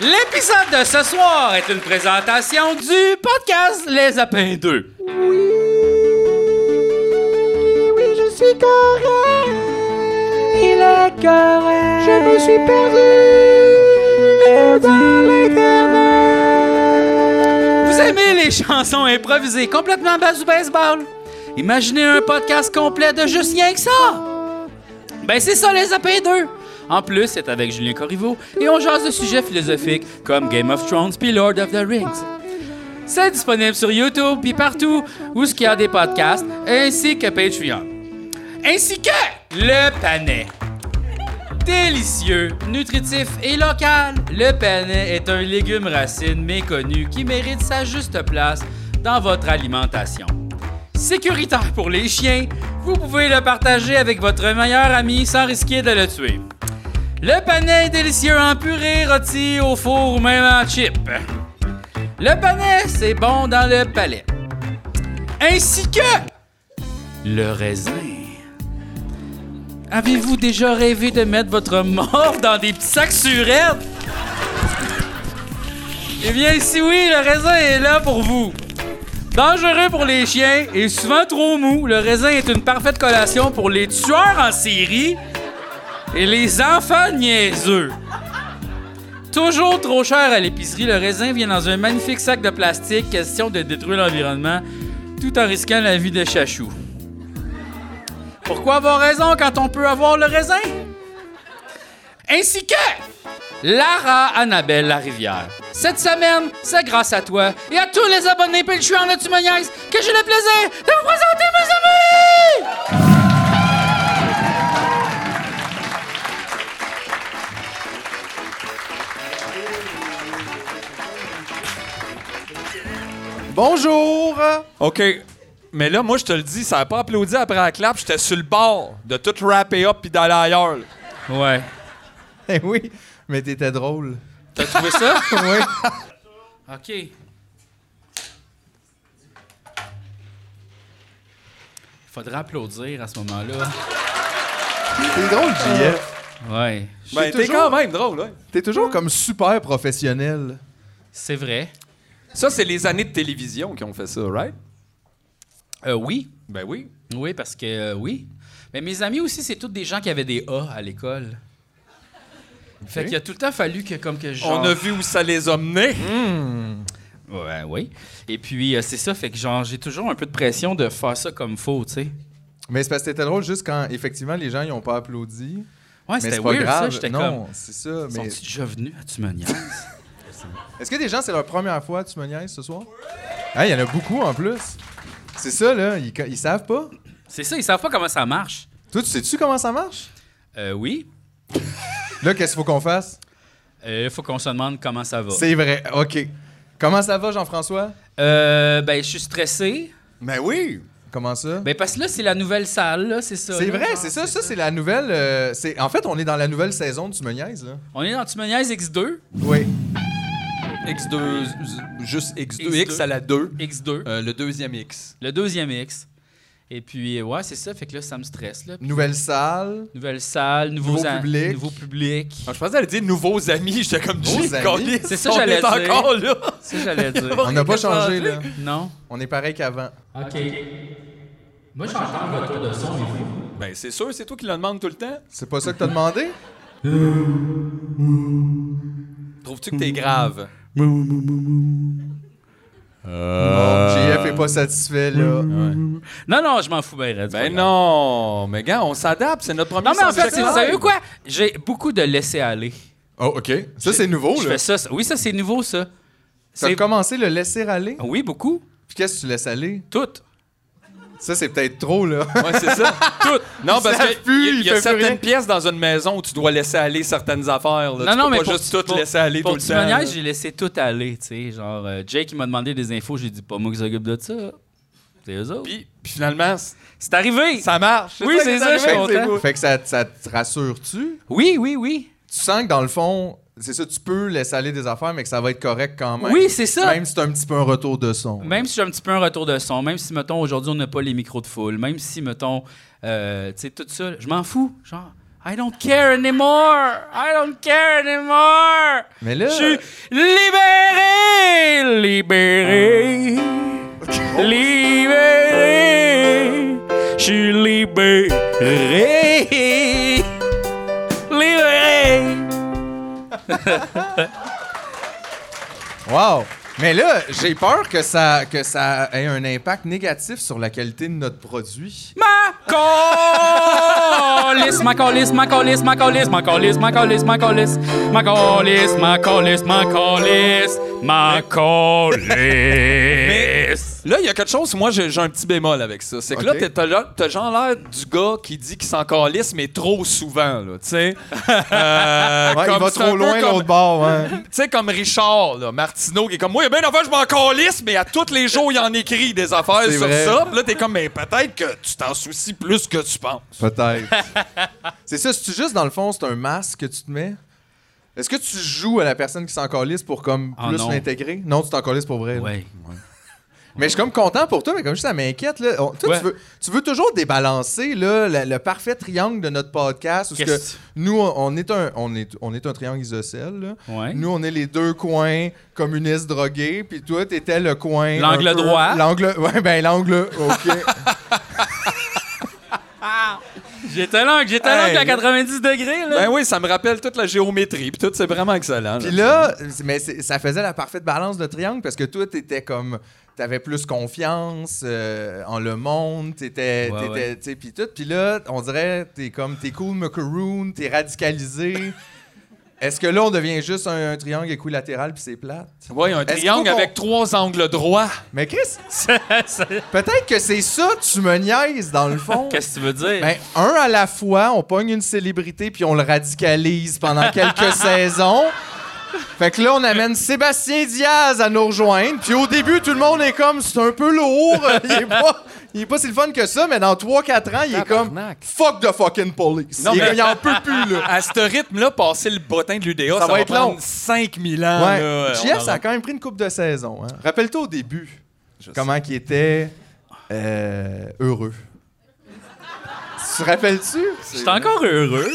L'épisode de ce soir est une présentation du podcast Les Apins 2. Oui, oui, je suis correct. Il est correct. Je me suis perdu, perdu. dans l'internet. Vous aimez les chansons improvisées complètement basses du baseball? Imaginez un podcast complet de juste rien que ça! Ben c'est ça les Apins 2! En plus, c'est avec Julien Corriveau et on jase de sujets philosophiques comme Game of Thrones puis Lord of the Rings. C'est disponible sur YouTube puis partout où ce qu'il y a des podcasts, ainsi que Patreon. Ainsi que le panais. Délicieux, nutritif et local, le panais est un légume racine méconnu qui mérite sa juste place dans votre alimentation. Sécuritaire pour les chiens, vous pouvez le partager avec votre meilleur ami sans risquer de le tuer. Le panais est délicieux en purée, rôti au four ou même en chip. Le panais, c'est bon dans le palais. Ainsi que le raisin. Avez-vous déjà rêvé de mettre votre mort dans des petits sacs surettes? Eh bien, si oui, le raisin est là pour vous. Dangereux pour les chiens et souvent trop mou, le raisin est une parfaite collation pour les tueurs en série et les enfants niaiseux. Toujours trop cher à l'épicerie, le raisin vient dans un magnifique sac de plastique, question de détruire l'environnement, tout en risquant la vie de Chachou. Pourquoi avoir raison quand on peut avoir le raisin? Ainsi que Lara Annabelle Larivière. Cette semaine, c'est grâce à toi et à tous les abonnés Patreon de Tumoniaise que j'ai le plaisir de vous présenter mes amis! Bonjour! OK. Mais là, moi, je te le dis, ça n'a pas applaudi après la clap. J'étais sur le bord de tout rapper up puis d'aller ailleurs. Ouais. Eh oui, mais t'étais drôle. T'as trouvé ça? oui. OK. Faudrait applaudir à ce moment-là. T'es drôle, Euh. JF. Ouais. Ben, t'es toujours... quand même drôle, ouais. T'es Mm. toujours comme super professionnel. C'est vrai. Ça, c'est les années de télévision qui ont fait ça, right? Euh, oui. Ben oui. Oui, parce que euh, oui. Mais mes amis aussi, c'est tous des gens qui avaient des A à l'école. Okay. Fait qu'il a tout le temps fallu que comme que genre... On a vu où ça les a menés. Mmh. Ouais, oui. Et puis, euh, c'est ça, fait que genre, j'ai toujours un peu de pression de faire ça comme faux, tu sais. Mais c'est parce que c'était drôle juste quand, effectivement, les gens, ils ont pas applaudi. Ouais, c'était weird, grave. ça. J'étais non, comme... c'est ça, mais... Sont-ils déjà venus à Tumonias? Est-ce que des gens, c'est leur première fois tu me niaises ce soir? Ah, il y en a beaucoup en plus. C'est ça, là. Ils, ils savent pas. C'est ça, ils savent pas comment ça marche. Toi, tu sais-tu comment ça marche? Euh, oui. là, qu'est-ce qu'il faut qu'on fasse? Il euh, faut qu'on se demande comment ça va. C'est vrai, OK. Comment ça va, Jean-François? Euh, ben, je suis stressé. Ben oui! Comment ça? Ben parce que là, c'est la nouvelle salle, là, c'est ça. C'est vrai, c'est ça, ça, c'est la nouvelle. Euh, c'est... En fait, on est dans la nouvelle saison de Tu me niaises, là. On est dans Tu me niaises X2. Oui. X2, juste X2, X2, X à la 2. X2. Euh, le deuxième X. Le deuxième X. Et puis, euh, ouais, c'est ça. Fait que là, ça me stresse. Là. Puis, nouvelle salle. Nouvelle salle, nouveaux nouveau public. Nouveau public. Ah, je pensais aller dire nouveaux amis. J'étais comme Jim C'est ça j'allais dire. encore là. C'est ça j'allais dire. On n'a pas changé, là. Non. On est pareil qu'avant. OK. okay. Moi, j'entends le retour de son, mais vous. Ben, c'est sûr, c'est toi qui le demande tout le temps. C'est pas ça que t'as demandé? Trouves-tu que t'es grave? Euh... Non, JF est pas satisfait, là. Ouais. Non, non, je m'en fous bien, Ben, ben non, mais gars, on s'adapte, c'est notre premier Non, mais en fait, vous savez quoi? J'ai beaucoup de laisser-aller. Oh, OK. Ça, c'est nouveau, Oh, là. Je fais ça, ça. Oui, ça, c'est nouveau, ça. T'as commencé le laisser-aller? Oui, beaucoup. Puis qu'est-ce que tu laisses aller? Tout. Ça, c'est peut-être trop, là. Ouais, c'est ça. Tout. Non, parce Ça pue, qu'il y, y a il fait certaines plus rien. pièces dans une maison où tu dois laisser aller certaines affaires. Là. Non, tu non, peux mais pas pour- juste tout pour- laisser aller Pour tout le toute temps. manière, là. j'ai laissé tout aller, tu sais. Genre, euh, Jake, il m'a demandé des infos, j'ai dit pas moi qui s'occupe de ça. C'est eux autres. Puis, puis finalement, c- C'est arrivé! ça marche. Oui, c'est ça, je suis Fait que c'est content. beau. Fait que ça, ça te rassure-tu? Oui, oui, oui. Tu sens que dans le fond, c'est ça, tu peux laisser aller des affaires, mais que ça va être correct quand même. Oui, c'est ça. Même si c'est un petit peu un retour de son. Même si j'ai un petit peu un retour de son, même si, mettons, aujourd'hui, on n'a pas les micros de foule, même si, mettons, euh, tu sais, tout ça, je m'en fous. Genre, I don't care anymore. I don't care anymore. Mais là- je suis libéré, libéré, Ah. libéré. Je suis libéré, libéré. Wow! Mais là, j'ai peur que ça, que ça ait un impact négatif sur la qualité de notre produit. Ma colisse, ma colisse, ma colisse, ma colisse, ma colisse, ma colisse, ma colisse, ma colisse, ma colisse, ma colisse, ma colisse. Là, il y a quelque chose, moi, j'ai j'ai un petit bémol avec ça. C'est que là, Ok. t'es- t'as là, t'as genre l'air du gars qui dit qu'il s'en calisse, mais trop souvent, là, tu sais. Euh, Ouais, il comme- va c'est un trop peu loin comme- l'autre bord. hein. Tu sais, comme Richard, là, Martineau, qui est comme moi, il y a bien d'affaires, je m'en calisse, mais à tous les jours, il en écrit des affaires C'est sur vrai. ça. Puis là, t'es comme, mais peut-être que tu t'en soucies plus que tu penses. Peut-être. c'est ça, c'est juste dans le fond, c'est un masque que tu te mets. Est-ce que tu joues à la personne qui s'en calisse pour comme Ah, plus non. l'intégrer? Non, tu t'en calisses pour vrai. là. Ouais. Mais je suis comme content pour toi, mais comme juste ça m'inquiète. Là. On- toi, Ouais. tu, veux, tu veux toujours débalancer là, le, le parfait triangle de notre podcast. Parce que Qu'est-ce- nous, on on est un, on est, on est un triangle isocèle. là. Ouais. Nous, on est les deux coins communistes drogués, puis toi, t'étais le coin. L'angle un peu- droit. L'angle. Ouais, ben l'angle. OK. J'étais longue, j'étais Hey. longue à 90 degrés, là. Ben oui, ça me rappelle toute la géométrie, puis tout, c'est vraiment excellent. Puis là, mais c'est- ça faisait la parfaite balance de triangle parce que toi, t'étais comme. T'avais plus confiance euh, en le monde, t'étais. Ouais, t'étais- ouais. tu sais, Puis tout. Puis là, on dirait, t'es comme. T'es cool, macaroon, t'es radicalisé. Est-ce que là, on devient juste un, un triangle équilatéral puis c'est plate? Oui, un Est-ce triangle qu'il faut avec trois angles droits. Mais Chris, Ça- peut-être que c'est ça, tu me niaises dans le fond. Qu'est-ce que tu veux dire? Ben, un à la fois, on pogne une célébrité puis on le radicalise pendant quelques saisons. Fait que là, on amène Sébastien Diaz à nous rejoindre. Puis au début, tout le monde est comme, c'est un peu lourd. Il est pas, il est pas si le fun que ça, mais dans 3-4 ans, il est comme, Tabarnak. fuck the fucking police. Non, il, mais- il en peut plus, là. À ce rythme-là, passer le bottin de l'UDA, ça, Ça va va être prendre long. 5000 ans. Ouais. Ah, là. JF, On ça en- a quand même pris une coupe de saison. hein. Rappelle-toi au début Je comment qu'il était euh, heureux. Tu te rappelles-tu? Je suis encore heureux.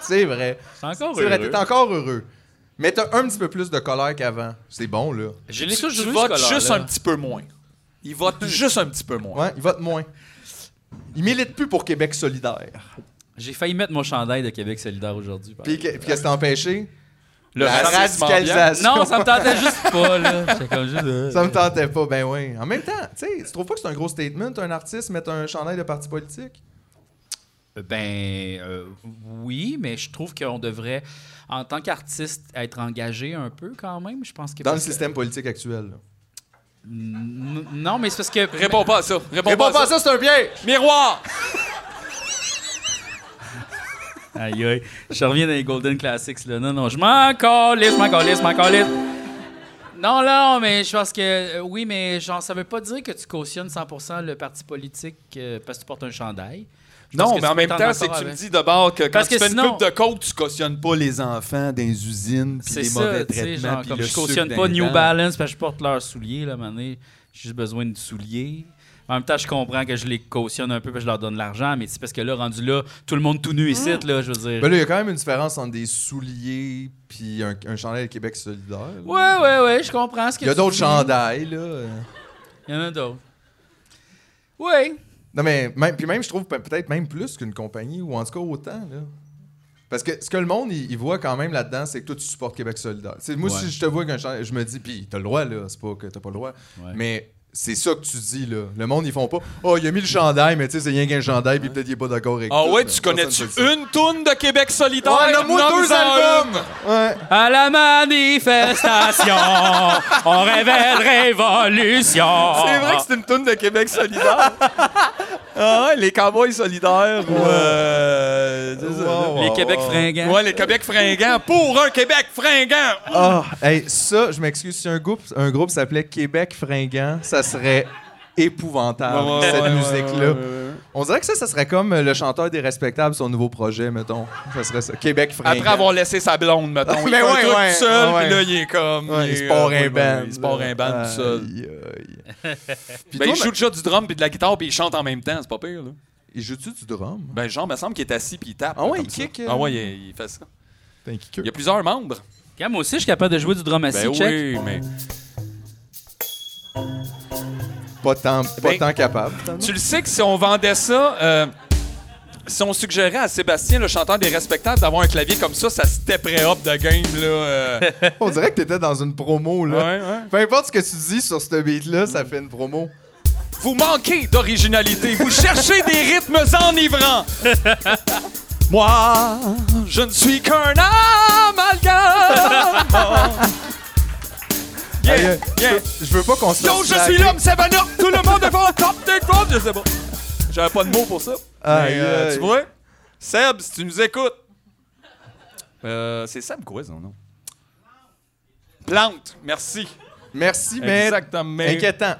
C'est vrai. Je suis encore C'est vrai, heureux. t'es encore heureux. Mais t'as un petit peu plus de colère qu'avant. C'est bon, là. Je l'ai Tu, toujours tu eu, ce votes colère-là. juste un petit peu moins. Il vote juste un petit peu moins. Ouais, il vote moins. Il milite plus pour Québec solidaire. J'ai failli mettre mon chandail de Québec solidaire aujourd'hui. par Puis que- puis qu'est-ce qui t'a empêché? Le La racisme ambiant. radicalisation. Non, ça me tentait juste pas, là. J'étais comme juste. euh. Ça me tentait pas, ben oui. En même temps, tu sais, tu trouves pas que c'est un gros statement, un artiste mettre un chandail de parti politique? Ben, euh, oui, mais je trouve qu'on devrait, en tant qu'artiste, être engagé un peu quand même. Je pense que. Dans le système politique actuel. là. N- Non, mais c'est parce que. Réponds pas à ça. Réponds, Réponds pas à ça. c'est un piège! Miroir! Aïe, aïe. Je reviens dans les Golden Classics, là. Non, non, je m'en calisse, je m'en calisse, je m'en calisse. Non, non, mais je pense que. euh, oui, mais genre, ça veut pas dire que tu cautionnes 100% le parti politique euh, parce que tu portes un chandail. Je pense Non, que mais tu en même peux t'en temps, c'est que accord tu me avec. dis de bord que quand Parce tu que fais sinon- une coupe de coke, tu cautionnes pas les enfants des usines puis C'est les ça, mauvais tu sais, traitements genre, puis comme le je sucre cautionne dans pas les New dents. Balance parce que je porte leurs souliers, là, à un moment donné. J'ai juste besoin de souliers. En même temps, je comprends que je les cautionne un peu parce que je leur donne de l'argent, mais c'est parce que là, rendu là, tout le monde tout nu ici, là, je veux dire. Ben là, il y a quand même une différence entre des souliers puis un, un chandail de Québec solidaire. là. Ouais, ouais, ouais, je comprends ce que Il y a tu d'autres dis. chandails, là. Il y en a d'autres. Oui. Non, mais même, puis même, je trouve pe- peut-être même plus qu'une compagnie, ou en tout cas autant. Là. Parce que ce que le monde, il, il voit quand même là-dedans, c'est que toi, tu supportes Québec solidaire. C'est- moi, Ouais. si je te vois qu'un je me dis, puis t'as le droit, là, c'est pas que t'as pas le droit. Ouais. Mais c'est ça que tu dis, là. Le monde, ils font pas, oh, il a mis le chandail, mais tu sais, c'est rien qu'un chandail, puis peut-être il est pas d'accord avec Ah tout, ouais, là. tu Ça, connais-tu ça me fait ça. une toune de Québec solidaire? Ouais, on a moins Nomme-en deux albums! Ouais. À la manifestation, on rêvait de révolution. C'est vrai que c'est une toune de Québec solidaire. ah ouais, les cowboys solidaires ou... euh, c'est ça, là. Wow, Les wow, Québec wow. fringants. Ouais, les Québec fringants. Pour un Québec fringant! Ah, hey, ça, je m'excuse, si un groupe, un groupe s'appelait Québec fringant, ça serait épouvantable, Ouais, ouais, cette ouais, ouais, musique-là. ouais, ouais, ouais. On dirait que ça, ça serait comme euh, le chanteur des Respectables, son nouveau projet, mettons. Ça serait ça. Québec fringant. Après avoir laissé sa blonde, mettons. Il Mais fait un Ben ouais, truc ouais, tout seul, ouais. puis là, il est comme... Ouais, il est, se euh, porte ouais, un band. ouais, Il se porte un band tout seul. Aïe, aïe. Puis Ben, toi, il joue déjà du drum puis de la guitare puis il chante en même temps, c'est pas pire là. Il joue-tu du drum? Ben, genre, il me semble qu'il est assis puis il tape. Ah là, ouais, il comme ça. kick, euh. Ah ouais, il, il fait ça. T'es un kicker. Il y a plusieurs membres. Regarde, moi aussi, je suis capable de jouer du drum assis, Ben check. oui, mais. Pas tant, pas Ben- tant capable. Tu le sais que si on vendait ça, euh, si on suggérait à Sébastien, le chanteur des Respectables, d'avoir un clavier comme ça, ça stepperait up de game, là. euh. On dirait que t'étais dans une promo, là. Ouais, ouais. Peu importe ce que tu dis sur ce beat-là, ça fait une promo. Vous manquez d'originalité, vous cherchez des rythmes enivrants. Moi, je ne suis qu'un amalgame. Yeah, Aïe, aïe, yeah. Je je veux pas qu'on se Yo, fasse je suis slacker. l'homme Savannah, tout le monde est bon, top des top, je sais pas. J'avais pas de mots pour ça. Aïe, Mais, euh, aïe. tu vois, Seb, si tu nous écoutes. Euh, c'est Seb quoi son nom? Plante, merci. Merci, mais Exactement. inquiétant.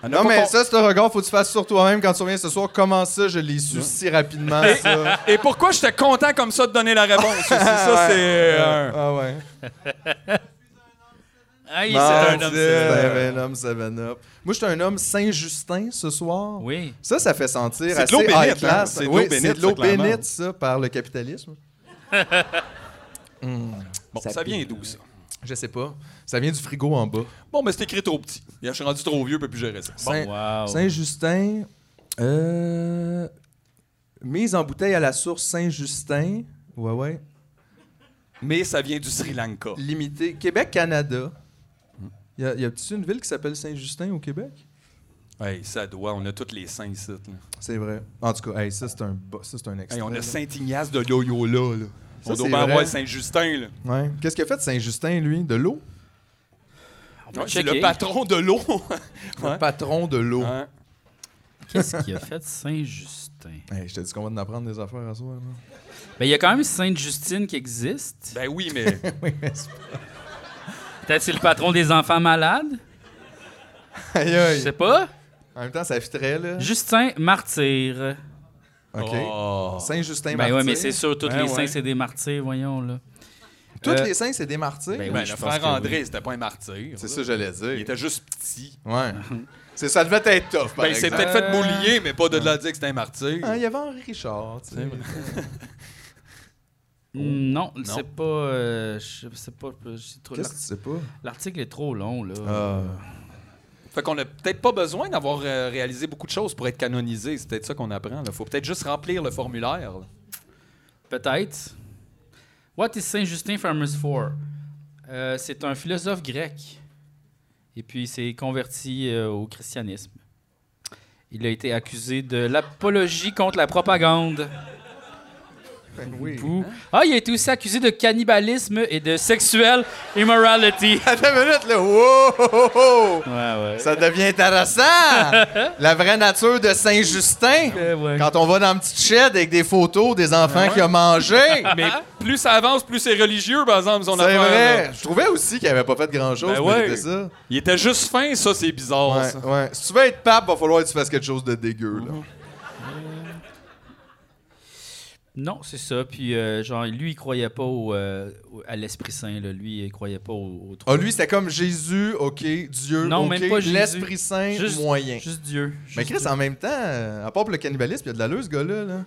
On a Non, Ah, pas mais con- ça, ce regard, faut que tu fasses sur toi-même quand tu reviens ce soir. Comment ça, je l'ai su si rapidement, ça? Et pourquoi j'étais content comme ça de donner la réponse? aussi? ça, c'est. euh, Ah ouais. Aïe, c'est un Mon homme, Dieu, c'est un homme. ben, ben, un homme seven up. Moi, je suis un homme Saint-Justin ce soir. Oui. Ça, ça fait sentir C'est de assez l'eau high bénite, hein? class. C'est de Oui, l'eau bénite, c'est de l'eau ça, clairement. bénite, ça, par le capitalisme. Bon, ça, vient d'où, ça? Je sais pas. Ça vient du frigo en bas. Bon, mais c'est écrit trop petit. Je suis rendu trop vieux, je peux plus gérer ça. Bon. Saint- Wow. Saint-Justin. euh, mise en bouteille à la source Saint-Justin. Ouais, ouais. Mais ça vient du Sri Lanka. Limité. Québec-Canada. Y a, y a une ville qui s'appelle Saint-Justin au Québec? Hey, ça doit, on a tous les saints ici. là. C'est vrai. En tout cas, hey, ça, c'est un, bo- ça, c'est un extrait. Hey, on là. a Saint-Ignace de Loyola. Là. Ça, on doit c'est bien vrai. avoir Saint-Justin. là. Ouais. Qu'est-ce qu'il a fait Saint-Justin, lui? De l'eau? On va Ouais, c'est checker. le patron de l'eau. Ouais. Le patron de l'eau. Hein? Qu'est-ce qu'il a fait Saint-Justin? Hey, je t'ai dit qu'on va en apprendre des affaires à soi. Là. Ben, il y a quand même Sainte-Justine qui existe. Ben oui, mais. Oui, mais c'est Peut-être c'est le patron des enfants malades? pas- Aïe, Je sais aïe. pas. En même temps, ça fitrait, là. Justin, martyr. OK. Oh. Saint-Justin, Ben oui, martyr. mais c'est sûr, tous Ben les saints, ouais. c'est des martyrs, voyons, là. Tous Euh, les saints, c'est des martyrs. ben Ben, oui, je le pense frère que oui. André, c'était pas un martyr. C'est là. ça que j'allais dire. Il était juste petit. Ouais. c'est ça devait être tough, par Ben, Hein? il s'est exemple. peut-être fait boulier, mais pas de là dire que c'était un martyr. Ah, il y avait Henri Richard, tu sais. Mm, Non, c'est pas... euh, je sais pas, euh, c'est trop- Qu'est-ce Ah. que tu sais pas? L'article est trop long, là. Euh, Fait qu'on a peut-être pas besoin d'avoir euh, réalisé beaucoup de choses pour être canonisé. C'est peut-être ça qu'on apprend. Là. Faut peut-être juste remplir le formulaire. là. Peut-être. What is Saint Justin famous for? Euh, c'est un philosophe grec. Et puis, il s'est converti euh, au christianisme. Il a été accusé de l'apologie contre la propagande. Ben oui. Pou. Ah, il a été aussi accusé de cannibalisme et de sexuelle immorality. Attends une minute, là. Wow! oh, oh, oh. Ouais, ouais. Ça devient intéressant! La vraie nature de Saint-Justin. Eh ouais. Quand on va dans une petite shed avec des photos des enfants qui ont mangé. Mais plus ça avance, plus c'est religieux, par exemple. son C'est affaire, vrai. là. Je trouvais aussi qu'il avait pas fait grand-chose. Ben mais ouais. c'était ça. Il était juste fin, ça, c'est bizarre. Ouais, Oh, ça. ouais. Si tu veux être pape, va falloir que tu fasses quelque chose de dégueu. Là. Non, c'est ça. Puis, euh, genre, lui, il croyait pas au, euh, au- à l'Esprit Saint. là. Lui, il croyait pas au, au Ah, lui, c'était comme Jésus, OK, Dieu, Non, OK, même pas Jésus. l'Esprit Saint, Juste- moyen. Juste Dieu. Mais Juste Chris, en même temps, euh, à part pour le cannibalisme, il y a de la leuse, ce gars-là. là.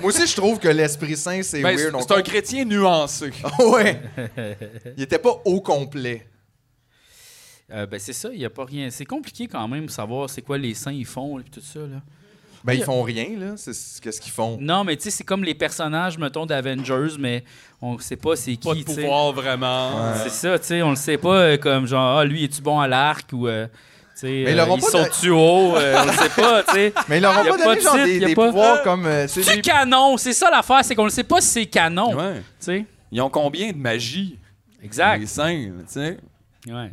Moi aussi, je trouve que l'Esprit Saint, c'est Ben, weird. on c'est un chrétien nuancé. Ah ouais. Il était pas au complet. Euh, ben c'est ça, il n'y a pas rien. C'est compliqué quand même de savoir c'est quoi les saints ils font et tout ça. là. Ben, ils font rien, là. C'est c'est- qu'est-ce qu'ils font. Non, mais tu sais, c'est comme les personnages, mettons, d'Avengers, mais on ne sait pas c'est qui. Pas de tu sais. pouvoir, vraiment. C'est ça, tu sais, on le sait pas euh, comme genre, ah, lui, es-tu bon à l'arc ou. euh, tu sais, Mais ils euh, leur ont ils pas sont de- tu haut, euh, on le sait pas, tu sais. Mais ils leur ont Ah, Y a pas pas donné de genre site, des, y a des pas- pouvoirs comme. euh, c'est C'est des- canon, c'est ça l'affaire, c'est qu'on ne sait pas si c'est canon. Ouais. Tu sais, Ils ont combien de magie, les exact. saints, là, tu sais? Ouais.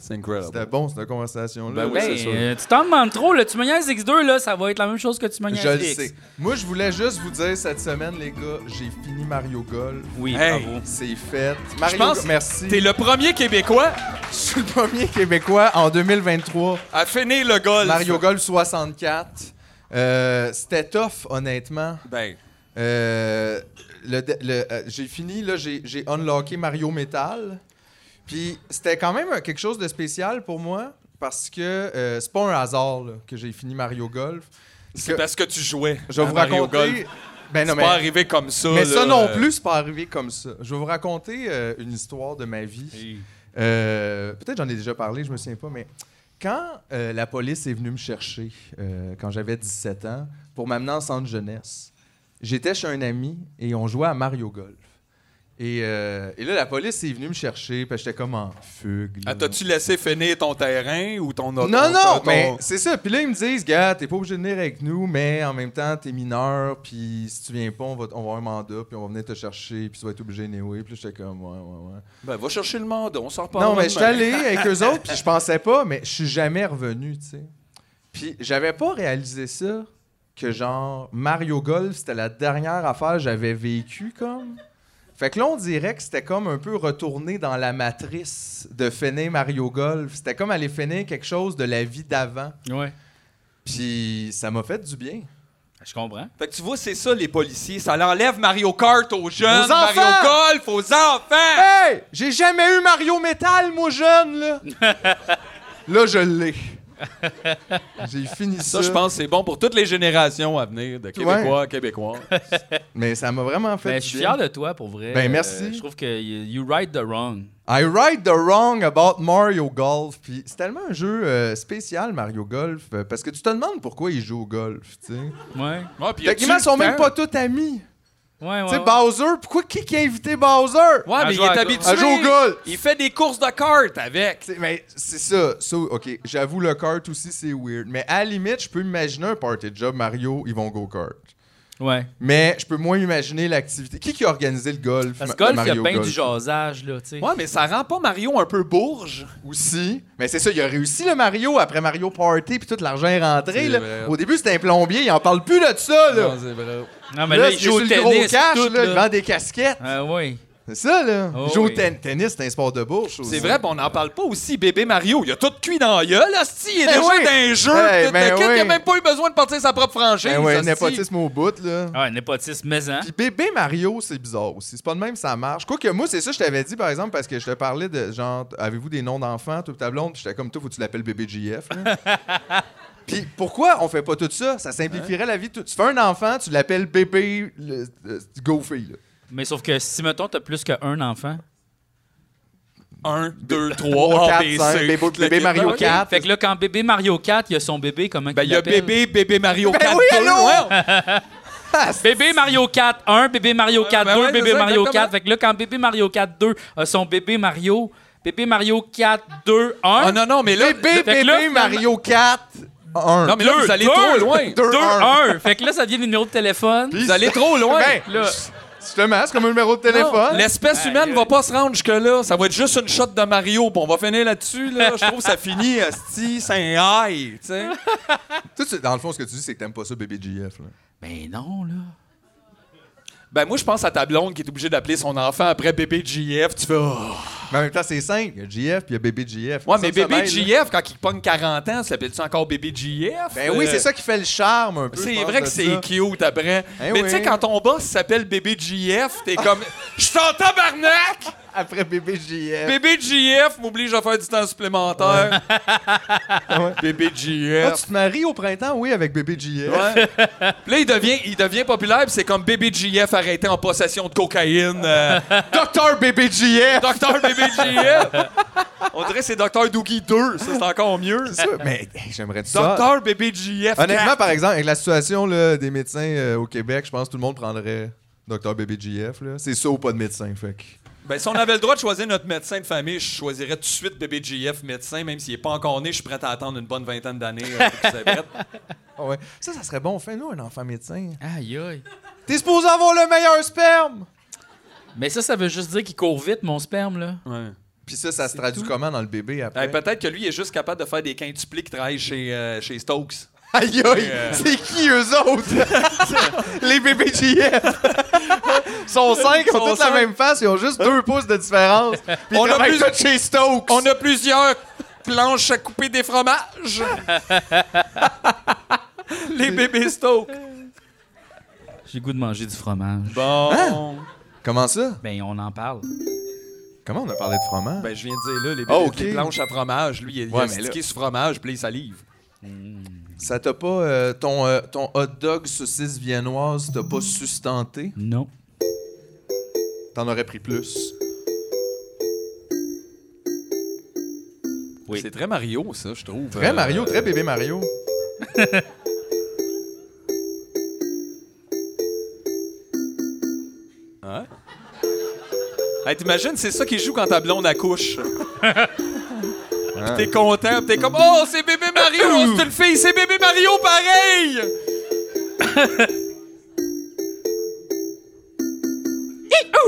C'est C'était incroyable. bon, cette conversation-là. Ben oui, Ben, c'est sûr. euh, tu t'en demandes trop, là, tu me niaises X2, là, ça va être la même chose que tu me niaises Je le X. sais. Moi, je voulais juste vous dire cette semaine, les gars, j'ai fini Mario Golf. Oui, Hey. bravo. C'est fait. Mario pense- Go- merci. T'es le premier Québécois Je suis le premier Québécois en 2023. à finir le Ah, golf. Mario Golf 64. Euh, C'était tough, honnêtement. Ben, Euh, le de- le- euh, j'ai fini, là, j'ai j'ai unlocké Mario Metal. Puis c'était quand même euh, quelque chose de spécial pour moi. parce que euh, c'est pas un hasard là, que j'ai fini Mario Golf. C'est parce que tu jouais. Je vais à vous Ah, Mario raconter. Golf. Ben non, C'est mais, pas arrivé comme ça. mais ça là, non euh, plus, c'est pas arrivé comme ça. Je vais vous raconter euh, une histoire de ma vie. hey. Euh, peut-être j'en ai déjà parlé, je me souviens pas, mais quand euh, la police est venue me chercher, euh, quand j'avais 17 ans, pour m'amener en centre jeunesse, j'étais chez un ami et on jouait à Mario Golf. Et, euh, et là, la police est venue me chercher, parce que j'étais comme en fugue. là. Ah, T'as-tu laissé finir ton terrain ou ton auto? Non, non, ton- mais c'est ça. Puis là, ils me disent, gars, t'es pas obligé de venir avec nous, mais en même temps, t'es mineur, puis si tu viens pas, on va, t- on va avoir un mandat, puis on va venir te chercher, puis tu vas être obligé de Puis là, j'étais comme, ouais, ouais, ouais. Ben, va chercher le mandat, on s'en reparle. Non, mais je suis demain. allé avec eux autres, puis je pensais pas, mais je suis jamais revenu, tu sais. Puis j'avais pas réalisé ça, que genre, Mario Golf, c'était la dernière affaire que j'avais vécue, comme. Fait que là, on dirait que c'était comme un peu retourné dans la matrice de finir Mario Golf. C'était comme aller finir quelque chose de la vie d'avant. Ouais. Puis ça m'a fait du bien. Je comprends. Fait que tu vois, c'est ça, les policiers. Ça l'enlève Mario Kart aux jeunes, Aux enfants! Mario Golf aux enfants! Hey! J'ai jamais eu Mario Metal, moi jeune, là! là, je l'ai. J'ai fini ça. Ça, je pense que c'est bon pour toutes les générations à venir de Québécois, Québécois. Mais ça m'a vraiment fait. Ben, du je suis bien. fier de toi pour vrai. Euh, Ben, merci. je trouve que you you right the wrong. I right the wrong about Mario Golf. Puis c'est tellement un jeu euh, spécial, Mario Golf, euh, parce que tu te demandes pourquoi il joue au golf, tu sais. Ouais. Ouais, puis y a-tu Techniquement, ils sont le même temps? pas tous amis. Ouais, ouais. Tu sais, ouais. Bowser, pourquoi qui, qui a invité Bowser? Ouais, À mais il jouer est à- habitué. à jouer au golf. Il fait des courses de kart avec. Tu sais, mais c'est ça. ça, OK, j'avoue, le kart aussi, c'est weird. Mais à la limite, je peux imaginer un party de job, Mario, ils vont go-kart. Ouais. Mais je peux moins imaginer l'activité. Qui qui a organisé le golf? Parce que Ma- golf, il y a Mario bien du Golf? jasage, là, tu sais. Ouais, mais ça rend pas Mario un peu bourge? Aussi. Mais c'est ça, il a réussi le Mario après Mario Party, puis tout l'argent est rentré. C'est là. vrai. Au début, c'était un plombier, il en parle plus de ça. Là. c'est vrai. Non, mais là, il c'est joue au sur le gros tennis. cash, tout, là, il là. vend des casquettes. Ah oui. C'est ça, là. Oh il joue au oui. ten- tennis, c'est un sport de bourse. aussi. C'est vrai, pis on n'en parle pas aussi, bébé Mario. Il a tout cuit dans la gueule, hostie. Il est Ben déjà oui. dans un jeu. Hey, tout ben le kit, oui. Il a même pas eu besoin de partir sa propre franchise. Ben ouais, hostie. népotisme au bout, là. Ah, népotisme maison. Puis bébé Mario, c'est bizarre aussi. C'est pas de même, ça marche. Quoique moi, c'est ça, je t'avais dit, par exemple, parce que je te parlais de genre, avez-vous des noms d'enfants, tout ta blonde? Puis j'étais comme, toi, faut que tu l'appelles bébé JF. là. Puis pourquoi on fait pas tout ça? Ça Hein? simplifierait la vie. de tout- Tu fais un enfant, tu l'appelles bébé le, le- Goofy, là. Mais sauf que si, mettons, t'as plus qu'un enfant. Un, deux, Trois, trois, quatre, ABC. cinq, bébé- Tout le bébé kit, Mario ben oui. Kart. Quatre. Fait que là, quand bébé Mario 4, il y a son bébé, comment Ben, qu'il il y a l'appelle? bébé, bébé Mario Ben 4. oui, deux, allô? ouais. Ah, Bébé Mario 4 1, bébé Mario 4 ben 2, ouais, c'est bébé ça, Mario exactement. 4. Fait que là, quand bébé Mario 4 2 a son bébé Mario, bébé Mario 4 2 1. Ah non, non, mais là. Bébé, Fait bébé que là, finalement- Mario 4, 1. Non, mais là, Deux, vous allez deux. trop loin. Deux, 2 un. 1. Fait que là, ça devient des numéros de téléphone. Vous allez trop loin. Ben, Là. justement, c'est comme un numéro de téléphone. L'espèce Aïe, humaine aïe. va pas se rendre jusque-là. Ça va être juste une shot de Mario, puis on va finir là-dessus. Là. Je trouve que ça finit, asti, c'est un high, tu sais. Toi, tu- dans le fond, ce que tu dis, c'est que t'aimes pas ça, bébé JF. Là. Ben non, là. Ben, moi, je pense à ta blonde qui est obligée d'appeler son enfant après bébé JF. Tu fais. oh. Mais en même temps, c'est simple. Il y a JF puis il y a bébé JF. Ouais, Ça, mais ça bébé m'aide, là. JF, quand il pogne 40 ans, tu l'appelles-tu encore bébé JF? Ben oui, Euh, c'est ça qui fait le charme un peu. je C'est pense, de vrai que ça. c'est cute après. Eh mais oui. tu sais, quand ton boss s'appelle bébé JF, t'es comme. Je suis en tabarnak! Après bébé JF. Bébé JF m'oblige à faire du temps supplémentaire. Ouais. Bébé Ah, JF. tu te maries au printemps, oui, avec bébé JF. Ouais. Puis là, il devient, il devient populaire, puis c'est comme Bébé JF arrêté en possession de cocaïne. euh, Docteur bébé JF. Docteur Bébé JF. On dirait que c'est Docteur Doogie 2, ça c'est encore mieux. Mais hey, j'aimerais ça. Docteur Bébé JF. Honnêtement, par exemple, avec la situation là, des médecins euh, au Québec, je pense que tout le monde prendrait Docteur bébé JF. là. C'est ça ou pas de médecin, fait. que- Ben, si on avait le droit de choisir notre médecin de famille, je choisirais tout de suite Bébé JF médecin, même s'il n'est pas encore né, je suis prêt à attendre une bonne vingtaine d'années. euh, pour qu'il s'arrête. Ah ouais. Ça, ça serait bon. Fais-nous un enfant médecin. Aïe, aïe. T'es supposé avoir le meilleur sperme. Mais ça, ça veut juste dire qu'il court vite, mon sperme, là. Ouais. Puis ça, ça se traduit comment dans le bébé après? Hey, Peut-être que lui il est juste capable de faire des quintuplés qui travaillent chez, euh, chez Stokes. Aïe aïe, Euh. c'est qui eux autres? les bébés JF! Ils sont cinq, ils Ils sont ont toutes la cinq. même face, ils ont juste deux pouces de différence. Puis On on a ils travaillent plus- tous chez Stokes! On a plusieurs planches à couper des fromages. Les bébés Stoke. J'ai le goût de manger du fromage. Bon. Comment ça? Ben, on en parle. Comment on a parlé de fromage? Ben, je viens de dire, là, les Ah, bébés ok. blanches à fromage, lui, il est Ouais, mais stické sur fromage, puis il salive. Ça t'a pas. euh, ton, euh, ton hot dog saucisse viennoise t'a pas sustenté? Non. T'en aurais pris plus. Oui. C'est très Mario, ça, je trouve. Très Euh, Mario, très bébé Mario. Hein? Hey, T'imagines, c'est ça qui joue quand ta blonde accouche. Puis t'es content, puis t'es comme Oh, c'est bébé Mario, oh, c'est une fille, c'est bébé Mario pareil!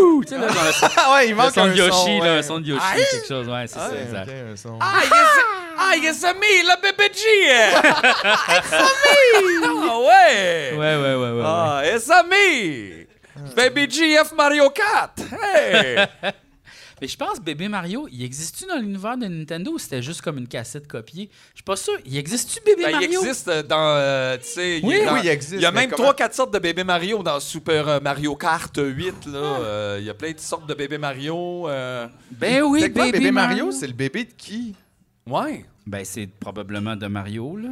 Ouh! Tu sais, là, dans le son- Ah ouais, il le manque son un de Yoshi, son, là, ouais. le son de Yoshi, quelque chose, ouais, c'est ça, Ouais, exact. ok, un son. Ah, yes, ah, yes, a me, la bébé G! It's a me! Ah ouais! Ouais, ouais, ouais, ouais. ouais. Ah, it's a me! Baby GF Mario Kart! Hey! Mais je pense, Bébé Mario, il existe-tu dans l'univers de Nintendo ou c'était juste comme une cassette copiée? Je suis pas sûr. Il existe-tu Bébé Ben, il Mario? existe euh, dans. euh, tu sais, il Oui, est oui, dans- il existe, Il y a mais même comment- 3-4 sortes de bébés Mario dans Super euh, Mario Kart 8. Là. Euh, il y a plein de sortes de bébés Mario. euh, Ben oui, Techniquement, Bébé, Mario. c'est le bébé de qui? Ouais. Ben c'est probablement de Mario, là.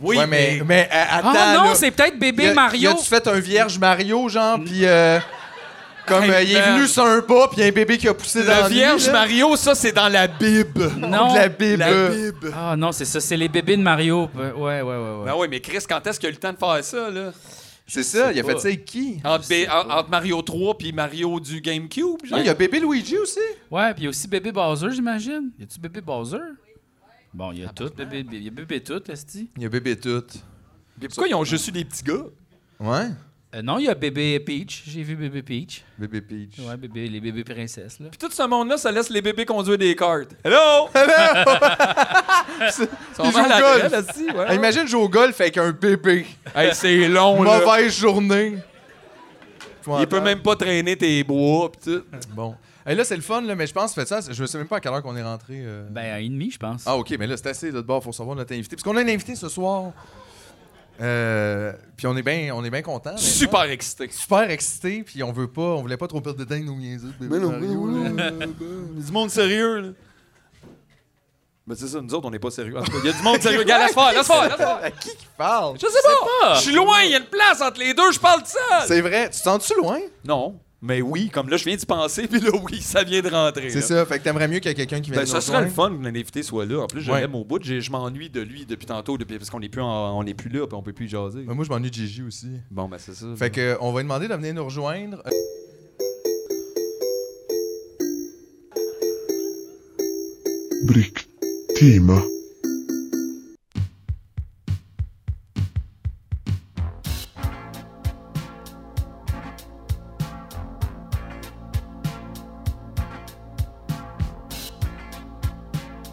Oui, Ouais, mais, mais. mais, euh, attends. ah non, là. c'est peut-être Bébé Y a- Y Mario. a-tu fait un vierge Mario, genre, puis euh, comme Hey, euh, il est man. venu sur un bas, puis il y a un bébé qui a poussé dans La lui, Ben, Vierge là. Mario, ça, c'est dans la Bible. Non. De la Bible. La Bible. Ah non, c'est ça, c'est les bébés de Mario. Ouais, ouais, ouais, ouais. Ben oui, mais Chris, quand est-ce qu'il a eu le temps de faire ça, là? C'est ça, il a pas. fait ça avec qui? Entre, sais bé- en- entre Mario 3 puis Mario du GameCube, genre? Ah, Il y a bébé Luigi aussi? Ouais, puis il y a aussi Bébé Bowser, j'imagine. Y a-tu Bébé Bowser? Ah, ben, Bon, il y a tout, bébé, il y a bébé tout, Esti. Il y a bébé tout. Mais Pourquoi ils ont juste eu des petits gars? Ouais? Euh, non, il y a bébé Peach. J'ai vu bébé Peach. Bébé Peach. Ouais, bébé, les bébés princesses, là. Puis tout ce monde-là, ça laisse les bébés conduire des cartes. Hello! Ils sont hein, Ils mal jouent à au golf. la gueule, aussi, ouais. Ah, imagine jouer au golf avec un bébé. Hey, c'est long, là. Mauvaise journée. Il peut même pas traîner tes bois, pis tout. Bon. Et là, c'est le fun, là, mais je pense, faites ça. Je ne sais même pas à quelle heure qu'on est rentré. euh. Ben, à et demi, je pense. Ah, OK, mais là, c'est assez. Là, de bord, faut savoir notre invité. Parce qu'on a un invité ce soir. Euh, puis on est bien on est bien content. Super excité. super excité puis on veut pas on voulait pas trop perdre de dingue nous niaiser mais ben. du monde sérieux, là. Ben c'est ça, nous autres, on n'est pas sérieux. En tout cas, il y a du monde sérieux. Regarde, laisse faire, laisse faire, laisse faire. à qui qui parle Je sais pas. Je suis loin, il y a une place entre les deux, je parle de ça. c'est vrai tu te sens-tu loin Non, mais oui, comme là, je viens d'y penser, puis là, oui, ça vient de rentrer. c'est là. ça fait que t'aimerais mieux qu'il y ait quelqu'un qui vienne Ben, ça nous serait le rejoindre. fun que l'invité soit là. En plus, je Ouais. l'aime au bout. J'ai- Je m'ennuie de lui depuis tantôt, depuis, parce qu'on n'est plus, en- on est plus là, puis on peut plus jaser. Ben, moi je m'ennuie de Gigi aussi Bon, ben c'est ça. fait que euh, on va lui demander de venir nous rejoindre Euh, Brick Team.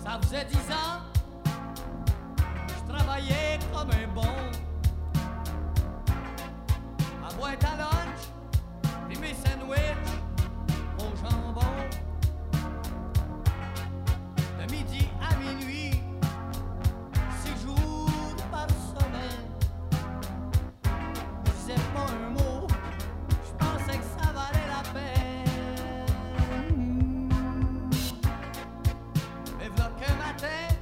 Ça faisait dix ans, je travaillais comme un bon. À boîte à lunch, puis mes sandwichs au jambon. De midi à minuit, six jours par semaine. Je disais pas un mot, je pensais que ça valait la peine. Mais voilà qu'un matin,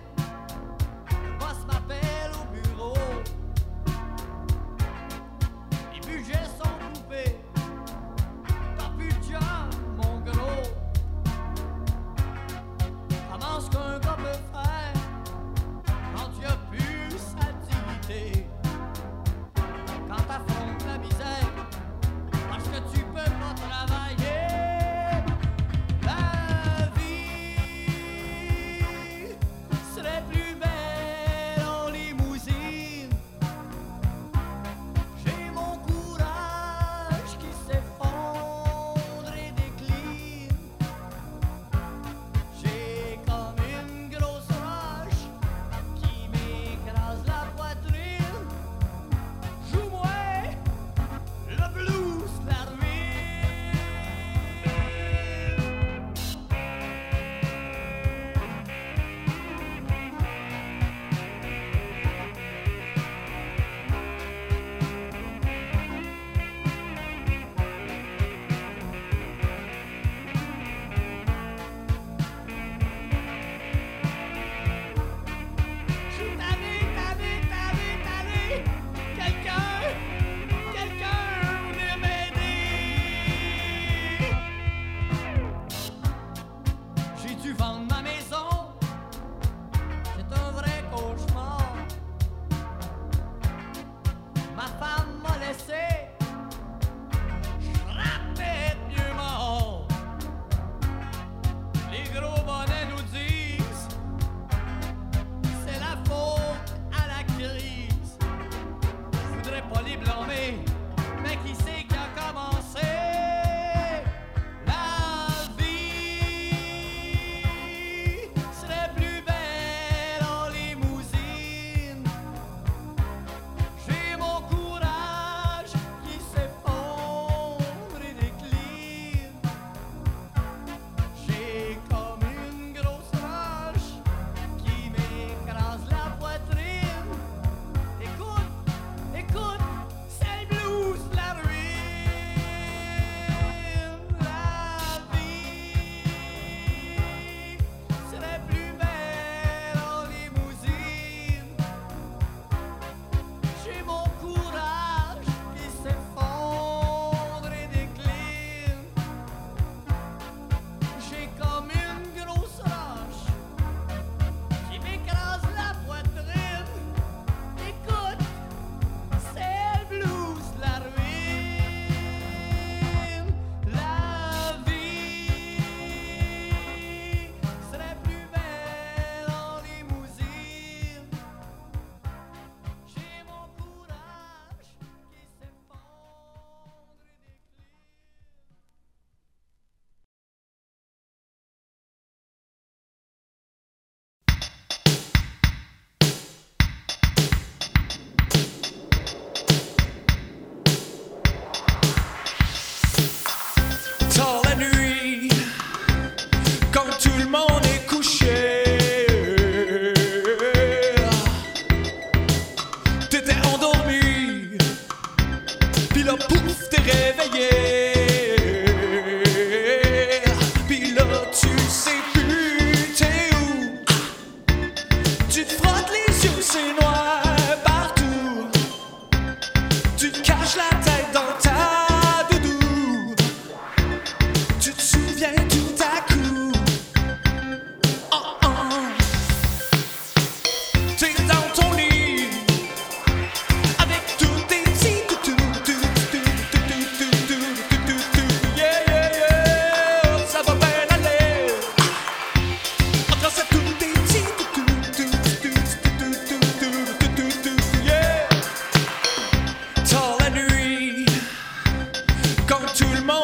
Oh,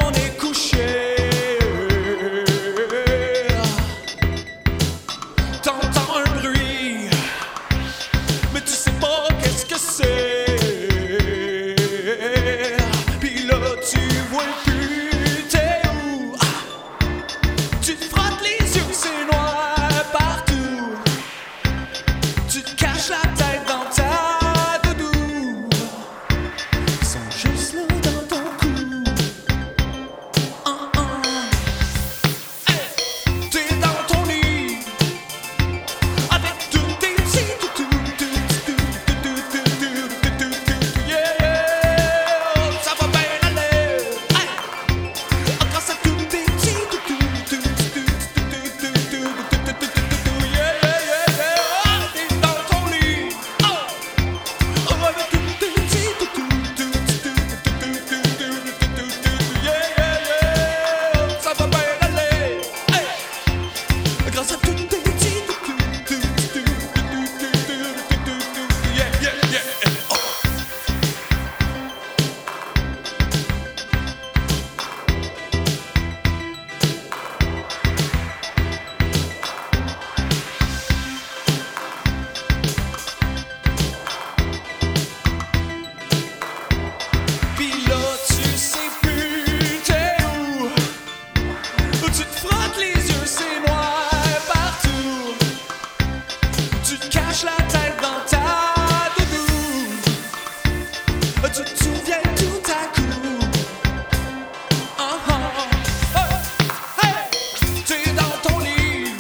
monde est couché. T'entends un bruit, mais tu sais pas qu'est-ce que c'est. Puis là, tu vois plus, t'es où? Tu te frottes les yeux, c'est noir partout. Tu te caches la tête dans ta doudou. Ils sont juste là dans ton cou. Ah, ah. Hey! T'es dans ton lit. Avec tous tes petits toutous, tout, tout, tout, tout, tout, tout, tout, tout, tout, tout. Yeah, yeah. Ça va bien aller. Hey! Grâce à tous tes petits toutous, tout, tout, tout, tout, tout, tout, tout, tout, tout, tout, tout. Yeah, yeah, yeah, yeah. Ah! T'es dans ton lit. Ah! Puis là, tu sais plus t'es où. Tu te frottes les yeux, c'est noir partout. Tu te caches la tête dans ta doudou. Tu te souviens tout à coup. Ah, ah, ah. Hey, hey. T'es dans ton lit.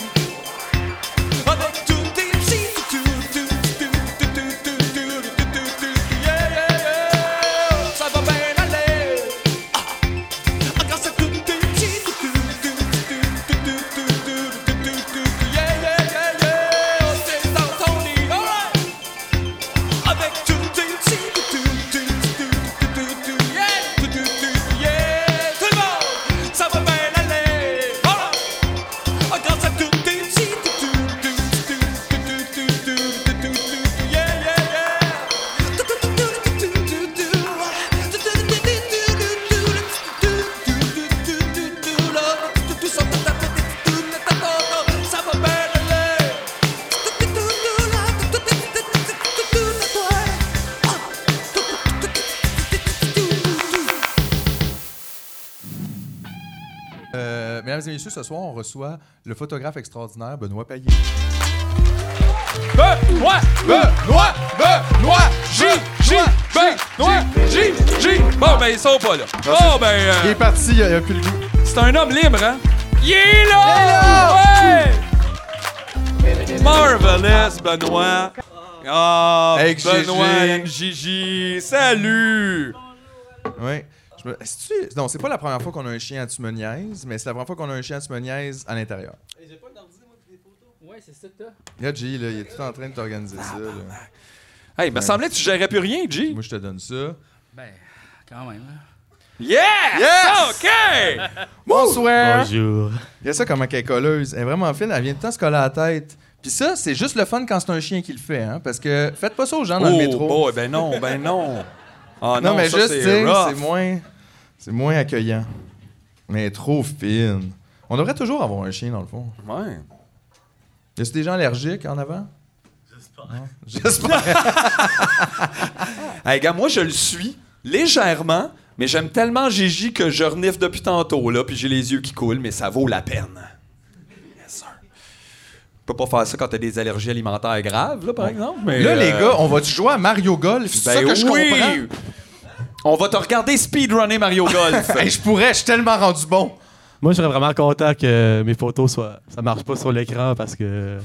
Avec tous tes petits toutous, tout, tout, tout, tout, tout, tout, tout, tout, tout. Yeah, yeah, yeah. Ça va bien aller. Ah, grâce à tous tes petits toutous, tout, tout, tout, tout, tout, tout, tout, tout, tout. Yeah, yeah, yeah, yeah. T'es dans ton lit. All right. Avec tout tes petits toutous, tout, tout, tout, tout, tout, tout, yeah. Tout, tout, tout, yeah. Tout le monde, ça va bien aller. All right. Ah, grâce à tous tes petits toutous, tout, tout, tout, tout, tout, tout, tout, tout, yeah, yeah, yeah. Tout, tout, tout, tout, tout, tout, tout. Tout, tout, tout, tout, tout, tout, tout, tout, tout, tout, tout, tout, tout, là. Tout, tout, ça, tout, tout, tout, tout, tout, tout, tout, ça va bien aller. Tout, tout, tout, tout, là. Tout, tout, tout, tout, tout, tout, tout, tout, ouais. Ah. Tout, tout, tout, tout, tout, tout, tout, tout. Euh, mesdames et messieurs, ce soir, on reçoit le photographe extraordinaire Benoît Payet. Benoît, Benoît, Benoît, J, J, Benoît, Ben, J, J. Bon, ben, ils sont pas là. Oh, ben, euh, Ah, Il est parti, il a, il a plus le goût. c'est un homme libre, hein? Il est là! Ouais! Marvelous, Benoît. Ah, Avec Benoît Gigi. and Gigi. Salut! Oui. Je me- Est-ce-tu- Non, c'est pas la première fois qu'on a un chien à Tumoniaise, mais c'est la première fois qu'on a un chien à Tumoniaise à l'intérieur. Ouais, c'est ça que t'as. Là, G, là, il est tout en train de t'organiser ça. là. Hey, il me semblait que tu gérais plus rien, G. Moi, je te donne ça. Ben, quand même. hein. Yeah! Ah, OK! Bonsoir! Bonjour. Il y a ça comme qu'elle est colleuse. Elle est vraiment fine, elle vient tout le temps se coller à la tête. Puis ça, c'est juste le fun quand c'est un chien qui le fait, hein? Parce que faites pas ça aux gens dans le métro. Oh, boy, ben non, ben non. Ah non, mais ça, juste, tu sais, rough. c'est moins, c'est moins accueillant. Mais trop fine. On devrait toujours avoir un chien, dans le fond. Ouais. Y a des gens allergiques en avant? J'espère. J'espère. Hey, gars, moi, je le suis légèrement, mais j'aime tellement Gigi que je renifle depuis tantôt, là, puis j'ai les yeux qui coulent, mais ça vaut la peine. Yes, sir. Je peux pas faire ça quand t'as des allergies alimentaires graves, là, par exemple. Mais, Là, euh, les gars, on va-tu jouer à Mario Golf? C'est ça ben que je oui! comprends. On va te regarder speedrunner Mario Ben Golf. Hey, je pourrais, je suis tellement rendu bon. Moi, je serais vraiment content que mes photos soient. Ça marche pas sur l'écran parce que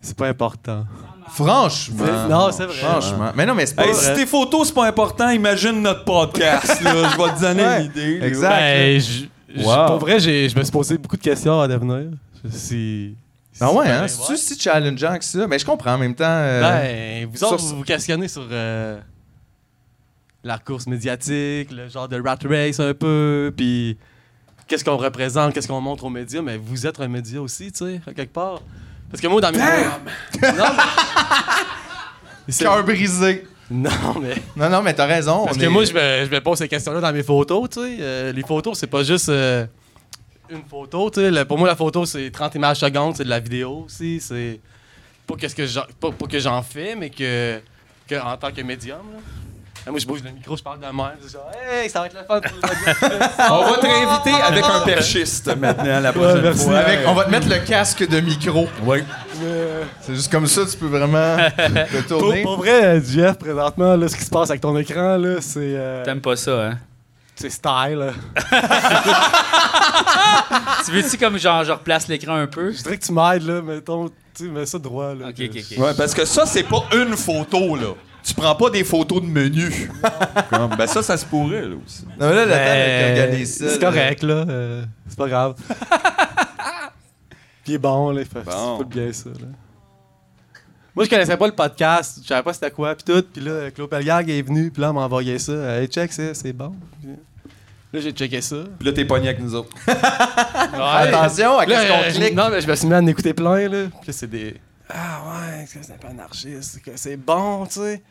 c'est pas important. Franchement. Non, c'est vrai. Franchement. Mais non, mais c'est pas Hey, vrai. si tes photos, c'est pas important, imagine notre podcast, là. Je vais te donner Ouais, une idée. là. exact. Ben, je- je- Wow. Pour vrai, j'ai- je me suis posé beaucoup de questions à l'avenir. Je- Si. Ah si- ouais, hein? ben, C'est-tu si challengeant que ça? Mais je comprends en même temps. euh, Ben, vous autres, sur- vous vous questionnez sur euh, la course médiatique, le genre de rat race un peu, puis qu'est-ce qu'on représente, qu'est-ce qu'on montre aux médias, mais vous êtes un média aussi, tu sais, à quelque part. Parce que moi, dans mes... Non, mais- C'est- Cœur brisé. Non, mais. Non, non, mais t'as raison. Parce on que est- moi, je me, je me pose ces questions-là dans mes photos, tu sais. Euh, les photos, c'est pas juste euh, une photo, tu sais. Le- Pour moi, la photo, c'est 30 images secondes, c'est de la vidéo aussi. C'est pas, qu'est-ce que j'en- pas, pas que j'en fais, mais que, que en tant que médium, là. Là, Moi, je bouge le micro, je parle de même. C'est genre, hey, ça va être le fun. pour le podcast. On va te réinviter avec un perchiste maintenant la prochaine merci. fois. Avec- on va te mettre le casque de micro. Oui. C'est juste comme ça, tu peux vraiment te pour, tourner. pour vrai, Jeff, présentement, là, ce qui se passe avec ton écran, là, c'est, euh, T'aimes pas ça, hein? c'est style. là. tu veux-tu comme genre je replace l'écran un peu? Je dirais que tu m'aides, là, mettons, tu sais, mets ça droit. Là, Ok, ok, ok. Ouais, parce que ça, c'est pas une photo, là. Tu prends pas des photos de menu. Comme, ben ça, ça se pourrait, là aussi. Non, mais là, le temps Ben, de regarder ça. C'est là. correct, là. euh, c'est pas grave. Puis il est bon, là. Il fait Bon. c'est pas bien ça, là. Moi, je connaissais pas le podcast. Je savais pas c'était quoi, puis tout. Puis là, Claude Pelgag est venu, puis là, il m'a envoyé ça. Hey, check, c'est, c'est bon. Puis là, j'ai checké ça. Puis là, t'es pogné avec nous autres. Attention à Là, Ah, qu'est-ce euh, qu'on clique. Non, mais je me suis mis à en écouter plein, là. Puis là, c'est des. Ah ouais, c'est c'est un peu anarchiste, que c'est bon, tu sais.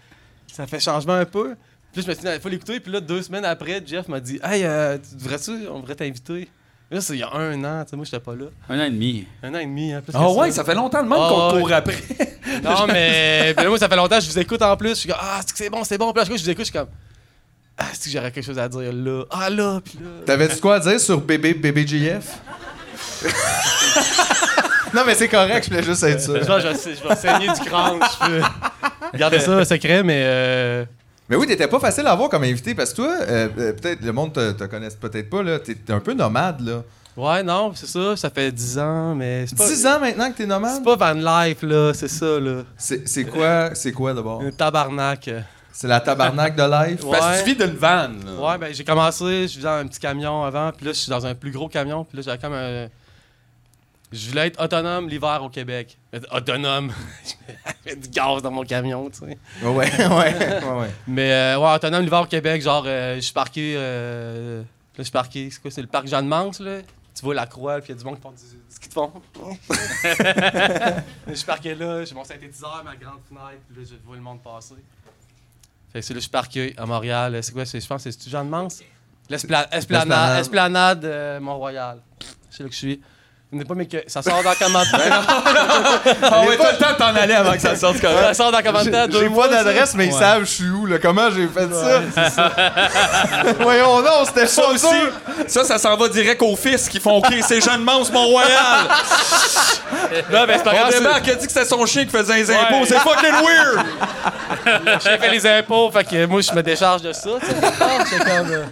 Ça fait changement un peu. Puis là, je me suis dit, il faut l'écouter. Puis là, deux semaines après, Jeff m'a dit, hey, euh, tu devrais-tu, on devrait t'inviter. Là, c'est il y a un an, tu sais, moi, j'étais pas là. Un an et demi. Un an et demi, hein, plus que Ah ouais, ça fait longtemps le monde Ah, qu'on ouais. court après. Non, mais puis là, moi, ça fait longtemps que je vous écoute en plus. Je suis comme, ah, c'est que c'est bon, c'est bon. Puis là, à chaque fois que je vous écoute, je suis comme, ah, est-ce que j'aurais quelque chose à dire là? Ah là, puis là. T'avais-tu quoi à dire sur bébé, bébé JF? non, mais c'est correct, je voulais juste être sûr. Genre, je, vais- je vais saigner du crâne. Je peux... Gardez ça secret, mais. euh, Mais oui, t'étais pas facile à avoir comme invité parce que toi, euh, euh, peut-être le monde te, te connaisse peut-être pas, là. T'es t'es un peu nomade, là. Ouais, non, c'est ça, ça fait 10 ans, mais c'est pas. 10 ans maintenant que t'es C'est nomade? pas Van Life, là, c'est ça, là. C'est c'est quoi, c'est quoi d'abord? Un tabarnak. C'est la tabarnak de life? Ouais. Parce que tu vis d'une vanne, là. Ouais, ben j'ai commencé, je vivais dans un petit camion avant, puis là, je suis dans un plus gros camion, puis là, j'avais comme un. Je voulais être autonome l'hiver au Québec. Mais Autonome. J'avais du gaz dans mon camion, tu sais. Ouais, ouais, ouais. ouais. Mais euh, ouais, autonome l'hiver au Québec, genre, euh, je suis parqué. euh, Là, je suis parqué, c'est quoi, c'est le parc Jeanne-Mance, là? Tu vois la croix, puis il y a du monde qui font du, du ski de fond. je suis parqué là, j'ai mon synthétiseur, ma grande fenêtre, puis là, je vois le monde passer. Fait que c'est là, je suis parqué à Montréal. Euh, C'est quoi, c'est, je pense, que c'est Jeanne-Mance? L'esplanade, l'esplanade. esplanade, esplanade euh, Mont-Royal. C'est là que je suis. Venez pas, mais que ça sort dans comment de temps. Ah ouais, t'as le temps de t'en aller avant que ça sorte comme ça sort dans comment de temps, J'ai deux j'ai mois, pas d'adresse, mais ils Ouais. savent je suis où, là. Comment j'ai fait ça? Voyons non, c'était ça chaud aussi. Ça, ça s'en va direct au fils qui font OK, c'est Jeanne Mance, Mont-Royal. Non, mais c'est pas On grave, c'est- débarque, il a dit que c'était son chien qui faisait les impôts. Ouais. C'est fucking weird. J'ai fait les impôts, fait que moi, je me décharge de ça. tu sais, quelque part, C'est comme. euh,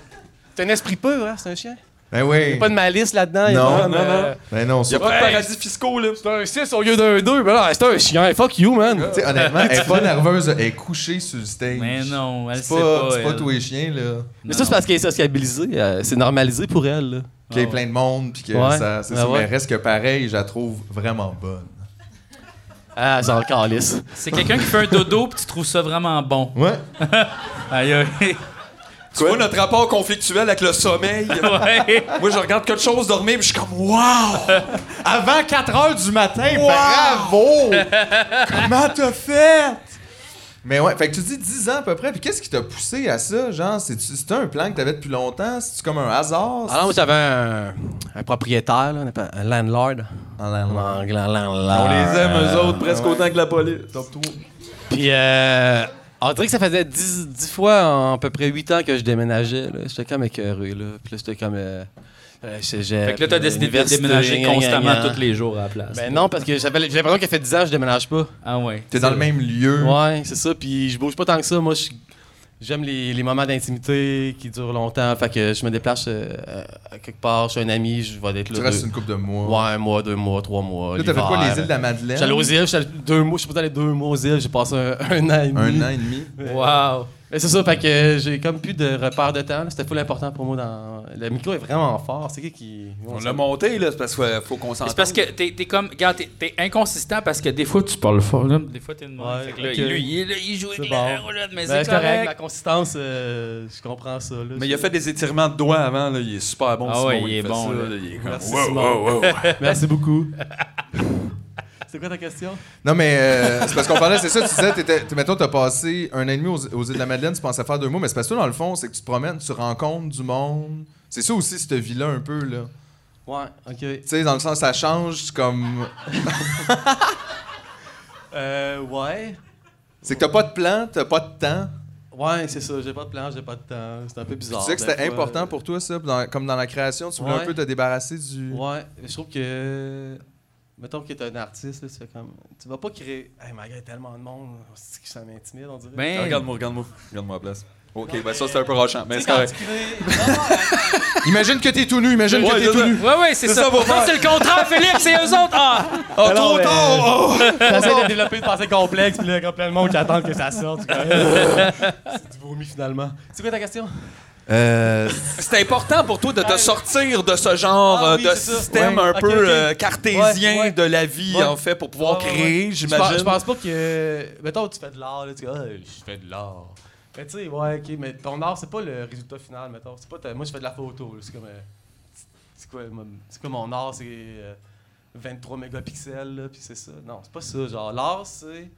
C'est un esprit pur, hein, c'est un chien. Ben oui. Y a pas de malice là-dedans. y a Non, pas comme, non, euh, Ben non, Il n'y c'est a pas de Ouais. paradis fiscaux, là. C'est un 6 au lieu d'un 2. Ben là, c'est un chien. Fuck you, man. Tu sais, honnêtement, elle est pas nerveuse, elle est couchée sur le stage. Mais non, elle C'est sait pas. pas, c'est pas elle. tous les chiens, là. Mais ça, c'est parce qu'elle est sociabilisée. euh, c'est normalisé pour elle. là. Qu'il y ait Ah ouais. plein de monde, puis que Ouais. ça. C'est Ah ça, ouais. mais reste que pareil, je la trouve vraiment bonne. Ah, c'est encore lisse. C'est quelqu'un qui fait un dodo puis tu trouves ça vraiment bon. Ouais. Aïe, aïe. Tu vois notre rapport conflictuel avec le sommeil. Ouais. Moi, je regarde quelque chose dormir, puis je suis comme, wow! Avant 4 h du matin, Wow! bravo! Comment t'as fait? Mais ouais, fait que tu dis 10 ans à peu près, puis qu'est-ce qui t'a poussé à ça? Genre, c'est-tu- c'était un plan que t'avais depuis longtemps? C'est-tu comme un hasard? Alors, Ah moi, j'avais un, un propriétaire, là, on appelle- un landlord. En allemand. Un grand landlord. On les aime, eux autres, presque autant que la police. Top 3. Puis, euh, on dirait que ça faisait 10, 10 fois en à peu près 8 ans que je déménageais. là. J'étais comme écœuré. Là. Puis là, j'étais comme. Euh, euh, cégep, Fait que là, t'as décidé de université, déménager gna, gna, constamment gna. tous les jours à la place. Ben non, parce que j'avais j'ai l'impression qu'il fait 10 ans que je déménage pas. Ah ouais. T'es dans le même lieu. Ouais, c'est ça. Puis je bouge pas tant que ça. Moi, je- j'aime les, les moments d'intimité qui durent longtemps. Fait que je me déplace euh, à quelque part. Je suis un ami, je vais être là. Tu restes deux- une couple de mois. Ouais, un mois, deux mois, trois mois. Là, t'as fait l'hiver. quoi les îles de la Madeleine? J'allais aux îles, j'étais allé deux mois, je suis pas allé deux mois aux îles, j'ai passé un, un an et demi. Un an et demi. Wow. Mais c'est ça, fait que euh, j'ai comme plus de repères de temps. là. C'était full important pour moi dans. Le micro est vraiment fort. C'est qui qui. On l'a monté, là, c'est parce qu'il faut qu'on s'entende. C'est parce que t'es t'es comme. Regarde, t'es- t'es inconsistant parce que des fois tu parles fort, là, des fois t'es une Ouais, Fait que là, ok. Lui, il, est là, il joue avec C'est la bon. roulette, mais Ben, c'est c'est correct, correct. la consistance, euh, je comprends ça. Là, Mais il a fait des étirements de doigts avant, là. Il est super bon. Ah Simon, ouais, il est fait bon, ça, là. Il est comme, Merci, wow, Simon. wow, wow. Merci beaucoup. C'est quoi ta question? Non, mais euh, c'est parce qu'on parlait, c'est ça, tu disais, t'étais, tu- mettons, t'as passé un an et demi aux, aux îles de la Madeleine, tu pensais faire deux mois, mais c'est parce que toi, dans le fond, c'est que tu te promènes, tu rencontres du monde. C'est ça aussi, cette vie-là, un peu, là. Ouais, ok. Tu sais, dans le sens, ça change, c'est comme. Euh, ouais. C'est que t'as pas de plan, t'as pas de temps. Ouais, c'est ça. J'ai pas de plan, j'ai pas de temps. C'est un peu Tu bizarre. disais que ben, des c'était fois, important pour toi, ça, dans- comme dans la création, tu voulais Ouais. un peu te débarrasser du. Ouais, mais je trouve que. Mettons que t'es un artiste, là, tu fais comme. Tu vas pas créer. Hey, malgré tellement de monde, c'est que ça m'intimide, on dirait. Ben, Regarde-moi, regarde-moi. Regarde-moi à place. OK, ben ça, c'est un peu rochant, mais Tu c'est sais, correct. quand tu crées- Non, non, Imagine que t'es tout nu, imagine Ouais, que t'es c'est tout ça. nu. Ouais, ouais, c'est C'est ça. ça, mon Non, frère. c'est le contraire, Philippe, c'est eux autres. Ah! Oh, Alors, trop euh, tard! Oh! T'essaies de développer une pensée complexe, puis là, il y a plein de monde qui attend que ça sorte. tu comprends? C'est du vomi finalement. C'est quoi ta question? C'est important pour toi de te sortir de ce genre Ah euh, oui, de c'est ça. système Ouais. un Ok, peu ok. euh, cartésien Ouais, ouais. de la vie, Ouais. en fait, pour pouvoir Ouais, ouais, créer, Je pense, j'imagine. je pense pas que. Mettons, tu fais de l'art, là, tu dis, ah, je fais de l'art. Mais tu sais, ouais, ok, mais ton art, c'est pas le résultat final, mettons. C'est pas ta- Moi, je fais de la photo, là, c'est comme. euh, c'est quoi, mon- c'est quoi mon art, c'est euh, 23 mégapixels, là, puis c'est ça. Non, c'est pas ça. Genre, l'art, c'est.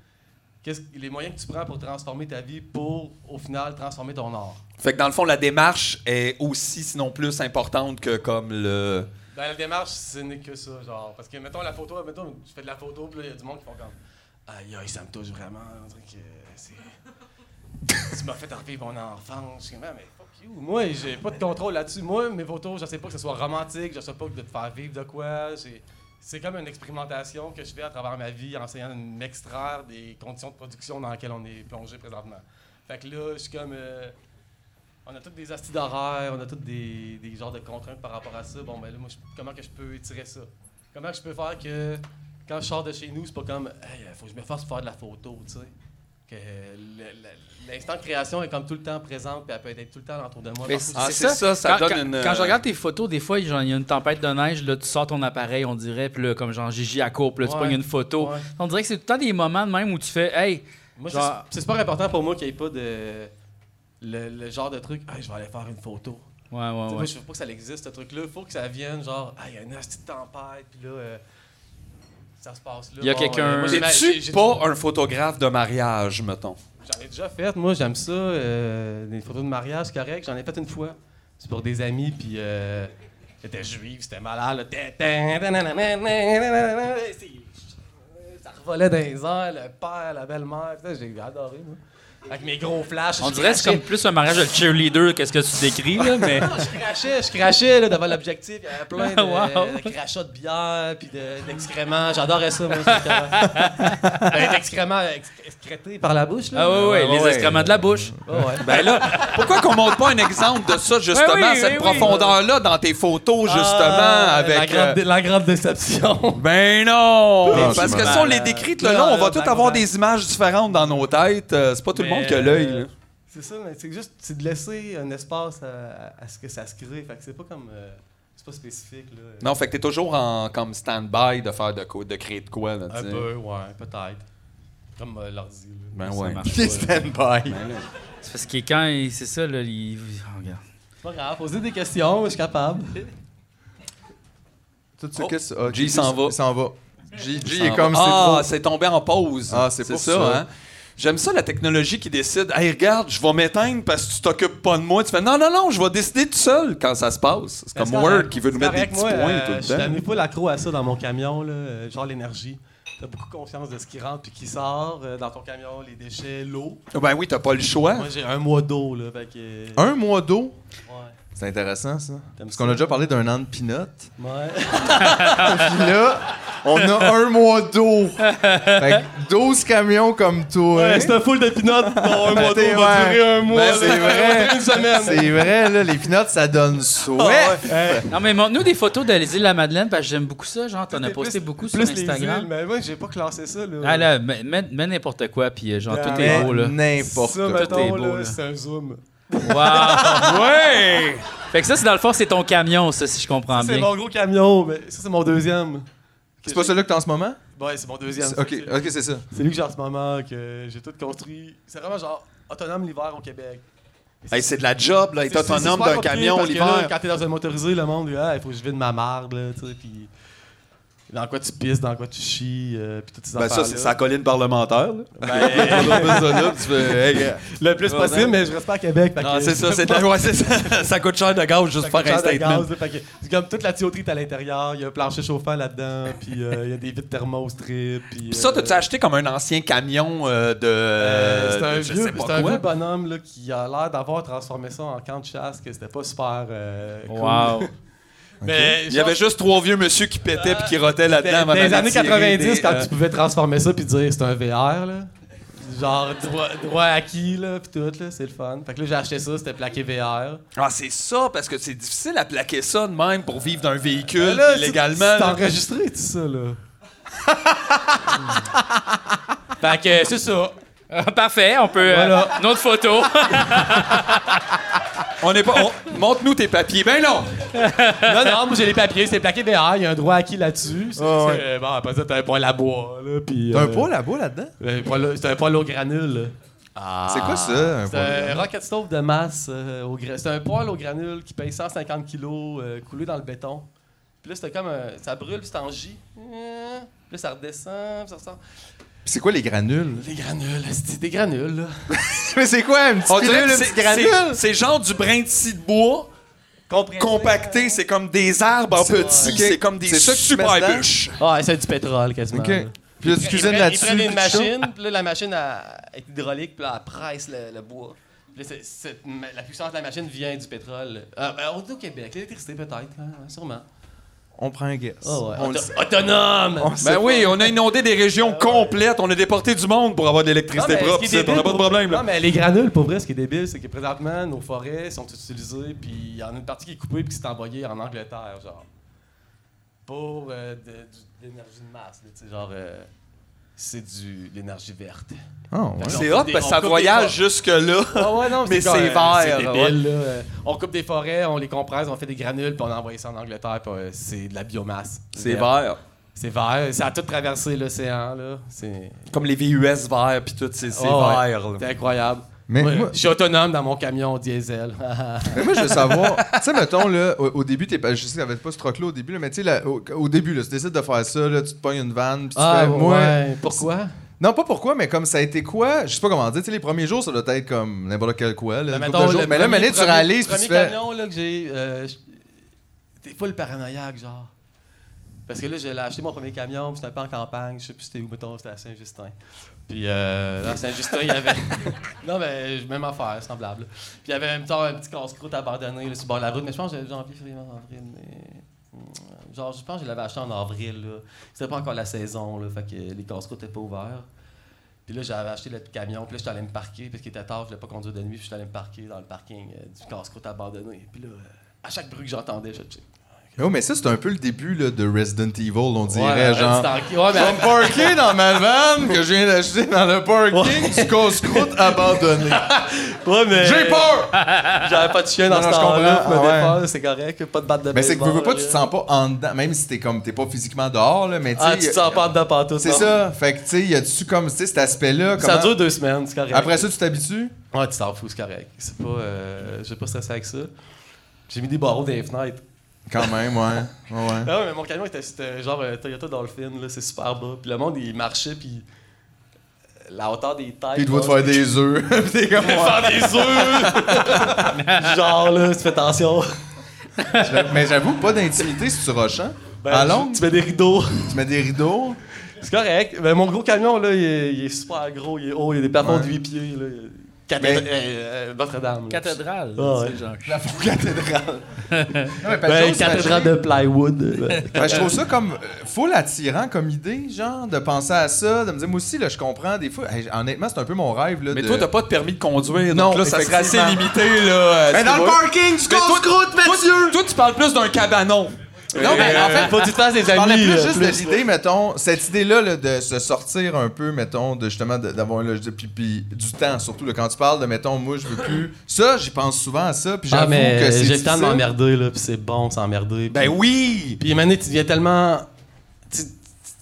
qu'est-ce- les moyens que tu prends pour transformer ta vie pour, au final, transformer ton art. Fait que dans le fond, la démarche est aussi, sinon plus, importante que comme le. Dans la démarche, ce n'est que ça, genre. Parce que, mettons, la photo, mettons, tu fais de la photo, puis là, il y a du monde qui font comme. Aïe, aïe, ça me touche vraiment. On dirait que c'est. tu m'as fait revivre mon enfance. Je suis comme, Ah, mais fuck you. Moi, j'ai pas de contrôle là-dessus. Moi, mes photos, je sais pas que ce soit romantique, je sais pas que de te faire vivre de quoi. J'ai- C'est comme une expérimentation que je fais à travers ma vie en essayant de m'extraire des conditions de production dans lesquelles on est plongé présentement. Fait que là, je suis comme. euh, on a tous des astis d'horaire, on a tous des, des genres de contraintes par rapport à ça. Bon, ben là, moi, je- comment que je peux étirer ça? Comment que je peux faire que quand je sors de chez nous, c'est pas comme, hey, euh, faut que je me force pour faire de la photo, tu sais? Que le- le- l'instant de création est comme tout le temps présente, puis elle peut être tout le temps autour de moi. Mais Je m'en fous. Ah, c'est c'est ça. ça, ça quand, donne quand- une, quand je euh, regarde tes photos, des fois, genre, il y a une tempête de neige, là, tu sors ton appareil, on dirait, puis là, comme genre Gigi à court, puis là, tu Ouais. pognes une photo. Ouais. On dirait que c'est tout le temps des moments de même où tu fais, hey, Moi, Genre- c'est- c'est super important pour moi qu'il n'y ait pas de. Le, le genre de truc, hey, je vais aller faire une photo. ouais, Tu ouais, sais, Ah ouais. Moi, je trouve pas que ça existe, ce truc-là. Faut que ça vienne, genre, ah, il y a une petite tempête, puis là, euh, ça se passe là. Ah Il y a quelqu'un- moi, j'ai- j'ai- T'es-tu j'ai- pas un photographe de mariage, mettons? J'en ai déjà fait, moi, j'aime ça. euh, des photos de mariage, c'est correct. J'en ai fait une fois. C'est pour des amis, puis. Euh, c'était juif, c'était malade. là. Tin, tin, tin, nan, nan, nan, nan, nan, nan, nan. C'est- Ça revolait dans les airs, le père, la belle-mère. Putain, J'ai adoré, moi. Avec mes gros flashs. On je dirait que c'est crachais- comme plus un mariage de cheerleader que ce que tu décris, là, mais. Non, je crachais, je crachais là, devant l'objectif. Il y avait plein de, Wow. de crachats de bière puis de- d'excréments. J'adorais ça, moi. j'étais capable. Avec D'excréments ex- excrétés par la bouche. Là. Ah ouais, ouais, les ouais. excréments de la bouche. Ah ouais. Ben là, pourquoi qu'on montre pas un exemple de ça, justement, Ben oui, cette ben oui. profondeur-là dans tes photos, justement, Ah, La avec... grande, euh, la grande déception. Ben non! Ah, parce c'est que si malade. on les décrit tout le Non, long, on là, va tous ben, avoir ben. des images différentes dans nos têtes. Euh, C'est pas tout le Mais, monde qui a l'œil, euh, là. C'est ça, mais c'est juste c'est de laisser un espace à, à ce que ça se crée. Fait que c'est pas comme. euh, c'est pas spécifique, là. Non, fait que t'es toujours en comme stand-by de faire de quoi, de créer de quoi, là, tu Un sais. peu, ouais, peut-être. Comme euh, l'ordi, là. Ben ouais. stand-by. C'est parce que quand. il- C'est ça, là, il. oh, regarde. C'est pas grave, posez des questions, je suis capable. Tout ce Oh, que ça- ah, G s'en va. Il s'en va. G, G est Ah, comme ah, c'est c'est tombé en pause. Ah, c'est pour ça. hein. J'aime ça la technologie qui décide Hey, regarde, je vais m'éteindre parce que tu t'occupes pas de moi. Tu fais Non, non, non, je vais décider tout seul quand ça se passe. C'est comme Word qui veut nous mettre des petits points tout le euh, Je temps. suis pas l'accro à ça dans mon camion, là, euh, genre l'énergie. T'as beaucoup confiance de ce qui rentre puis qui sort euh, dans ton camion, les déchets, l'eau. Ah, Ben oui, t'as pas le choix. Moi, j'ai un mois d'eau, là, fait que... trop. Un mois d'eau. Ouais. C'est intéressant, ça. T'aimes Parce ça? qu'on a déjà parlé d'un an de pinote. Ouais. Puis là, on a un mois d'eau. Fait que 12 camions comme toi. Ouais, Ben, c'est un full de pinottes. Bon, un mois d'eau T'es- va ouais. durer un mois. Ben, c'est là, ça va vrai. durer une semaine. Ah C'est vrai, là, les pinottes, ça donne souhait. Non, mais montre-nous des photos de les îles de la Madeleine, parce que j'aime beaucoup ça. Genre, t'en as posté Plus- beaucoup sur plus les îles, Instagram. mais moi, j'ai pas classé ça, là. Ah là, mets, mets- mets n'importe quoi, puis euh, genre, Ah, tout est Mais beau, là. n'importe ça, ben, quoi. est mettons, beau, là. là, c'est un zoom. Wow! ouais! Fait que ça, c'est dans le fond, c'est ton camion, ça, si je comprends Ça, c'est bien. mon gros camion, mais ça, c'est mon deuxième. C'est pas celui que t'as en ce moment? Ouais, c'est mon deuxième. Ok, c'est- ok, c'est ça. C'est lui que j'ai en ce moment, que j'ai tout construit. C'est vraiment genre autonome l'hiver au Québec. Hey, c'est de la job, là, être C'est- c'est- c'est autonome super d'un compliqué camion parce que là, l'hiver. Quand t'es dans un motorisé, le monde, il dit, ah, il faut que je vide ma marde, là, tu sais, puis dans quoi tu pisses, dans quoi tu chies, euh, puis toutes ces Ben, ça, affaires-là. c'est sa colline parlementaire. là. Ben, tu fais, hey, gars. le plus possible, mais je reste pas à Québec. fait Non, que- c'est ça, c'est de la- ouais, c'est ça. Ça coûte cher de gaz juste Ça pour coûte faire un cher de statement. gaz, là, fait que C'est comme toute la tuyauterie est à l'intérieur, il y a un plancher chauffant là-dedans, puis euh, il y a des vitres thermos strip. Puis Pis ça, euh, t'as-tu acheté comme un ancien camion euh, de. Euh, c'est de- un, je vieux, sais pas c'est un quoi. vieux bonhomme là, qui a l'air d'avoir transformé ça en camp de chasse, que c'était pas super euh, cool. Wow. Mais Il genre, y avait juste trois vieux monsieur qui pétaient puis qui rotaient là-dedans. dans avant les années d'attirer 90, des, quand euh, tu pouvais transformer ça puis dire c'est un VR, là. genre droit, droit acquis, là, puis tout, là, c'est le fun. Fait que là, j'ai acheté ça, c'était plaqué VR. Ah, c'est ça, parce que c'est difficile à plaquer ça de même pour vivre d'un véhicule Ben Là, tu- légalement. C'est enregistré, tout ça, là. fait que c'est ça. Parfait, on peut. euh, Voilà. Une autre photo. On est pas. on- Montre-nous tes papiers. Ben non! Non, non, moi j'ai les papiers, c'est plaqué VR, il y a un droit acquis là-dessus. C'est- Ah, ouais. c'est- Bon, après ça, t'as un poil à bois, là, puis... T'as un euh, poil à bois là-dedans? Euh, poêle- C'est un poêle au granule. là. C'est quoi ça? un C'est poil? un rocket stove de masse. euh, au gra- C'est un poêle au granule qui paye 150 kilos, euh, coulé dans le béton. Puis là, c'était comme. un- ça brûle, puis c'est en J. Euh, Puis là, ça redescend, puis ça ressort. C'est quoi les granules? Les granules, c'est des granules, là. Mais c'est quoi, un On petit dirait pilule, que un c'est- petit c'est- granule? c'est genre du brin de scie de bois compacté. C'est comme des arbres en petit. Ok. C'est comme des C'est ça que tu mets super dedans? bûches. Ah, c'est du pétrole, quasiment. OK. là. Puis là, tu Ils cuisines prennent- là-dessus. Ils prennent une puis tout ça? machine, puis là, la machine elle- elle est hydraulique, puis là, elle presse le, le bois. Puis là, c'est- cette ma- la puissance de la machine vient du pétrole. Euh, ben, on est au Québec, l'électricité peut-être, hein, sûrement. On prend un guess. Ah ouais. On le Auto- sait. Autonome! On le sait Ben pas. oui, on a inondé des régions complètes. On a déporté du monde pour avoir de Non, l'électricité mais propre. ce qui est c'est- On n'a pas de débile problème. pour- là. Non, mais les granules, pour vrai, ce qui est débile, c'est que présentement, nos forêts sont utilisées, puis il y en a une partie qui est coupée, puis qui s'est envoyée en Angleterre, genre. Pour euh, de, du- de l'énergie de masse, là, tu sais, genre. euh, c'est du de l'énergie verte. Ah, ouais. Fait que C'est on hot coupe des- parce que on ça coupe des voyage jusque-là. Ah ouais, non, Mais c'est comme, euh, vert, C'est débile, là. Euh, On coupe des forêts, on les compresse, on fait des granules, puis on envoie ça en Angleterre, puis euh, c'est de la biomasse. C'est vert. C'est vert. Ça a tout traversé l'océan, là. C'est Comme les VUS verts, puis tout, c'est c'est Ah ouais. Oh, vert. là. c'est incroyable. Mais Ouais, moi- Je suis autonome dans mon camion diesel. Mais moi, je veux savoir, tu sais, mettons, là, au, au début, t'es pas, je sais que t'avais pas ce troc-là au début, là, mais tu sais, là, au, au début, là, tu décides de faire ça, là, tu te pognes une vanne, puis tu Ah, fais, Ah, moi, Pourquoi? Non, pas pourquoi, mais comme ça a été quoi, je sais pas comment dire, tu sais, les premiers jours, ça doit être comme n'importe quel quoi, Ben, là, une couple de jours. mais là, Mané, tu réalises, puis tu premier fais, camion là, que j'ai. euh, je- T'es full paranoïaque, genre. Parce que là, j'ai acheté mon premier camion, puis c'était un peu en campagne, je sais plus c'était où, mettons, c'était à Saint-Justin. Puis euh, dans Saint-Justin, il y avait. non, mais même affaire, semblable. Puis il y avait, mettons, un petit casse-croûte abandonné là, sur le bord de la route, mais je pense que j'avais janvier, février, mars, avril, mais. Genre, je pense que je l'avais acheté en avril. là. C'était pas encore la saison, là, fait que les casse-croûtes n'étaient pas ouverts. Puis là, j'avais acheté le camion, puis là, j'étais allé me parquer, parce qu'il était tard, je voulais pas conduire de nuit, puis j'étais allé me parquer dans le parking euh, du casse-croûte abandonné. Puis là, euh, à chaque bruit que j'entendais, je check. oh, mais ça, c'est un peu le début, là, de Resident Evil, on Ouais, dirait, genre. un petit tanky. Ouais, Je vais me mais parker dans ma vanne que je viens d'acheter dans le parking du casse-croûte abandonné. Ouais, mais- J'ai peur! J'avais pas de chien dans Non, ce non, je temps-là, comprends. je me Ah ouais. dépasse, c'est correct, pas de batte de Mais c'est que veux, veux pas, baseball, tu te là. sens pas en dedans, même si t'es comme, t'es pas physiquement dehors, là, mais tu sais. Ah, tu te sens pas dedans partout. C'est non. ça. Fait que, tu sais, y a-tu comme, tu sais, cet aspect-là. Ça comment- dure deux semaines, c'est correct. Après ça, tu t'habitues? Ouais, tu t'en fous, c'est correct. C'est pas. Euh, je vais pas stresser avec ça. J'ai mis des barreaux dans les fenêtres. Quand même, ouais. Ouais, ouais. Ah ouais, mais mon camion était, c'était genre un Toyota Dolphin, là, c'est super bas. Puis le monde, il marchait, puis la hauteur des têtes. Puis il doit te là, faire des œufs. Puis t'es comme, ouais. faire des œufs! genre, là, tu fais attention. Mais j'avoue, pas d'intimité si tu rushes, hein? Ben, à tu- longue, tu mets des rideaux. tu mets des rideaux. C'est correct. Ben, mon gros camion, là, il est, il est super gros, il est haut, il y a des plafonds Ouais. de 8 pieds. Là. Mais- Cathédrale. euh, euh, Notre-Dame. là. Cathédrale. Ah, c'est ouais. genre- La faux cathédrale. Non, mais pas de Ben, chose, cathédrale de plywood. là. Ben, je trouve ça comme euh, full attirant comme idée, genre, de penser à ça, de me dire, moi aussi, là, je comprends des fois. Hey, honnêtement, c'est un peu mon rêve, là. Mais de- toi, t'as pas de permis de conduire. Non, donc là, ça serait assez effectivement. limité. Là, à Mais ce dans le niveau-là. parking, tu Mais toi- casse-croûte, toi, Mathieu! toi, tu parles plus d'un cabanon. Euh, Non, mais ben, en fait, Euh, Faut que tu te fasses des Je parlais amis. plus là, juste plus. de l'idée, mettons, cette idée-là là, de se sortir un peu, mettons, de justement de- d'avoir un logis de pipi, du temps, surtout là, quand tu parles de, mettons, moi je veux plus. Ça, j'y pense souvent à ça, puis Ah, j'avoue mais que c'est j'ai le temps de difficile. m'emmerder, là, puis c'est bon de s'emmerder. Ben puis- oui! Puis maintenant, tu deviens tellement. Tu tu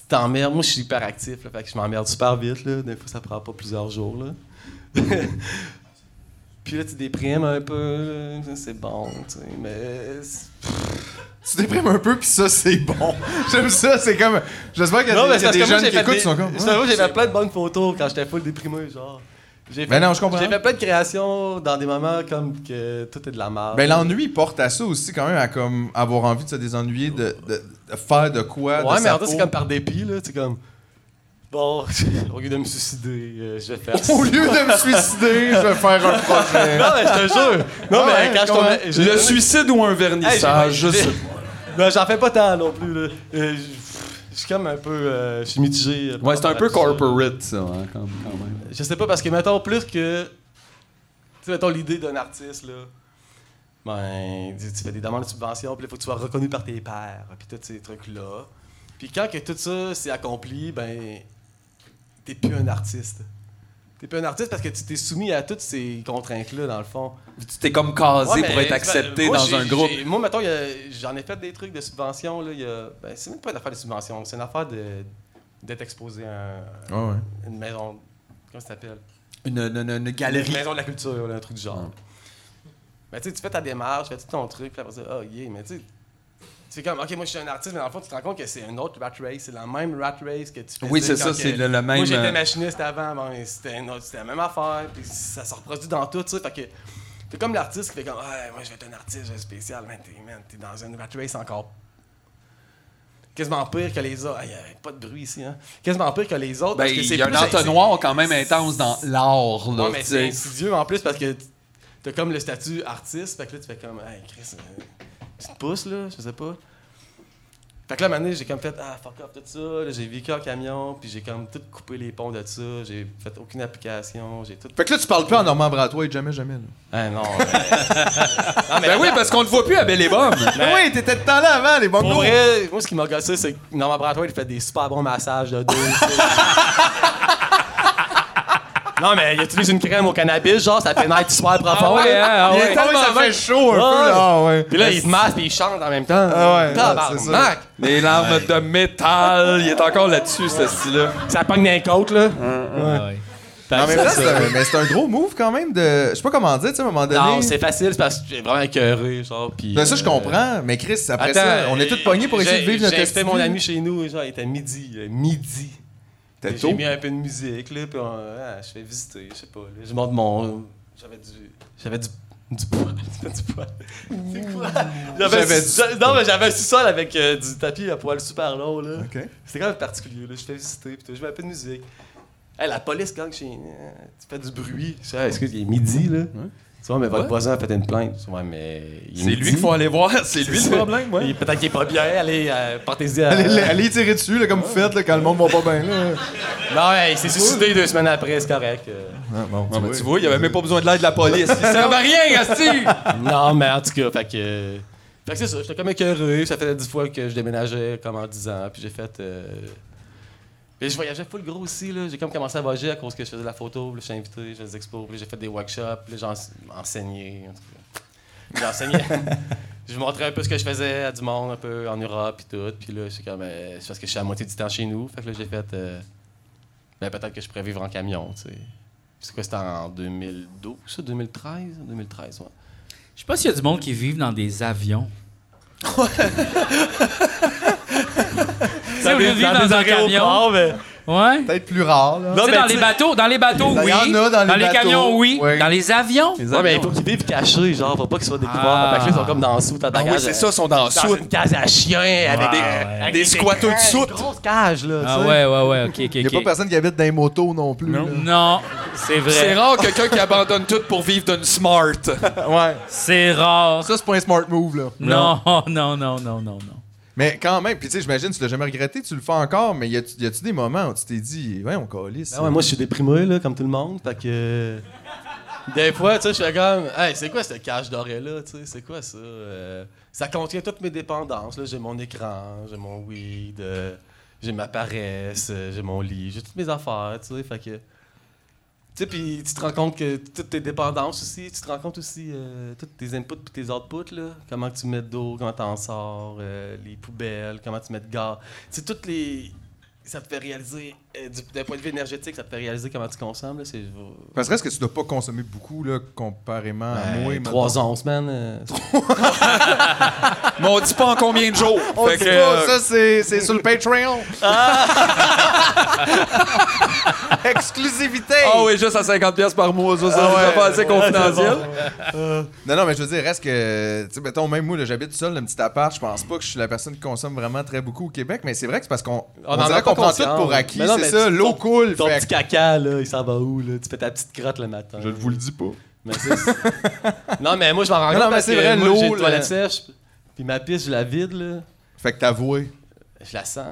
t'emmerdes. Moi, je suis hyper actif, là, fait que je m'emmerde super vite, là. Des fois, ça prend pas plusieurs jours, là. Puis là, tu déprimes un peu, là. C'est bon, tu sais. Mais. c'est- tu déprimes un peu, puis ça, c'est bon. J'aime ça, c'est comme. J'espère qu'il y a Non, des, mais il y a c'est parce des que moi, jeunes j'ai qui fait écoutent, des- qui sont comme. c'est parce que moi, j'ai fait plein de bonnes photos quand j'étais full déprimé, genre. J'ai Ben non, je comprends. J'ai fait plein de créations dans des moments comme que tout est de la merde. Ben, l'ennui porte à ça aussi, quand même, à comme avoir envie de se désennuyer, de, de- de faire de quoi. de Ouais, mais sa en fait, c'est peau. comme par dépit, là. C'est comme. Bon, au lieu de me suicider, euh, je vais faire. Au lieu de me suicider, je vais faire un projet. Ah, Non, mais je te jure! Non, Ah Ouais, mais quand je comment? tombais. je- Le suicide ou un Hey, vernissage, j'ai- je sais j'ai- pas. Non, j'en fais pas tant non plus, là. Euh, je- je suis comme un peu. euh, je suis mitigé. euh, Ouais, c'est un peu par là-dessus. corporate, ça, hein, quand quand même. Je sais pas, parce que mettons plus que. Tu sais, mettons l'idée d'un artiste, là. Ben, tu, tu fais des demandes de subvention, puis il faut que tu sois reconnu par tes pairs, puis tous ces trucs-là. Puis quand que tout ça s'est accompli, ben. T'es plus un artiste. T'es plus un artiste parce que tu t'es soumis à toutes ces contraintes-là, dans le fond. Tu t'es comme casé Ouais, pour mais être accepté c'est pas- moi, dans j'ai- un groupe. j'ai- Moi, mettons, il y a- j'en ai fait des trucs de subvention. Là, il y a- ben, c'est même pas une affaire de subvention, c'est une affaire de, d'être exposé à un- Ah Ouais, ouais. une maison. Comment ça s'appelle Une, une- une Une galerie. maison de la culture, là, un truc du genre. Ben, tu sais, tu fais ta démarche, tu fais tout ton truc, puis après ça, oh yeah, mais tu sais. Tu fais comme, ok, moi je suis un artiste, mais dans le fond, tu te rends compte que c'est un autre rat race, c'est la même rat race que tu fais. Oui, c'est ça, c'est le- le Moi même, euh, j'étais machiniste avant, bon, c'était une autre- c'était la même affaire, puis ça se reproduit dans tout, tu sais. Fait que t'es comme l'artiste qui fait comme, ouais, moi je vais être un artiste, je vais être spécial, mais t'es, man, t'es dans une rat race encore quasiment pire que les autres. Il n'y avait pas de bruit ici, hein. Quasiment pire que les autres. Ben, parce que il c'est y a plus- un c'est- entonnoir quand même intense dans l'art, là. Ouais, mais tu c'est sais. insidieux en plus parce que t- t'as comme le statut artiste, fait que là tu fais comme Hey Chris, euh, tu te pousses là, je sais pas. Fait que là, à un moment donné, j'ai comme fait Ah fuck off tout ça, là, j'ai vécu en camion, puis j'ai comme tout coupé les ponts de ça, j'ai fait aucune application, j'ai tout. Fait que là, tu parles plus en normand bratois et jamais, jamais. Là. Ah non, ben oui, parce qu'on le voit plus à Belle et Bomme. oui, t'étais de temps là avant, les Pour bongos. vrai, moi, ce qui m'a gossé, c'est que Norman Bratois, il fait des super bons massages de dos. tu sais. non, mais il utilise une crème au cannabis, genre, ça pénètre super profond. hein? ouais, là. ah Il ouais. est tellement ça bon. fait chaud un peu. Ouais. Là. Ah, ouais. Puis là, il se masse puis il chante en même temps. Ah ouais, ouais, c'est ça. Tabarnak! Les larmes de métal, il est encore là-dessus, ce style-là. Ça pogne d'un côte, là. En même temps, c'est un- mais c'est un gros move quand même de. Je sais pas comment dire, tu sais, à un moment donné. Non, c'est facile, c'est parce que j'ai vraiment écœuré, genre. Puis, Ben, ça, je euh, comprends, mais Chris, après attends, ça, on est tous pognés pour essayer j'ai- de vivre notre J'ai invité estime. mon ami chez nous, genre, il était midi, là, midi. T'es J'ai tôt. mis un peu de musique, là, puis on- ah, je fais visiter, je sais pas. Là, je monte mon. J'avais du. J'avais du. Du poil. J'avais du poil. C'est quoi? J'avais J'avais. du- sous- Non, mais j'avais un sous-sol avec euh, du tapis à poil super long, là. Ok. C'était quand même particulier, là. Je fais visiter, puis tout, je mets un peu de musique. Hey, la police, quand chez. euh, Tu fais du bruit. Je dis, Ah, excuse, il est midi, là. Tu vois, mais votre voisin a fait une plainte. Je dis, Ouais, mais. il est C'est lui midi. qu'il faut aller voir, c'est lui le problème, ouais. Il- Peut-être qu'il est pas bien, allez, euh, portez-y à. Allez, allez tirer dessus, là, comme vous faites, là, quand le monde va pas bien. Là. Non, ouais, il s'est suicidé deux semaines après, c'est correct. euh. Ah, bon, Non, mais tu vois, il avait même pas besoin de l'aide de la police. Il sert à rien, Asti! Non, mais en tout cas, fait que. Fait que c'est ça, j'étais comme écœuré. Ça faisait dix fois que je déménageais, comme en 10 ans. Puis j'ai fait. euh, Puis je voyageais full gros aussi, là. J'ai comme commencé à voyager à cause que je faisais de la photo, puis là, je suis invité, je faisais des expos, puis j'ai fait des workshops, puis là, j'en- enseigné. en tout cas. J'enseignais. je montrais un peu ce que je faisais à du monde, un peu en Europe, puis tout. Puis là, c'est comme. euh, c'est parce que je suis à moitié du temps chez nous. Fait que là, j'ai fait. euh, ben, peut-être que je pourrais vivre en camion, tu sais. Puis C'est quoi, c'était en 2012, ça, 2013? 2013, ouais. Je sais pas s'il y a du monde qui vivent dans des avions. Dans au lieu de des- vivre dans des un camion. aéroports, mais- Ouais. Peut-être plus rare, là. Tu sais, mais dans tu- les bateaux, dans les bateaux, Il oui. y en a dans les bateaux, camions, oui. oui. Dans les avions. Ouais, mais il faut qu'ils vivent cachés, genre, faut pas qu'ils soient découverts. Ah. Fait que là, ils sont comme dans le sous, ta Ah bagage. oui, c'est ça, ils sont dans Dans sous. une case à chien avec des, avec Des squatteux de soute. Une grosse cage, là. Ah tu sais. ouais, ouais, ouais, ok, ok, Il ok. n'y a pas personne qui habite dans les motos non plus. là. Non, c'est C'est vrai. rare quelqu'un qui abandonne tout pour vivre d'une smart. Ouais. C'est rare. Ça, c'est pas un smart move, là. Non, non, non, non, non, non. Mais quand même, puis tu sais, j'imagine, tu l'as jamais regretté, tu le fais encore, mais y a- y a-tu des moments où tu t'es dit, ouais, on calisse. Ben ouais, moi, je suis déprimé, là, comme tout le monde. Fait que. euh, Des fois, tu sais, je suis comme, hey, c'est quoi cette cage dorée là, tu sais, c'est quoi ça? Euh, ça contient toutes mes dépendances, là. J'ai mon écran, j'ai mon weed, euh, j'ai ma paresse, euh, j'ai mon lit, j'ai toutes mes affaires, tu sais, fait que. Tu sais, puis tu te rends compte que toutes tes dépendances aussi, tu te rends compte aussi euh, tous tes inputs puis tes outputs, là. Comment que tu mets d'eau, comment t'en sors, euh, les poubelles, comment tu mets de gaz. Tu sais, toutes les. ça te fait réaliser, euh, du d'un point de vue énergétique, ça te fait réaliser comment tu consommes. Là, c'est, Parce que tu dois pas consommer beaucoup, là, comparément à moi. Ouais, mettons. Ben, trois onces, man. euh, Mais on dit pas en combien de jours. On Fait dit que, pas, euh, Ah! ça, c'est, c'est sur le Patreon. Exclusivité. Ah Ah oui, juste à 50$ piastres par mois, ça, c'est ouais. pas assez confidentiel. Non, non, mais je veux dire, reste que. Tu sais, mettons, même moi, là, j'habite seul dans un petit appart. Je pense pas que je suis la personne qui consomme vraiment très beaucoup au Québec, mais c'est vrai que c'est parce qu'on On en on dirait a pas qu'on prend tout conscience. pour acquis. Mais non, C'est mais ça, tu- l'eau coule. Ton fait petit caca, là, il s'en va où, là? Tu fais ta petite crotte le matin. que- Je ne vous le dis pas. Mais c'est- non, mais moi, je m'en rends Non, compte non, mais parce c'est que vrai, moi, l'eau, j'ai une là. toilette sèche, puis ma piste, je la vide, là. Fait que t'avoues. Je la sens.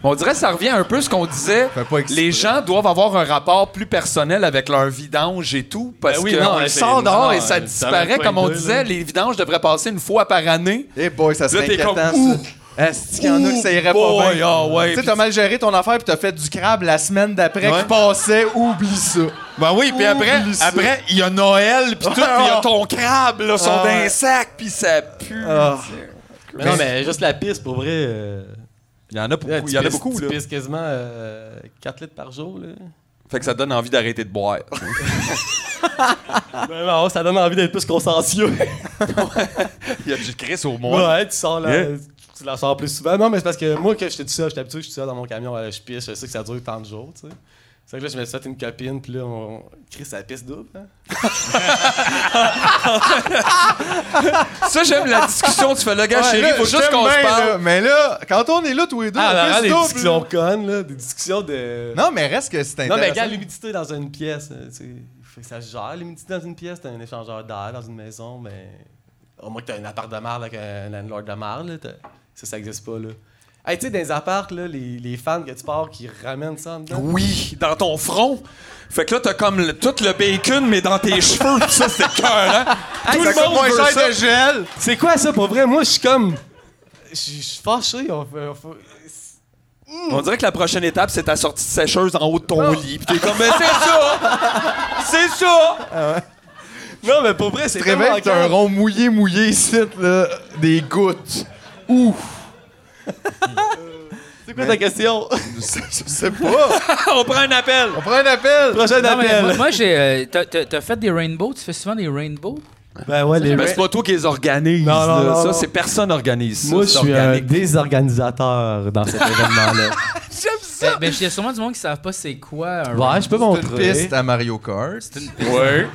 On dirait que ça revient un peu à ce qu'on disait. Fais pas exprès. Les gens doivent avoir un rapport plus personnel avec leur vidange et tout, parce Ben oui, non, qu'on mais le c'est- sort dehors non, et ça ça va disparaît. pas Comme on aider, là. disait, les vidanges devraient passer une fois par année. Eh boy, ça Là, serait t'es inquiétant, comme ça. ouh, Est-ce qu'il y en a que ça irait pas bien? ouais. Tu sais, t'as mal géré ton affaire, puis t'as fait du crabe la semaine d'après Ouais. qui passait. Oublie ça. Ben oui, puis après, après, il y a Noël, puis tout, puis il y a ton crabe, là, son Ah. d'un sac, puis ça pue. Ah. Mais non, mais juste la piste, pour vrai. euh, Il y en a beaucoup, là, tu il y en a pisses- beaucoup, tu là. pisses quasiment 4 litres par jour, là. Fait que ça donne envie d'arrêter de boire. Ben non, ça donne envie d'être plus consciencieux. Il y a du Chris au Ouais, moins. tu sors la. Yeah. Tu la sors plus souvent. Non, mais c'est parce que moi, quand j'étais tout seul, j'étais habitué, je suis tout seul dans mon camion, euh, je pisse, je sais que ça dure tant de jours, tu sais. C'est vrai que là, je me suis fait une copine, puis là, on. Chris, ça pisse double, hein? Ça, j'aime la discussion. Tu fais le gars, chérie, faut juste qu'on se parle. Mais là, quand on est là, tous les deux, Ah, on là, fait là, ce des double, discussions là. connes, là, des discussions de. Non, mais reste que c'est Non, mais intéressant. regarde, l'humidité dans une pièce, euh, tu sais, faut que ça se gère. L'humidité dans une pièce, t'as un échangeur d'air dans une maison, mais. Au moins que t'as un appart de marde avec un landlord de marde, là, t'as- ça, ça existe pas, là. Hey, tu sais, dans les apparts, là, les, les fans que tu pars qui ramènent ça en dedans. Oui, dans ton front. Fait que là, t'as comme le- tout le bacon, mais dans tes cheveux. pis Ça, c'est cœur, hein? Tout Ça le coûte monde moins veut cher ça. de gel. C'est quoi ça pour vrai? Moi, je suis comme. Je suis je suis fâché. On fait- on fait- On dirait que la prochaine étape, c'est ta sortie de sécheuse en haut de ton lit. Puis t'es comme, mais c'est ça! C'est ça! Non, mais pour vrai, c'est Tu te réveilles, vraiment t'as un encore- rond mouillé, mouillé ici, là, des gouttes. C'est quoi ta question? Je sais, je sais pas. On prend un appel. On prend un appel. Prochain Non, mais moi, appel. moi, j'ai. euh, t'as- t'as t'as fait des rainbows? Tu fais souvent des rainbows? Ben ouais, les Mais c'est pas toi qui les organise. Non, non, là. non, ça, non. c'est personne organise. ça, Moi, je c'est suis un organique. désorganisateur dans cet événement-là. Ben, ben, il y a sûrement du monde qui savent pas c'est quoi un ouais, je peux Une montrer. piste à Mario Kart. Ouais.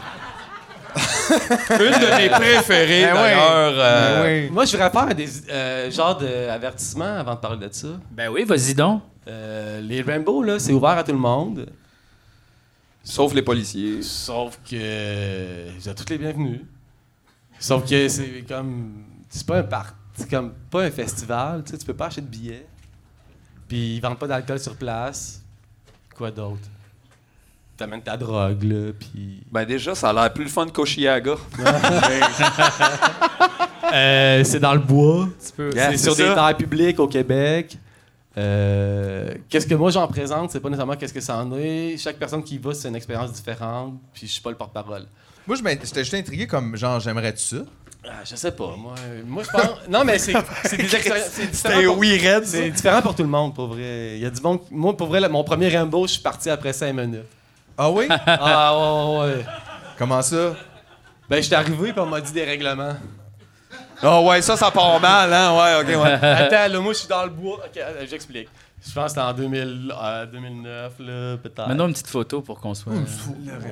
Une de mes préférées, Ben oui. d'ailleurs. euh, Ben oui. Moi, je voudrais faire des euh, genres d'avertissements avant de parler de ça. Ben oui, vas-y donc. Euh, les Rainbow, là, c'est ouvert à tout le monde. Sauf les policiers. Sauf que vous êtes tous les bienvenus. Sauf que c'est comme c'est pas un par- c'est comme pas un festival, tu sais, tu peux pas acheter de billets. Puis ils vendent pas d'alcool sur place. Quoi d'autre T'amènes ta drogue là, puis Ben déjà, ça a l'air plus le fun qu'Oshiaga. Euh, c'est dans le bois, tu peux- Yeah, c'est c'est sur ça. des terres publiques au Québec. Euh, qu'est-ce que moi j'en présente, c'est pas nécessairement qu'est-ce que ça en est. Chaque personne qui y va, c'est une expérience différente, puis je suis pas le porte-parole. Moi, je m'in- j'étais juste intrigué comme genre, j'aimerais-tu ça? Ah, je sais pas, moi. euh, Moi, je pense. Non, mais c'est c'est des expériences- c'est C'était différent. pour- oui, Red. C'est différent pour tout le monde, pour vrai. Il y a du monde. qui- Moi, pour vrai, le- mon premier Rainbow, je suis parti après 5 minutes. Ah oui? Ah, ouais, ouais, ouais. Comment ça? Ben, j'étais arrivé, puis on m'a dit des règlements. Ah ouais, ça, ça part mal, hein? Ouais, ok, ouais. Attends, là, moi, je suis dans le bois. Ok, euh, j'explique. Je pense que c'était en 2000, euh, 2009, là, peut-être. Maintenant, une petite photo pour qu'on Hum. soit. C'est une photo. Ah,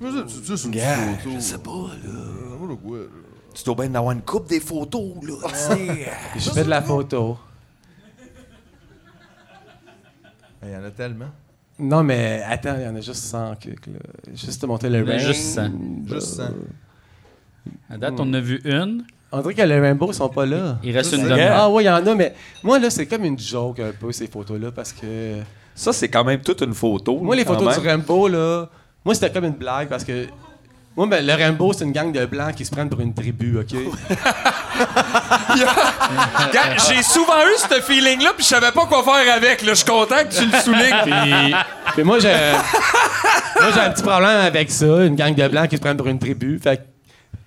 Je sais pas, là. Tu dois bien d'avoir une coupe des photos, là. je fais de la photo. Il y en a tellement. Non, mais attends, il y en a juste 100 cucs, là. Juste te monter le Il y en a rainbow. Ben, juste 100. Ben Juste ça. À date, on en a vu une. On dirait que les Rainbow sont pas là. Il reste une c'est demi Ah ouais, il y en a, mais moi là, c'est comme une joke un peu ces photos-là parce que Ça, c'est quand même toute une photo. moi les quand photos même. du Rainbow là, moi c'était comme une blague parce que moi ben, le Rainbow c'est une gang de blancs qui se prennent pour une tribu, ok. Gars, J'ai souvent eu ce feeling-là, puis je savais pas quoi faire avec. Là, je suis content que tu le soulignes. puis, puis moi j'ai moi j'ai un petit problème avec ça, une gang de blancs qui se prennent pour une tribu. Fait que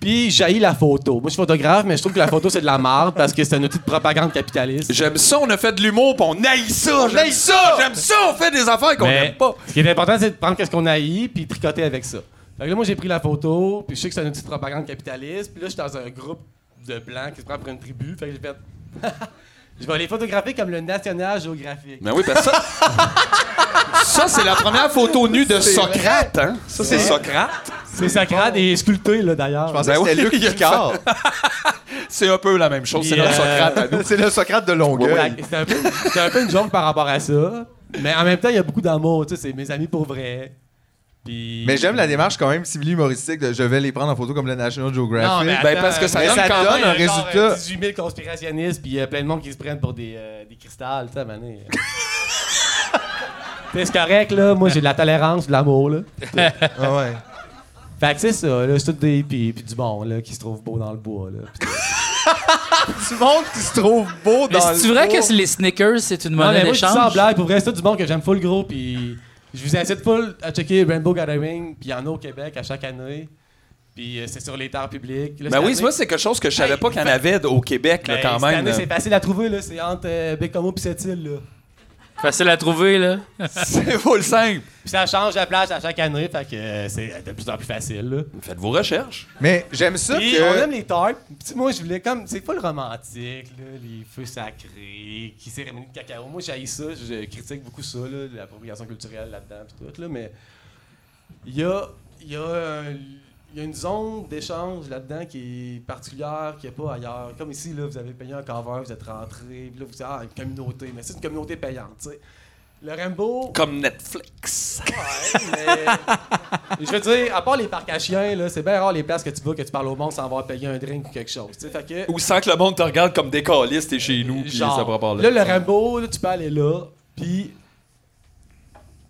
Puis j'ai la photo. Moi, je suis photographe, mais je trouve que la photo, c'est de la merde parce que c'est un outil de propagande capitaliste. J'aime ça, on a fait de l'humour, pis on haït ça. J'aime ça, j'aime ça, on fait des affaires qu'on Mais n'aime pas. Ce qui est important, c'est de prendre ce qu'on haït puis tricoter avec ça. Fait que là, moi, j'ai pris la photo, puis je sais que c'est un outil de propagande capitaliste, puis là, je suis dans un groupe de blancs qui se prend pour une tribu. Fait que j'ai fait. Je vais les photographier comme le National Geographic. Mais Ben oui, parce que ça. ça, c'est la première photo nue de Socrate, hein? Ça, c'est Socrate. C'est Socrate et sculpté, là, d'ailleurs. pensais Ben que c'était oui, il y Luc a une Picard. C'est un peu la même chose, c'est Puis, notre euh, Socrate à nous. C'est le Socrate de Longueuil. Fait que C'est un, peu- c'est un peu une joke par rapport à ça. Mais en même temps, il y a beaucoup d'amour. Tu sais, c'est mes amis pour vrai. Puis. Mais j'aime la démarche quand même civile-humoristique de je vais les prendre en photo comme le National Geographic. Non, mais Ben, parce que ça mais donne ça quand donne même. un Il y a genre, résultat. euh, 18 000 conspirationnistes, puis il y a plein de monde qui se prennent pour des, euh, des cristals, tu sais, à un moment donné. euh. C'est correct, là. Moi, j'ai de la tolérance, de l'amour, là. Ah ouais. Fait que c'est ça, là. C'est tout des. Puis, puis du bon, là, qui se trouve beau dans le bois, là. Puis- Du monde qui se trouve beau Mais dans c'est-tu le vrai bois. que c'est les sneakers, c'est une Non, monnaie mais moi, je dis d'échange? ça en blague. Pour vrai, c'est tout du bon que j'aime full gros, puis je vous incite full à checker Rainbow Gathering, puis il y en a au Québec à chaque année. Puis euh, c'est sur les terres publiques. Ben Là, cette oui, année- moi, c'est quelque chose que je savais pas qu'il y en avait au Québec, là, Ben, quand cette même. année, c'est facile à trouver, là. C'est entre euh, Bécomo puis cette île, là. Facile à trouver, là. C'est full simple. Puis ça change la plage à chaque année, fait que euh, c'est de plus en plus facile. Là. Faites vos recherches. Mais j'aime ça Puis que. on aime les tarpes. Puis moi, je voulais comme. C'est pas le romantique, là, les feux sacrés, qui cérémonie de cacao. Moi, j'haïs ça, je critique beaucoup ça, là, l'appropriation culturelle là-dedans, puis tout, là, mais il y a, il y a un- il y a une zone d'échange là-dedans qui est particulière, qui n'est pas ailleurs. Comme ici, là, vous avez payé un cover, vous êtes rentré, puis là, vous dites, ah, une communauté, mais c'est une communauté payante, tu sais. Le Rainbow. Comme Netflix. mais- je veux dire, à part les parcs à chiens, là, c'est bien rare les places que tu vas, que tu parles au monde sans avoir payé un drink ou quelque chose. tu sais. Fait que, Ou sans que le monde te regarde comme des câlisses, t'es chez nous, puis ça genre, prend par là, le Rambo, là, tu peux aller là, puis...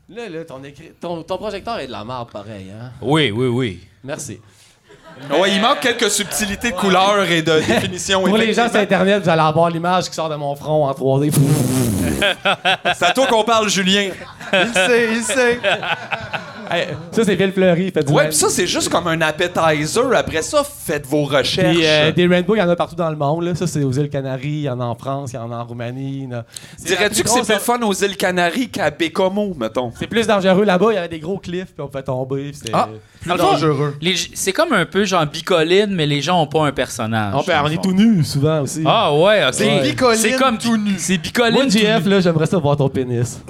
Là, là, ton, écri- ton, ton projecteur est de la merde, pareil, hein? Oui, oui, oui. Merci. Ouais, il manque quelques subtilités de couleur et de définition. Pour les gens sur effectivement. Internet, vous allez avoir l'image qui sort de mon front en 3D. c'est à toi qu'on parle, Julien. Il sait, il sait. Hey, ça, c'est Ville Fleury. Faites du Ouais, mal. pis ça, c'est juste comme un appetizer. Après ça, faites vos recherches. Puis, euh, des rainbows, il y en a partout dans le monde. Là. Ça, c'est aux îles Canaries, il y en a en France, il y en a en Roumanie. il y en a- C'est la Dirais-tu plus que c'est grosse- plus le fun aux îles Canaries qu'à Bécomo, mettons? C'est plus dangereux là-bas, il y avait des gros cliffs, puis on pouvait tomber. puis c'était- Ah, plus Dans le fond, dangereux. les- C'est comme un peu genre bicoline, mais les gens ont pas un personnage. Ah, On, peut, ben, dans on le est fond. tout nu souvent aussi. Ah ouais, ok. C'est bicoline C'est comme tout nu. C'est bicoline Moi, JF, tout nu. là, j'aimerais ça voir ton pénis.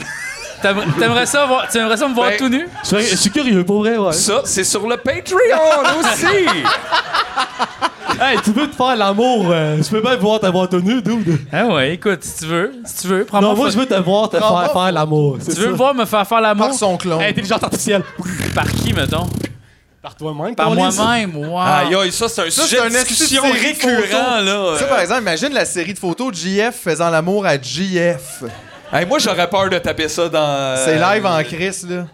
T'aimerais t'aimerais ça voir, tu aimerais ça me voir Ben, tout nu? Je suis- je suis curieux, pour vrai, ouais. Ça, c'est sur le Patreon aussi! Hey, tu veux te faire l'amour, euh, je peux bien voir te voir tout nu, dude. Ah ouais, écoute, si tu veux, si tu veux, prends-moi. Non, Ah, moi, je veux te voir te Prends-moi. faire faire l'amour. c'est Tu veux ça. me voir me faire faire l'amour? Eh, Par son clone. Hey, Intelligence artificielle. Par qui, mettons? Par toi-même, Par Carlis. moi-même, wow. Ah. Aïe, aïe, ça, c'est un Ça, sujet c'est de un discussion esti de série de récurrent, photos. là. Ça, par exemple, imagine la série de photos de JF faisant l'amour à JF. Hey, moi, j'aurais peur de taper ça dans. euh, C'est live en crise, là.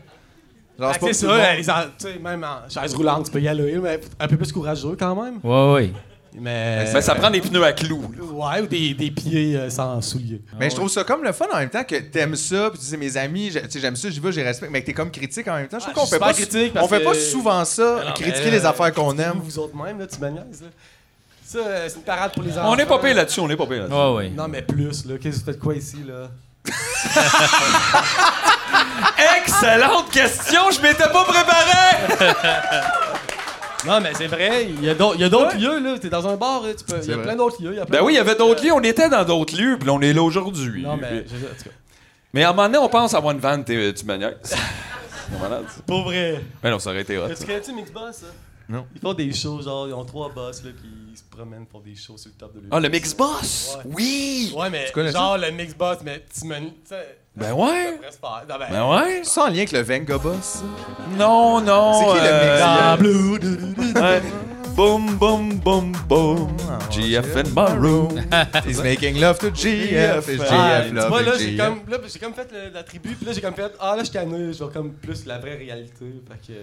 Genre, Fait que Ah, C'est pour tout le monde. ça, les en- tu sais, même en chaise roulante, tu peux y aller, mais un peu plus courageux quand même. Ouais, ouais. Mais. Mais ça prend des pneus à clous. là. Ouais, ou des, des pieds euh, sans souliers. Mais je trouve ça comme le fun en même temps que t'aimes ça, puis tu dis mes amis, j'ai- tu sais, j'aime ça, j'y vais, j'y respecte, mais que t'es comme critique en même temps. Je trouve Ah, qu'on je fait suis pas, super critique parce on fait que- pas souvent ça, Mais non, critiquer mais, les euh, affaires qu'on critiquez-vous aime. Vous autres même, là, tu me niaises, là. Ça, euh, c'est une parade pour les enfants. On est pas payé là-dessus, on est pas payé là-dessus. Ouais, ouais. Non, mais plus, là. Qu'est-ce que vous faites quoi ici, là? Excellente question, je m'étais pas préparé! Non, mais c'est vrai, il y a d'autres il y a d'autres lieux, là. T'es dans un bar, là, tu peux- il y a vrai. plein d'autres lieux. il y a plein Ben oui, il y d'autres- avait d'autres lieux, on était dans d'autres lieux, puis là, on est là aujourd'hui. Non, mais. je- en tout cas, Mais à un moment donné, on pense avoir une vanne, t'es- tu maniaques. C'est malade, ça. Pour vrai. Mais non, ça aurait été hot. Tu connais-tu Mixboss, ça? Non. Ils font des shows, genre, ils ont trois boss, là, puis ils se promènent pour des shows sur le top de Ah, l'huile. le Mix Boss! Ouais. Oui! Ouais, mais. connais ça? Genre, le Mixboss, mais petit menu. Tu sais, Ben ouais! presque pas. Non, ben. Ben ouais! C'est en lien avec le Venga Boss. Non, non! C'est qui le euh, Mix Boss? Ah, bleu, bleu, bleu, bleu. Ouais. Boom, boom, boom, boom. GF and Maru. He's making love to GF, is Ah, GF tu vois, là, love j'ai GF. comme, là, ben, j'ai comme fait le- la tribu, puis là, j'ai comme fait, ah, là, je suis tanné, je vois comme plus la vraie réalité, fait que...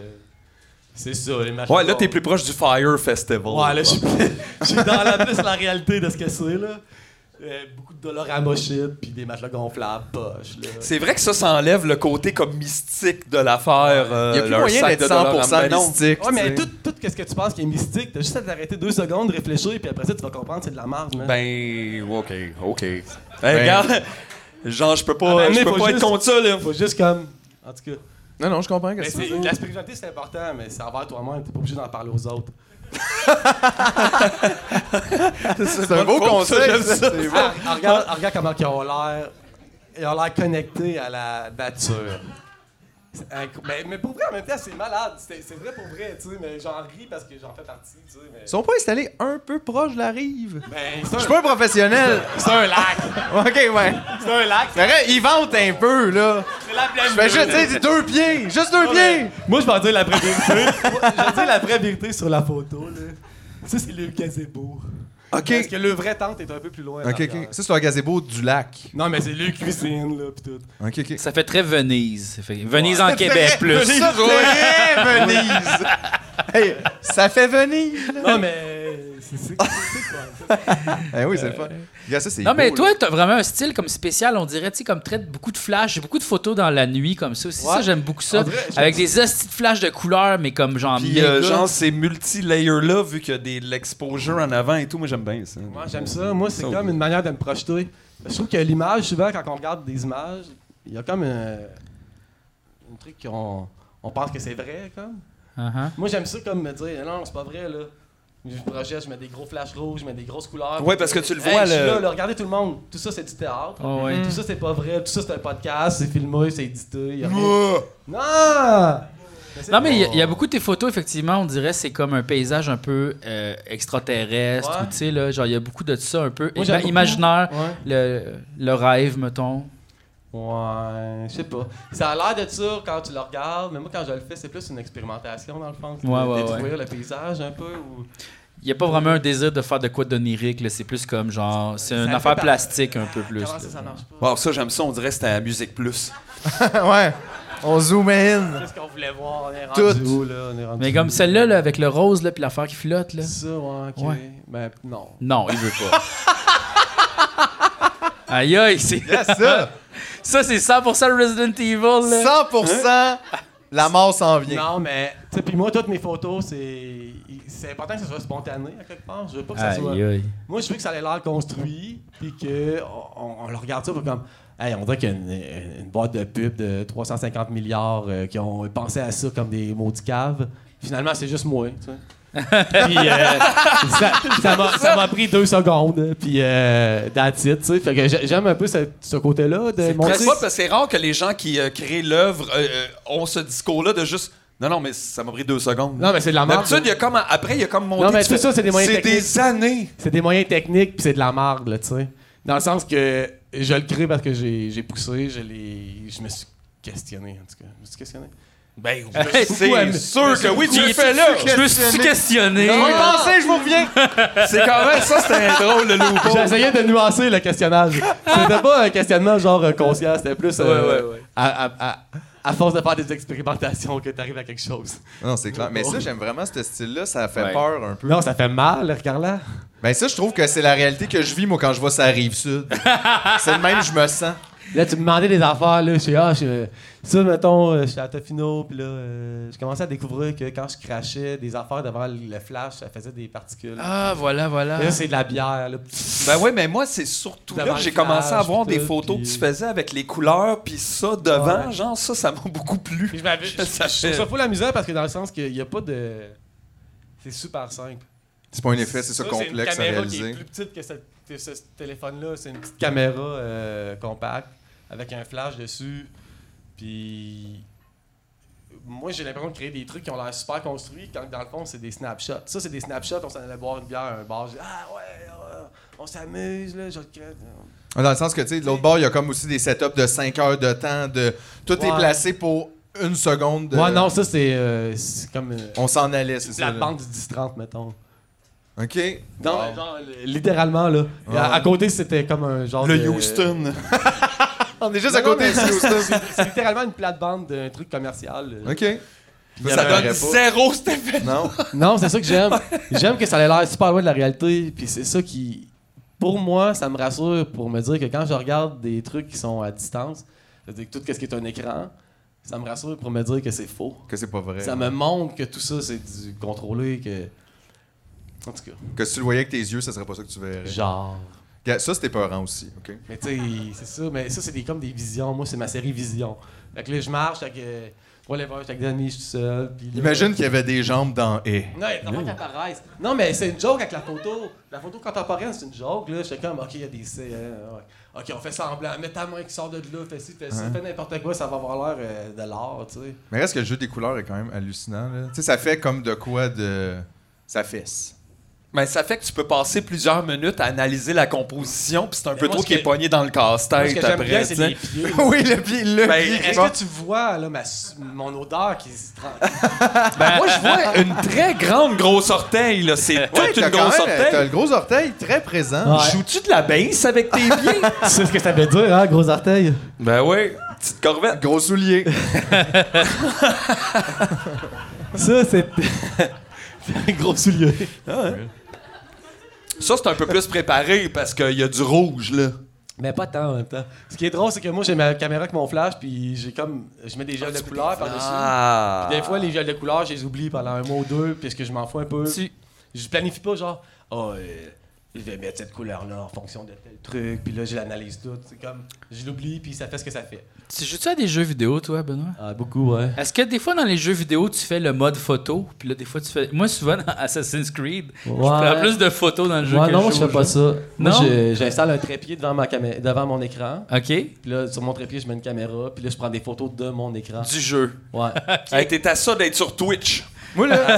C'est ça, les matchs. Ouais, là, t'es plus proche du Fire Festival. Ouais, là, je suis plus- je suis dans la plus la réalité de ce que c'est, là. Euh, beaucoup de dollars à mochette, puis des matelas gonflables, poche, là. C'est vrai que ça, ça enlève le côté comme mystique de l'affaire. euh, Il n'y a plus moyen d'être 100% non. mystique. Ouais, mais tu sais. tout, tout qu'est-ce que tu penses qui est mystique. T'as juste à t'arrêter deux secondes, réfléchir, puis après ça, tu vas comprendre que c'est de la merde, man. Ben, OK, OK. Hey, regarde, genre, je peux pas, Ah, ben, je mais peux faut pas être juste- contre ça, là. Faut juste comme. En tout cas. Non, non, je comprends que Mais c'est c'est- la spiritualité, c'est important, mais c'est envers toi-même. T'es pas obligé d'en parler aux autres. C'est un beau conseil. ça, c'est beau. Ah, ah, regarde, ah, regarde comment ils ont l'air. Ils ont l'air connectés à la nature. C'est inc- Mais, mais pour vrai, en même temps, c'est malade. C'est c'est vrai pour vrai, tu sais. Mais j'en ris parce que j'en fais partie, tu sais. Mais, Ils sont pas installés un peu proche de la rive. Ben, c'est Je un- suis pas un professionnel. c'est un lac. OK, ouais. C'est un lac. C'est vrai, ils vantent un peu, là. C'est la pleine Je fais juste, lune. tu sais, c'est deux pieds. Juste deux pieds. Moi, je vais en dire la vraie vérité. je vais dire la vraie vérité sur la photo, là. Ça, c'est le gazebo. Parce OK. que le vrai tente est un peu plus loin. OK, en OK. arrière. Ça, c'est un gazebo du lac. Non, mais c'est le cuisine, là, pis tout. OK, OK. Ça fait très Venise. Fait- Venise en Québec, plus. Ça fait Venise. Hey, ça fait Venise. là. Non, mais. C'est c'est- c'est quoi? Eh oui, c'est le fun. Regarde, ça, c'est Non, mais beau, toi, t'as vraiment un style comme spécial, on dirait, tu sais, comme traite beaucoup de flashs. J'ai beaucoup de photos dans la nuit comme ça aussi. Ça, j'aime beaucoup ça. En vrai, je- Avec des hosties de flashs de couleurs, mais comme genre. Puis, méga. euh, genre, ces multi-layers-là, vu qu'il y a des l'exposure en avant et tout, moi, j'aime bien ça. Moi, j'aime ça. Moi, c'est comme une manière de me projeter. Je trouve que l'image, souvent, quand on regarde des images, il y a comme euh, un truc qu'on on pense que c'est vrai, comme. Uh-huh. Moi, j'aime ça comme me dire, non, c'est pas vrai, là. Je me projette, je mets des gros flashs rouges, je mets des grosses couleurs. Ouais, parce que tu le Hey, vois, je suis là. là, là, regardez tout le monde. Tout ça, c'est du théâtre. Ah ouais. Tout ça, c'est pas vrai. Tout ça, c'est un podcast, c'est filmé, c'est édité. y a rien. Ouah. Non! c'est Non, mais il y a- bon. il y, a beaucoup de tes photos, effectivement, on dirait, c'est comme un paysage un peu euh, extraterrestre. Ouais. ou, tu sais, là, genre, il y a beaucoup de ça, un peu Moi, ima- j'aime imaginaire. Ouais. Le, le rêve, mettons. Ouais, je sais pas. Ça a l'air de ça quand tu le regardes, mais moi, quand je le fais, c'est plus une expérimentation, dans le fond. que de Ouais, ouais, détruire le paysage un peu. Ou... Il n'y a pas vraiment un désir de faire de quoi d'onirique, là. C'est plus comme, genre, c'est Ça une fait affaire par- plastique un peu plus. Comment là. ça, ça marche pas? Wow, ça, j'aime ça. On dirait que c'était à Musique Plus. ouais. On zoom in. Qu'est-ce qu'on voulait voir? On est Tout. rendu où, là? On est rendu Mais comme où? celle-là, là, avec le rose, là, puis l'affaire qui flotte, là. Ça, ouais, ok. Ouais. Ben, non. Non, il veut pas. aïe, aïe, c'est... Ça, Ça, c'est 100% Resident Evil, là. 100 la mort s'en vient. Non, mais, tu sais, puis moi, toutes mes photos, c'est. C'est important que ça soit spontané, à quelque part. Je veux pas que ça soit. Aïe, aïe. Moi, je veux que ça ait l'air construit, puis qu'on on, on le regarde ça puis comme. Hey, on dirait qu'il y a une, une boîte de pub de 350 milliards euh, qui ont pensé à ça comme des maudits caves. Finalement, c'est juste moi. tu sais. puis euh, ça- ça m'a- ça m'a pris deux secondes. Puis euh, that's it, tu sais. Fait que j'a- j'aime un peu ce, ce côté-là de Mais montrer. C'est pas parce que c'est rare que les gens qui euh, créent l'œuvre euh, euh, ont ce discours-là de juste. Non, non, mais ça m'a pris deux secondes. Non, mais c'est de la merde. D'habitude, il y a comme. Après, il y a comme monté. Non, mais tu tout ça, c'est des moyens C'est techniques. des années. C'est des moyens techniques, puis c'est de la marde, là, tu sais. Dans le sens que je le crée parce que j'ai j'ai poussé, je, l'ai- je me suis questionné, en tout cas. Je me suis questionné. Ben, Hey, c'est sûr que oui, tu le Tu- fais là. Je me suis questionné. On y pensait, je vous reviens. C'est quand même ça, c'était un drôle, le loup. J'essayais de nuancer le questionnage. C'était pas un questionnement genre euh, conscient, c'était plus euh, Ouais, ouais, ouais. À, à- à- à force de faire des expérimentations que t'arrives à quelque chose. Non, c'est clair. Mais Oh. ça, j'aime vraiment ce style-là. Ça fait Ouais. peur un peu. Non, ça fait mal, regarde-là. Ben ça, je trouve que c'est la réalité que je vis, moi, quand je vois ça arrive sud. c'est le même, je me sens. Là, tu me demandais des affaires, là. Je suis, ah, je suis, euh, ça, mettons, euh, je suis à Tofino, puis là, euh, je commençais à découvrir que quand je crachais des affaires devant le flash, ça faisait des particules. Ah, voilà, voilà. Et là, c'est de la bière, là. Ben oui, mais moi, c'est surtout là Devant que le j'ai commencé à plage, voir puis des tout, photos puis- euh, que tu faisais avec les couleurs, puis ça devant, Ouais. genre, ça, ça m'a beaucoup plu. Puis je m'avais. Je, Ça je trouve fait- ça fou l'amusant parce que dans le sens qu'il n'y a pas de. C'est super simple. C'est pas un effet, c'est ça complexe à C'est une caméra qui réaliser. est plus petite que ce, que ce téléphone-là. C'est une petite caméra euh, compacte avec un flash dessus. Puis. Moi, j'ai l'impression de créer des trucs qui ont l'air super construits quand dans le fond, c'est des snapshots. Ça, c'est des snapshots. On s'en allait boire une bière à un bar. j'ai dit, ah ouais, ouais, on s'amuse, là, je le crée. Dans le sens que, tu sais, de l'autre bord, il y a comme aussi des setups de 5 heures de temps. de Tout est Ouais. placé pour une seconde. de- Ouais, non, ça, c'est euh, c'est comme euh, On s'en allait, c'est la ça. là. bande du 10-30, mettons. OK. Non, mais genre, littéralement, là. Et à, à côté, c'était comme un genre de... On est juste Non, à côté non, mais- du Houston. C'est littéralement une plate-bande d'un truc commercial. là. OK. Ça donne pas. zéro, cet effet. Non. Non, c'est ça que j'aime. j'aime que ça a l'air super loin de la réalité, puis c'est ça qui... Pour moi, ça me rassure pour me dire que quand je regarde des trucs qui sont à distance, c'est-à-dire que tout ce qui est un écran, ça me rassure pour me dire que c'est faux. Que c'est pas vrai. Ça me montre que tout ça, c'est du contrôlé, que. En tout cas, Que si tu le voyais avec tes yeux, ça serait pas ça que tu verrais. genre. Gars, Ça, c'était peurant aussi, OK? Mais tu sais, c'est ça, mais ça, c'est des- comme des visions. Moi, c'est ma série Vision. Fait que là, je marche, avec. Euh, whatever, je suis avec des amis, je suis tout seul. puis là- euh, Imagine qu'il y avait des jambes dans et. Non, il faut pas qu'elle apparaisse. Non, mais c'est une joke avec la photo. La photo contemporaine, c'est une joke. Là, j'étais comme, OK, il y a des. c'est, euh, ouais. OK, on fait semblant. Mets ta main qui sort de là, fais ci, fais ci, Hein? fais n'importe quoi, ça va avoir l'air euh, de l'art, tu sais. Mais reste que le jeu des couleurs est quand même hallucinant. là. Tu sais, ça fait comme de quoi de. Ça fesse. Mais ça fait que tu peux passer plusieurs minutes à analyser la composition, puis c'est un peu Ben, moi, trop ce qui est que- pogné dans le Moi, ce casse-tête que j'aime bien, après. c'est tu sais. les pieds. oui, le pli. Le Ben, pli- Est-ce bon. que tu vois là, ma s- mon odeur qui se trans- Moi, je vois une très grande grosse orteil, là. C'est Ouais, toute une t'as quand grosse même- T'as orteille. le gros orteil très présent. Ouais. Joues-tu de la base avec tes pieds? C'est ce que ça veut dire, hein, gros orteil. ben oui. Petite corvette. Gros soulier. Ça, c'est. gros soulier. Ça, c'est un peu plus préparé parce qu'il y a du rouge, là. Mais pas tant en même temps. Ce qui est drôle, c'est que moi, j'ai ma caméra avec mon flash, puis j'ai comme. Je mets des gels de couleur par-dessus. Ah. Puis Des fois, les gels de couleur, je les oublie pendant un mois ou deux, puisque je m'en fous un peu. Je planifie pas, genre, oh, euh, je vais mettre cette couleur-là en fonction de tel truc, puis là, je l'analyse tout. C'est comme, je l'oublie, puis ça fait ce que ça fait. Tu joues-tu à des jeux vidéo, toi, Benoît? Ah, beaucoup, ouais. Est-ce que des fois dans les jeux vidéo, tu fais le mode photo, puis là, des fois, tu fais. Moi, souvent, dans Assassin's Creed, je prends plus de photos dans le jeu que non, moi, je joue fais au pas jeu. ça. Moi, Non? je- Euh, j'installe un trépied devant, ma camé- devant mon écran. OK? Puis là, sur mon trépied, je mets une caméra. Puis là, je prends des photos de mon écran. Du jeu. Ouais. Hey, T'es à ça d'être sur Twitch. Moi, là, ouais.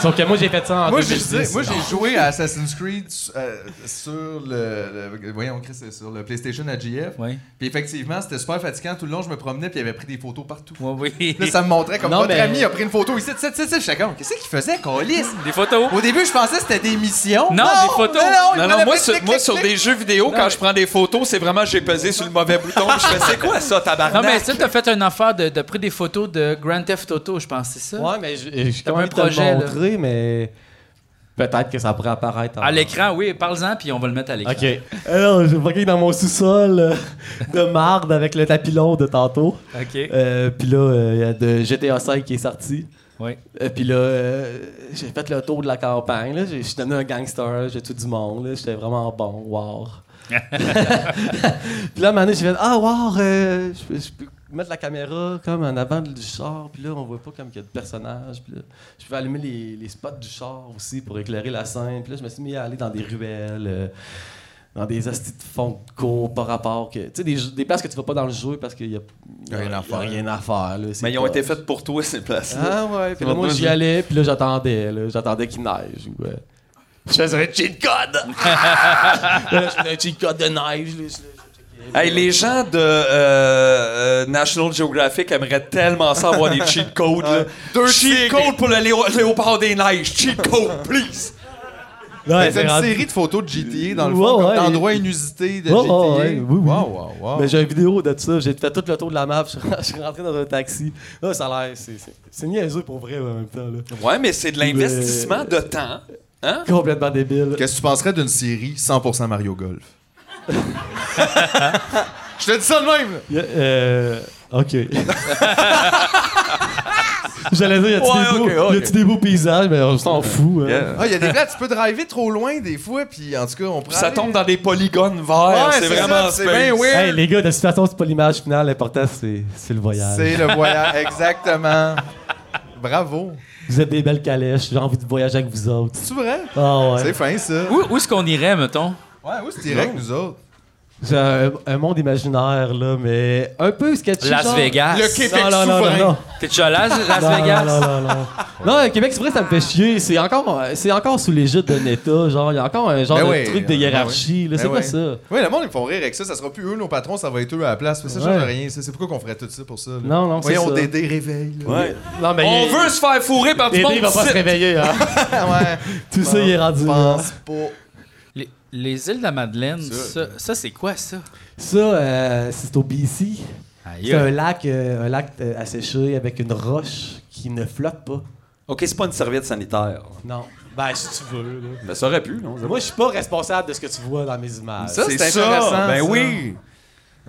Sauf que moi, j'ai fait ça en moi, j'ai 2010. moi, j'ai joué à Assassin's Creed euh, sur le, le- Voyons, Chris, c'est sur le PlayStation à GF. Oui. Puis effectivement, c'était super fatigant. Tout le long, je me promenais, puis il avait pris des photos partout. Oui, oui. Là, ça me montrait comme Non, votre mais- ami a pris une photo ici, tu sais, tu sais, chacun. Qu'est-ce qu'il faisait, Colis? Des photos. Au début, je pensais que c'était des missions. Non, des photos. mais il Ah Non, non, prenait moi, clic, sur, clic, moi, clic, sur clic. des jeux vidéo, quand je prends des photos, c'est vraiment j'ai pesé sur le mauvais bouton. Je fais, c'est quoi ça, Non, tabarnak? mais ça, t'as fait une affaire de, de pris des photos de Grand Theft Auto, je pense, c'est ça? Ouais, mais je- je suis T'as quand pas même un projet, projet, là. montrer, mais peut-être que ça pourrait apparaître. en- À l'écran, oui, parle-en, puis on va le mettre à l'écran. Ok. Alors, Euh, je vois qu'il est dans mon sous-sol euh, de marde avec le tapis long de tantôt. OK. Euh, puis là, euh, il y a de GTA 5 qui est sorti. Oui. Euh, puis là, euh, j'ai fait le tour de la campagne. là. J'ai- Je suis devenu un gangster, j'ai tout du monde. là. J'étais vraiment bon. Wow. puis là, à un moment donné, j'ai fait Ah, wow, euh, je peux, je peux mettre la caméra comme en avant du char. Puis là, on voit pas comme qu'il y a de personnages. Puis là, je peux allumer les, les spots du char aussi pour éclairer la scène. Puis là, je me suis mis à aller dans des ruelles. euh, dans des astis de fond de cours par rapport que. Tu sais, des, des places que tu vas pas dans le jeu parce qu'il y a, il y a Rien à il y a faire. rien à faire. là. C'est Mais ils ont pas- été faits pour toi, ces places-là. ah ouais, puis là, va moi pas j'y dire. allais, puis là j'attendais, là, j'attendais qu'il neige ou euh, je faisais un cheat code. Là, je faisais un cheat code de neige, là, je- je- je- Hey, les gens de euh, euh, National Geographic aimeraient tellement ça avoir des cheat codes. là. Deux cheat tigres. code pour le léo- léopard des neiges. Cheat code, please. Ouais, C'est une rendu- série de photos de GTA, dans le Ouais, fond, comme ouais. d'endroits inusités de Ouais, GTA. ouais, ouais, oui, oui. Wow, wow, wow. Mais j'ai une vidéo de ça, j'ai fait tout le tour de la map, je suis ren- je suis rentré dans un taxi. Là, ça a l'air c'est c'est- c'est niaiseux pour vrai ouais, en même temps là. Ouais, mais c'est de l'investissement de temps. Hein? Complètement débile. Qu'est-ce que tu penserais d'une série 100% Mario Golf? Je te dis ça de même! là. Y a- euh, OK. J'allais dire, y a-tu Ouais, des, ok, beaux- ok. y a-tu des beaux paysages, mais on s'en fout. hein. Ah, il y a des places, tu peux driver trop loin des fois, puis en tout cas, on prend. Ça tombe dans des polygones verts. Ouais, c'est vraiment ça, C'est bien space. weird. Hey, les gars, de toute façon, c'est pas l'image finale. L'important, c'est c'est le voyage. C'est le voyage, exactement. Bravo. Vous êtes des belles calèches. J'ai envie de voyager avec vous autres. C'est vrai? Ah ouais. C'est fin, ça. Où, où est-ce qu'on irait, mettons? Ouais, où c'est direct, nous autres? J'ai un, un monde imaginaire, là, mais un peu sketchy. Las genre. Vegas. Le Québec Non, non, non, non, souverain. non. T'es déjà à Las, Las Non, Vegas? Non, non, non, non. Non, Québec, c'est vrai, ça me fait chier. C'est encore, c'est encore sous l'égide d'un État. Genre, il y a encore un genre Ben de ouais, truc de ben hiérarchie. là. Ben C'est quoi ouais. ça? Oui, le monde, ils me font rire avec ça. Ça sera plus eux, nos patrons, ça va être eux à la place. Mais ça, Ouais. change rien. ça. C'est pourquoi qu'on ferait tout ça pour ça. là. Non, non, c'est Voyons, ça. Dédé, réveille. là. Ouais. Non, mais. On veut se faire fourrer par du Dédé, monde. il va pas ici. se réveiller, hein. ouais. Tout ça, il est rendu. là. Pense pas. Les, les îles de la Madeleine, Ça. ça, ça, c'est quoi, ça? Ça, euh, c'est au BC. Aïe. C'est un lac, euh, un lac euh, asséché avec une roche qui ne flotte pas. Ok, c'est pas une serviette sanitaire. Non. Ben, si tu veux. Là. Ben, ça aurait pu, non? Moi, je suis pas responsable de ce que tu vois dans mes images. Ça, c'est ça. intéressant, Ben ça. oui.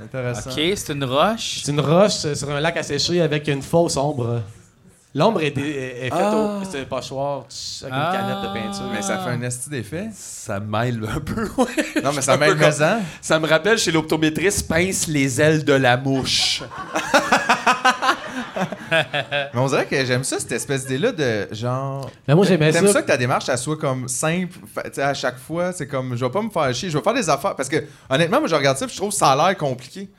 Intéressant. Ok, c'est une roche. C'est une roche euh, sur un lac asséché avec une fausse ombre. L'ombre est, dé- est- est faite Ah. au c'est un pochoir tch, avec Ah. une canette de peinture. Mais ça fait un esti d'effet. Ça mêle un peu, ouais. Non, mais ça Un peu m'aide comme- maison. Ça me rappelle chez l'optométriste, pince les ailes de la mouche. Mais on dirait que j'aime ça, cette espèce d'idée-là de genre. Mais Ben, moi, j'aimais T'aimes ça. ça que ta démarche, elle soit comme simple. Fa- tu sais, à chaque fois, c'est comme, je vais pas me faire chier, je vais faire des affaires. Parce que, honnêtement, moi, je regarde ça, puis je trouve que ça a l'air compliqué.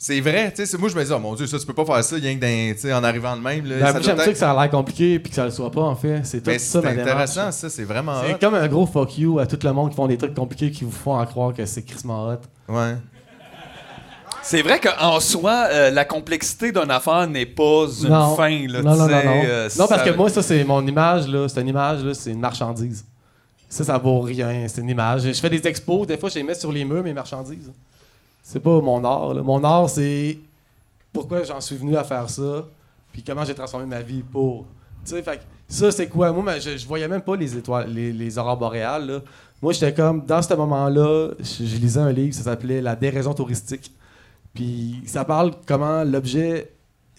C'est vrai, tu sais. c'est- Moi, je me dis, oh mon Dieu, ça, tu peux pas faire ça, rien que d'un- tu sais, en arrivant de même. Là, Ben, ça moi, j'aime doit ça être- que ça a l'air compliqué et que ça le soit pas, en fait. C'est tout Mais ça, c'est ma démarche. intéressant, ça, c'est vraiment C'est hot. comme un gros fuck you à tout le monde qui font des trucs compliqués qui vous font en croire que c'est crissement hot. Ouais. C'est vrai qu'en soi, euh, la complexité d'une affaire n'est pas une non. fin. Là, non, non, tu non, sais, non. euh, non, parce ça- que moi, ça, c'est mon image, là. C'est une image, là. C'est une marchandise. Ça, ça vaut rien. C'est une image. Je fais des expos. Des fois, je les mets sur les murs, mes marchandises. C'est pas mon art, là. Mon art, c'est pourquoi j'en suis venu à faire ça, puis comment j'ai transformé ma vie pour. Tu sais, fait que ça, c'est quoi? Moi, ma- je, je voyais même pas les étoiles, les, les aurores boréales, là. Moi, j'étais comme, dans ce moment-là, je, je lisais un livre, ça s'appelait La déraison touristique. Puis ça parle comment l'objet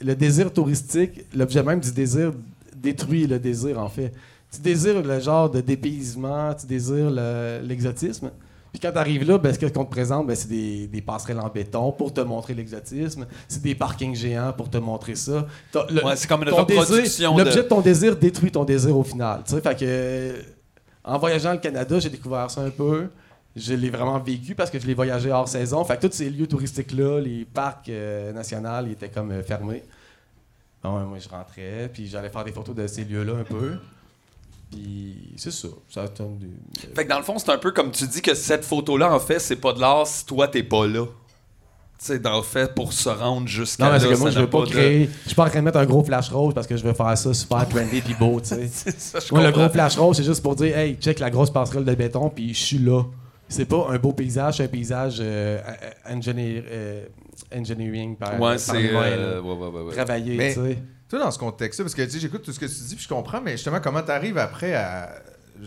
le désir touristique, l'objet même du désir détruit le désir, en fait. Tu désires le genre de dépaysement, tu désires le- l'exotisme. Puis quand tu arrives là, ben, ce qu'on te présente, ben, c'est des, des passerelles en béton pour te montrer l'exotisme. C'est des parkings géants pour te montrer ça. T'as- le- Ouais, c'est comme une ton désir- reproduction de- L'objet de... ton désir détruit ton désir au final. tu sais. Fait que, euh, en voyageant le Canada, j'ai découvert ça un peu. Je l'ai vraiment vécu parce que je l'ai voyagé hors saison. Fait que tous ces lieux touristiques-là, les parcs euh, nationaux, ils étaient comme euh, fermés. Bon, moi, je rentrais, puis j'allais faire des photos de ces lieux-là un peu. Puis c'est ça. Ça tombe du. Fait que dans le fond, c'est un peu comme tu dis que cette photo-là, en fait, c'est pas de l'art si toi, t'es pas là. Tu sais, dans le fait, pour se rendre jusqu'à Non, là, mais c'est que moi, ça je n'a veux pas de- Ah créer. Je suis pas en train de mettre un gros flash rose parce que je veux faire ça super trendy puis beau, tu sais. C'est ça, je Moi, le comprends. gros flash rose, c'est juste pour dire, hey, check la grosse passerelle de béton, puis je suis là. C'est pas un beau paysage, c'est un paysage euh, euh, engineer- euh, engineering par, Ouais, par c'est... les mains, euh, là. ouais, ouais, ouais, ouais. Travailler, Mais- tu sais. Toi, dans ce contexte-là, parce que tu sais, j'écoute tout ce que tu dis, puis je comprends, mais justement, comment t'arrives après à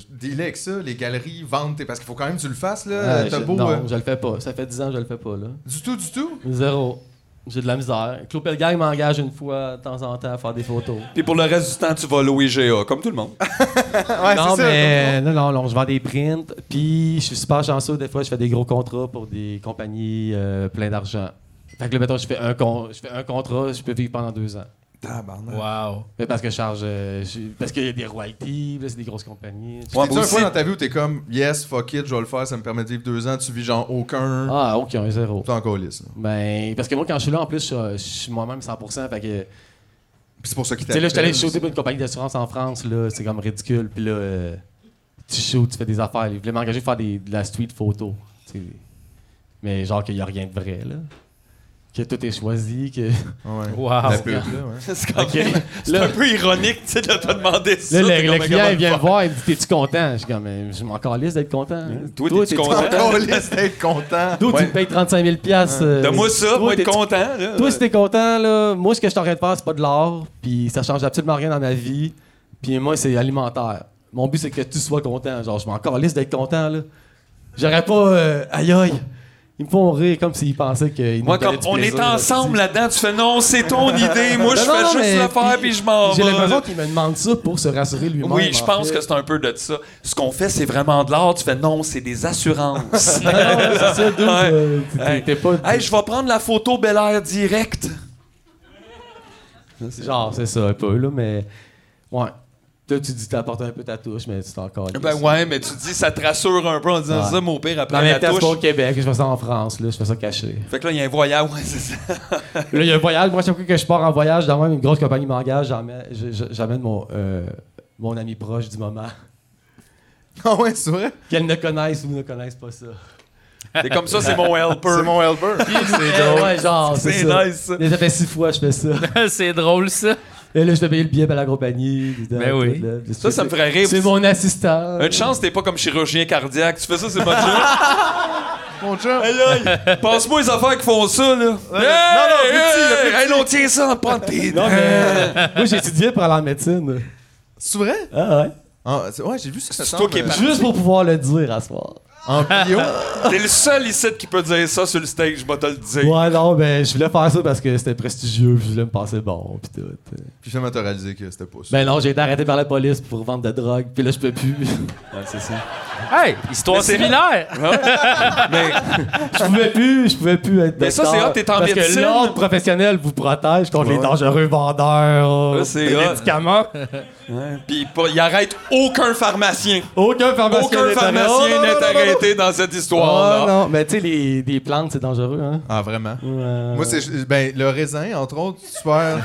dealer avec ça, les galeries, vendre tes... Parce qu'il faut quand même que tu le fasses, là, Ouais, t'as Ah, je- beau... non, euh, je le fais pas. Ça fait 10 ans que je le fais pas, là. Du tout, du tout? Zéro. J'ai de la misère. Claude Pelgag m'engage une fois de temps en temps à faire des photos. Puis pour le reste du temps, tu vas louer GA, comme tout le monde. Ouais, non, c'est ça. mais non, non, non, je vends des prints. Puis je suis super chanceux. Des fois, je fais des gros contrats pour des compagnies euh, plein d'argent. Fait que là, mettons, je fais, un con- je fais un contrat, je peux vivre pendant deux ans. Tabarnak. Wow. Mais parce que je charge. euh, je- parce qu'il y a des royalties, là, c'est des grosses compagnies. Ouais, T'es-tu moi un aussi. point dans ta vie où t'es comme Yes, fuck it, je vais le faire, ça me permet de vivre deux ans, tu vis genre aucun. Ah, ok, un zéro. T'es en colis. là. Ben, parce que moi, quand je suis là, en plus, je suis, euh, je suis moi-même 100%. Fait que. Puis c'est pour ça qu'il Tu t'a. sais, là, je suis allé shooter pour une compagnie d'assurance en France, là. C'est comme ridicule. Puis là, euh, tu shoots, tu fais des affaires. Ils voulaient m'engager pour faire des- de la street photo. tu sais. Mais genre qu'il n'y a rien de vrai, là. Que tout est choisi, que. Ouais. Wow. La pub, là, ouais. C'est quand Ok. même- c'est Là- un peu ironique, tu sais, de te demander ça. Là, t'es le, comme le un client, gars il vient de me voir, il me dit T'es-tu content Je suis comme Mais Je m'en calisse d'être content. Toi, t'es-tu content? T'es en colis, t'es content. D'où tu me payes 35 000 euh, Donne-moi ça, toi, moi, être t'es-tu content. là. Toi, si t'es content, là, moi, ce que je t'aurais de faire, c'est pas de l'art, puis ça change absolument rien dans ma vie, puis moi, c'est alimentaire. Mon but, c'est que tu sois content. Genre, je m'en calisse d'être content, là. J'aurais pas... euh, aïe, aïe! Ils me font rire comme s'ils pensaient qu'ils nous Moi, comme donnaient du on plaisir, est là, ensemble tu là-dedans, tu fais non, c'est ton idée, moi, je Non, non, fais non, juste mais le faire, puis puis je m'en sais. J'ai vais. l'impression qu'ils me demandent ça pour se rassurer lui-même. Oui, je en pense fait. que c'est un peu de ça. Ce qu'on fait, c'est vraiment de l'art. Tu fais non, c'est des assurances. Non, non, c'est ça, dude, Ouais. euh, t'es- Hey. T'es pas... hey, je vais prendre la photo Bel Air direct. Genre, c'est ça, un peu, là, mais... Ouais. Toi, tu dis t'apportes un peu ta touche, mais tu t'en calisses. Ben ouais, mais tu dis, ça te rassure un peu en disant Ouais. ça, mon pire, Non, après mais la peut-être pas au touche. Québec, je fais ça en France, là, je fais ça caché. Fait que là, il y a un voyage, ouais, c'est ça. Là, il y a un voyage. Moi, chaque fois que je pars en voyage, dans même une grosse compagnie m'engage, j'emmène- je- je- j'amène mon, euh, mon ami proche du moment. Ah ouais, c'est vrai. Qu'elle ne connaisse ou ne connaisse pas ça. C'est comme ça, c'est mon helper. C'est mon helper. c'est Eh, drôle. ouais, genre, c'est C'est ça. nice, ça. Mais ça fait six fois que je fais ça. c'est drôle, ça. Et là, je dois payer le billet par la compagnie. Ben oui. Ça, ça me ferait rire. C'est mon assistant. Une chance, t'es pas comme chirurgien cardiaque. Tu fais ça, c'est mon jeu. Mon chum. Aïe, aïe. Passe-moi les affaires qui font ça, là. non, Hey, le petit, le hey, petit. hey, là, on tient ça en pente. Non, mais. Moi, j'ai étudié pour aller en médecine. C'est vrai? Ah ouais. Ah, c'est- ouais, j'ai vu ça. ça C'est semble, toi qui es euh, parti. Juste pour pouvoir le dire à ce soir. en bio. T'es le seul ici qui peut dire ça sur le stage, je vais te le dire. Ouais, non, mais je voulais faire ça parce que c'était prestigieux, puis je voulais me passer bon, puis tout. Puis finalement, t'as réalisé que c'était pas ça. Ben non, j'ai été arrêté par la police pour vendre de la drogue, puis là, je peux plus. c'est ça. Hey, histoire similaire! Je pouvais plus, je pouvais plus être Mais ça, c'est docteur, hot, t'es en Parce que médecine. l'ordre professionnel vous protège contre les Ouais. dangereux vendeurs, Ça, euh, c'est des hot. médicaments. Puis pas- il arrête aucun pharmacien. Aucun pharmacien Aucun n'est arrêté. Oh, pharmacien non, non, n'est Oh, non, non. arrêté dans cette Ah, histoire-là. non, mais tu sais, les, des plantes, c'est dangereux, hein? Euh, Ah, vraiment? Ouais. Moi, c'est. Ben, le raisin, entre autres, super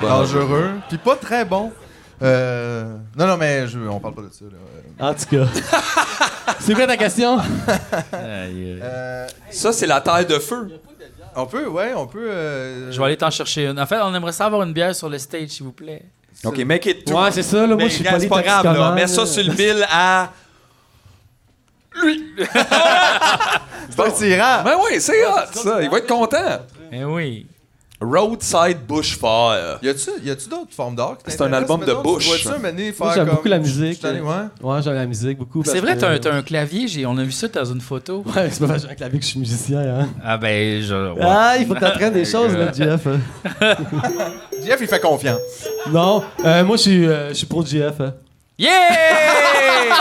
dangereux. Puis pas très bon. Euh, Non, non, mais je... on parle pas de ça. Là. En tout cas. c'est quoi ta question? Aïe, aïe. Euh, Ça, c'est la taille de feu. on peut, ouais, on peut. euh, Je vais aller t'en chercher une. En fait, on aimerait ça avoir une bière sur le stage, s'il vous plaît. OK, make it two. Ouais, c'est ça, là. Moi, Mais je suis regarde, c'est pas grave, là. polytoxicomane, Mets ça là. sur le bill à... C'est un tyran! Ben oui, c'est hot, ça. Il va être content. Eh oui. Roadside Bushfire. Y a-tu, y a-tu d'autres formes d'art? qui C'est un t'intéressent? album de Mettons, tu Bush. vois-tu un moment donné Moi, faire j'aime comme- beaucoup la musique. Je suis allé, ouais. Ouais, j'aime la musique beaucoup. C'est parce vrai, que- t'as un, t'as un clavier, j'ai- on a vu ça dans une photo. Ouais, c'est pas parce que j'ai un clavier que je suis musicien, hein? Ah ben, je. ouais. Ah, il faut que t'apprennes des choses, là, Jeff. hein. Jeff, il fait confiance. Non, euh, moi, je suis euh, je suis pro Jeff. hein. Yeah!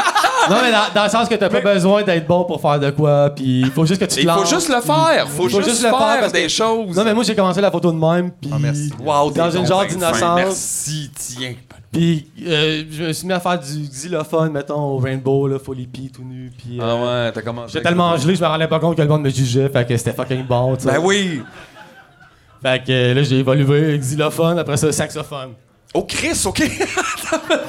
Non, mais dans, dans le sens que t'as pas besoin d'être bon pour faire de quoi, puis il faut juste que tu te Il faut lances. juste le faire. Faut, Faut juste, juste le faire, faire parce des choses. Non, mais moi, j'ai commencé la photo de même, puis Ah, merci. Wow, dans t'es une donc genre ben fin. d'innocence, Merci, tiens. puis euh, je me suis mis à faire du xylophone, mettons, au Rainbow, là, Folipi, tout nu, puis... euh, Ah ouais, t'as commencé. J'étais tellement gelé, je me rendais pas compte que le monde me jugeait, fait que c'était fucking bon, tu sais. Ben oui. Fait que euh, là, j'ai évolué xylophone, après ça, saxophone. Oh, Chris, OK.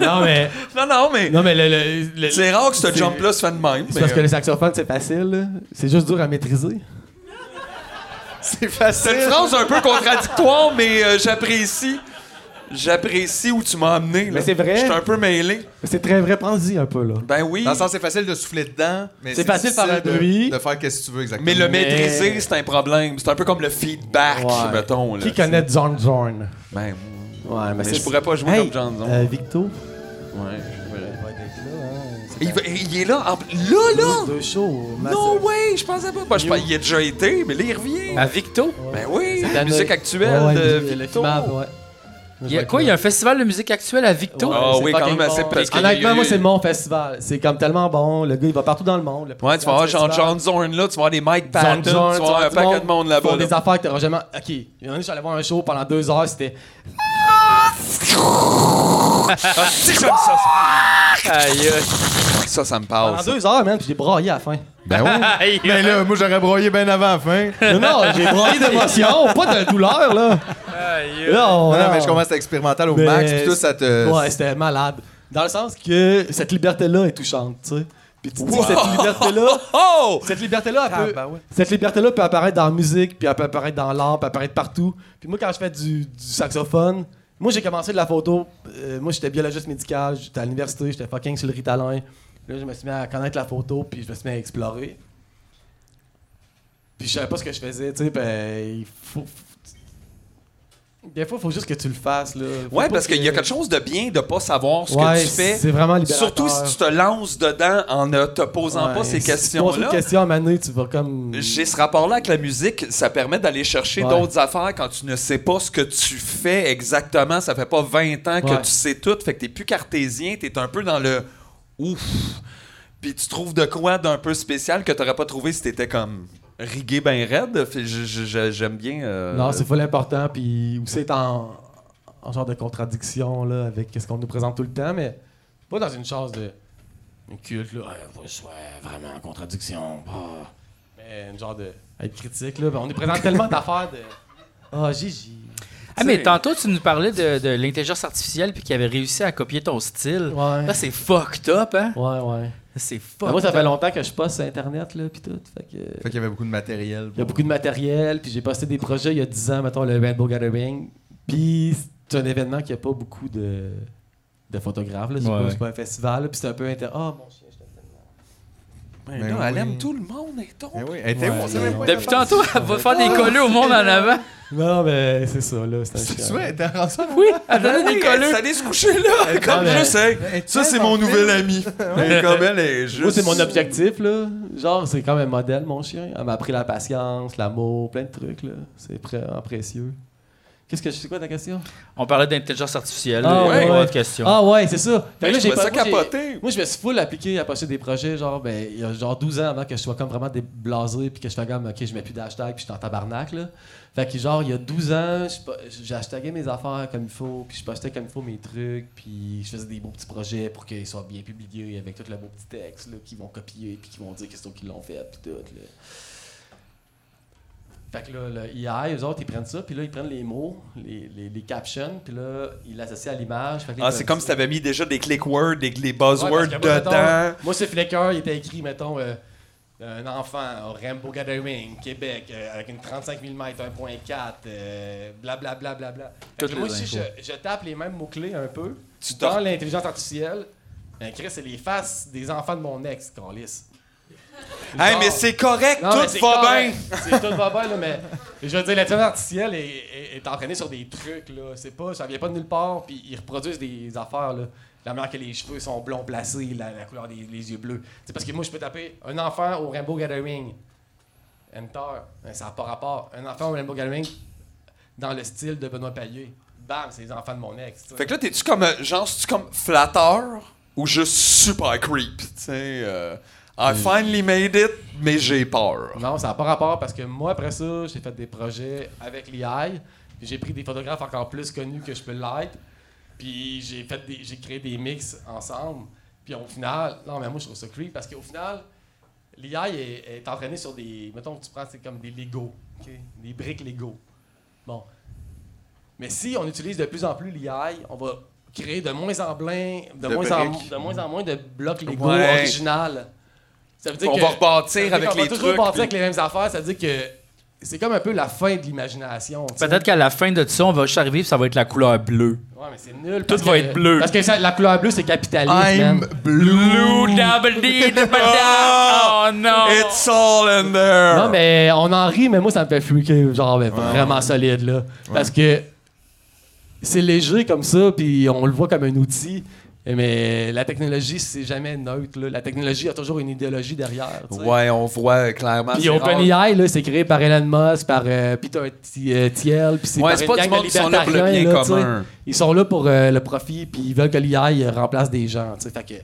Non, mais, non, non, mais... non, mais le- le- le- C'est rare que ce c'est- jump-là se fait de même. C'est mais, parce que euh, le saxophone, c'est facile, là. c'est juste dur à maîtriser. C'est C'est facile. une phrase un peu contradictoire, mais euh, j'apprécie. J'apprécie où tu m'as amené. là. Mais c'est vrai. Je suis un peu mêlé. C'est très vrai, prends-y un peu, là. Ben oui. Dans le sens, c'est facile de souffler dedans, mais C'est facile par le difficile de- bruit. De faire qu'est-ce que tu veux exactement. Mais le Mais- maîtriser, c'est un problème. C'est un peu comme le feedback, Ouais. mettons. Là. Qui connaît John Zorn? Ben, Ouais, mais c'est- je pourrais pas jouer Hey, comme John Zone. Euh, Victo? Ouais, hein, il, va- il est là. en- Là, là! Deux shows. Non, ouais, je pensais pas. Bah, je pense, il a déjà été, mais là, il revient. Ah, À Victo? Ben oui, la musique actuelle de Victo. Il y a quoi? Il y a un festival de musique actuelle à Victo? Ah oui, quand même assez parce que- Honnêtement, moi, c'est mon festival. C'est comme tellement bon. Le gars, il va partout dans le monde. Le Ouais, tu vas président avoir du John, festival. John Zorn là, tu vas avoir des Mike John Patton, tu Zorn, vas avoir un tout le paquet de monde Ils là-bas. font là. des affaires que t'auras jamais. Ok, il y en a, j'allais voir un show pendant deux heures, c'était. Ah, c'est comme ça, Aïe, ça, ça, ça me Pendant parle. ça. deux heures, man, puis j'ai braillé à la fin. Ben oui. aïe. Mais là, moi, j'aurais broyé bien avant la fin. Non, non, j'ai braillé d'émotion, pas de douleur, là. Là, on- Non, non, mais je commence à expérimental au Mais- max, puis tout ça euh, te. Ouais, c'était malade. Dans le sens que cette liberté-là est touchante, tu sais. Puis tu te dis que cette liberté-là. Oh! Cette liberté-là, elle peut, cette liberté-là peut apparaître dans la musique, puis elle peut apparaître dans l'art, peut apparaître partout. Puis moi, quand je fais du, du saxophone, moi, j'ai commencé de la photo. Euh, moi, j'étais biologiste médical, j'étais à l'université, j'étais fucking sur le Ritalin. Là, je me suis mis à connaître la photo, puis je me suis mis à explorer. Puis je savais pas ce que je faisais, tu sais, ben, il faut... Des fois, il faut juste que tu le fasses, là. Faut Ouais, pas parce que- qu'il y a quelque chose de bien de pas savoir ce Ouais, que tu fais. c'est vraiment libérateur. Surtout si tu te lances dedans en ne te posant pas Ouais, ces si tu te poses une questions-là. question à Mané, tu vas comme... J'ai ce rapport-là avec la musique, ça permet d'aller chercher Ouais. d'autres affaires quand tu ne sais pas ce que tu fais exactement. Ça fait pas 20 ans que Ouais. tu sais tout, fait que t'es plus cartésien, t'es un peu dans le ouf. Puis tu trouves de quoi d'un peu spécial que t'aurais pas trouvé si t'étais comme rigué ben raide. Fait que je- je- je- J'aime bien. euh, Non, c'est full important, puis aussi c'est en, en genre de contradiction là, avec ce qu'on nous présente tout le temps, mais pas dans une chose de un culte, là, Ouais, faut que je sois vraiment en contradiction. bah. Mais une genre de être critique, là. On nous présente tellement d'affaires de Ah, Gigi. Ah, mais tantôt, tu nous parlais de, de l'intelligence artificielle puis qui avait réussi à copier ton style. Ouais. Là, c'est fucked up, hein? Ouais, ouais. C'est fucked Mais moi, ça fait up. longtemps que je poste sur Internet, là, puis tout. Fait que. Fait qu'il y avait beaucoup de matériel. Il y a beaucoup de matériel, puis j'ai posté des projets il y a 10 ans, mettons le Rainbow Gathering. Puis c'est un événement qui a pas beaucoup de, de photographes, là. C'est Ouais, pas, ouais. c'est pas un festival, là, puis c'est un peu inter. Ah, mon chien, je t'aime tellement. Ben Ben là, elle oui. aime tout le monde, elle tombe. Ben oui, elle était où? On sait même pas Depuis qu'elle tantôt, elle va faire des colleux au monde en avant. Non, mais c'est ça, là. C'est un parle. chien. Tu vois, elle était en train Oui, elle Ben donnait Oui, des elle colleux. s'est allée se coucher là, comme mais- je sais. Ça, c'est mon nouvel ami. Mais comme elle est juste. Moi, c'est mon objectif, là. Genre, c'est comme un modèle, mon chien. Elle m'a appris la patience, l'amour, plein de trucs, là. C'est vraiment précieux. Qu'est-ce que je sais quoi ta question? On parlait d'intelligence artificielle. Ah, il y a ouais. pas de question. Ah ouais, c'est ça. Fait que Mais là, je j'ai trouvais pas- ça moi, j'ai- capoté. Moi, je me suis full appliqué à poster des projets, genre, ben, il y a genre 12 ans avant que je sois comme vraiment déblasé, puis que je fais comme, ok, je mets plus d'hashtag, puis je suis en tabarnak, là. Fait que, genre, il y a 12 ans, je po- j'ai hashtagué mes affaires comme il faut, puis je postais comme il faut mes trucs, puis je faisais des beaux petits projets pour qu'ils soient bien publiés avec tout le beau petit texte, là, qu'ils vont copier, puis qu'ils vont dire qu'est-ce qu'ils l'ont fait, puis tout, là. Fait que là, le AI, eux autres, ils prennent ça, puis là, ils prennent les mots, les, les, les captions, puis là, ils l'associent à l'image. Fait que là, Ah, ils c'est peuvent- comme si t'avais mis déjà des click words, des, des Ouais, buzzwords parce que moi, mettons, dedans. moi, sur Flickr, il était écrit, mettons, euh, un enfant, Rambo Gathering, Québec, euh, avec une 35 mm, 1.4, euh, blablabla. Bla, bla, bla. Fait que Toutes Moi les aussi, infos. je, je tape les mêmes mots-clés un peu Tu dans t'en- l'intelligence artificielle. Ben, Chris, c'est les faces des enfants de mon ex, qu'on lisse. Hey, mais c'est correct, Non, mais tout c'est va bien. correct. C'est tout va bien, là, mais je veux dire, l'intelligence artificielle est, est, est entraînée sur des trucs, là. C'est pas, ça vient pas de nulle part, puis ils reproduisent des affaires, là. La manière que les cheveux sont blonds placés, la, la couleur des les yeux bleus. C'est parce que moi, je peux taper un enfant au Rainbow Gathering. Enter. Ben, ça n'a pas rapport. Un enfant au Rainbow Gathering dans le style de Benoît Payet. Bam, c'est les enfants de mon ex. tu sais. Fait que là, t'es-tu comme. euh, Genre, tu comme flatteur ou juste super creep? Tu sais, euh, I finally made it, mais j'ai peur. Non, ça n'a pas rapport parce que moi, après ça, j'ai fait des projets avec l'IA. puis J'ai pris des photographes encore plus connus que je peux l'être. Puis j'ai fait des, j'ai créé des mix ensemble. Puis au final, non, mais moi, je trouve ça creep parce qu'au final, l'IA est, est entraînée sur des. Mettons, que tu prends, c'est comme des Lego, ok? des briques Lego. Bon. Mais si on utilise de plus en plus l'IA, on va créer de moins en moins, de, De moins, en, briques. de moins en moins de blocs Lego Ouais. original. Ça veut dire On que- va ça veut rebâtir dire avec qu'on va les toujours trucs. bâtir puis- avec les mêmes affaires, ça veut dire que c'est comme un peu la fin de l'imagination. tu sais. Peut-être qu'à la fin de tout ça, on va juste arriver et ça va être la couleur bleue. Ouais, mais c'est nul. Tout parce va que- être bleu. Parce que ça- la couleur bleue, c'est capitaliste, I'm man. Blue double D double D. Oh non! It's all in there. Non, mais on en rit, mais moi, ça me fait freaker, genre, mais vraiment solide, là. Parce que c'est léger comme ça, puis on le voit comme un outil. Mais la technologie, c'est jamais neutre. là. La technologie a toujours une idéologie derrière. tu sais. Ouais, on voit clairement. Puis c'est rare. OpenAI, là, c'est créé par Elon Musk, par euh, Peter T- euh, Thiel, puis c'est Ouais, par c'est une pas gang du de monde qui sont là pour le libertariens, bien là, tu sais. commun. Ils sont là pour euh, le profit, puis ils veulent que l'IA remplace des gens, tu sais. Fait que.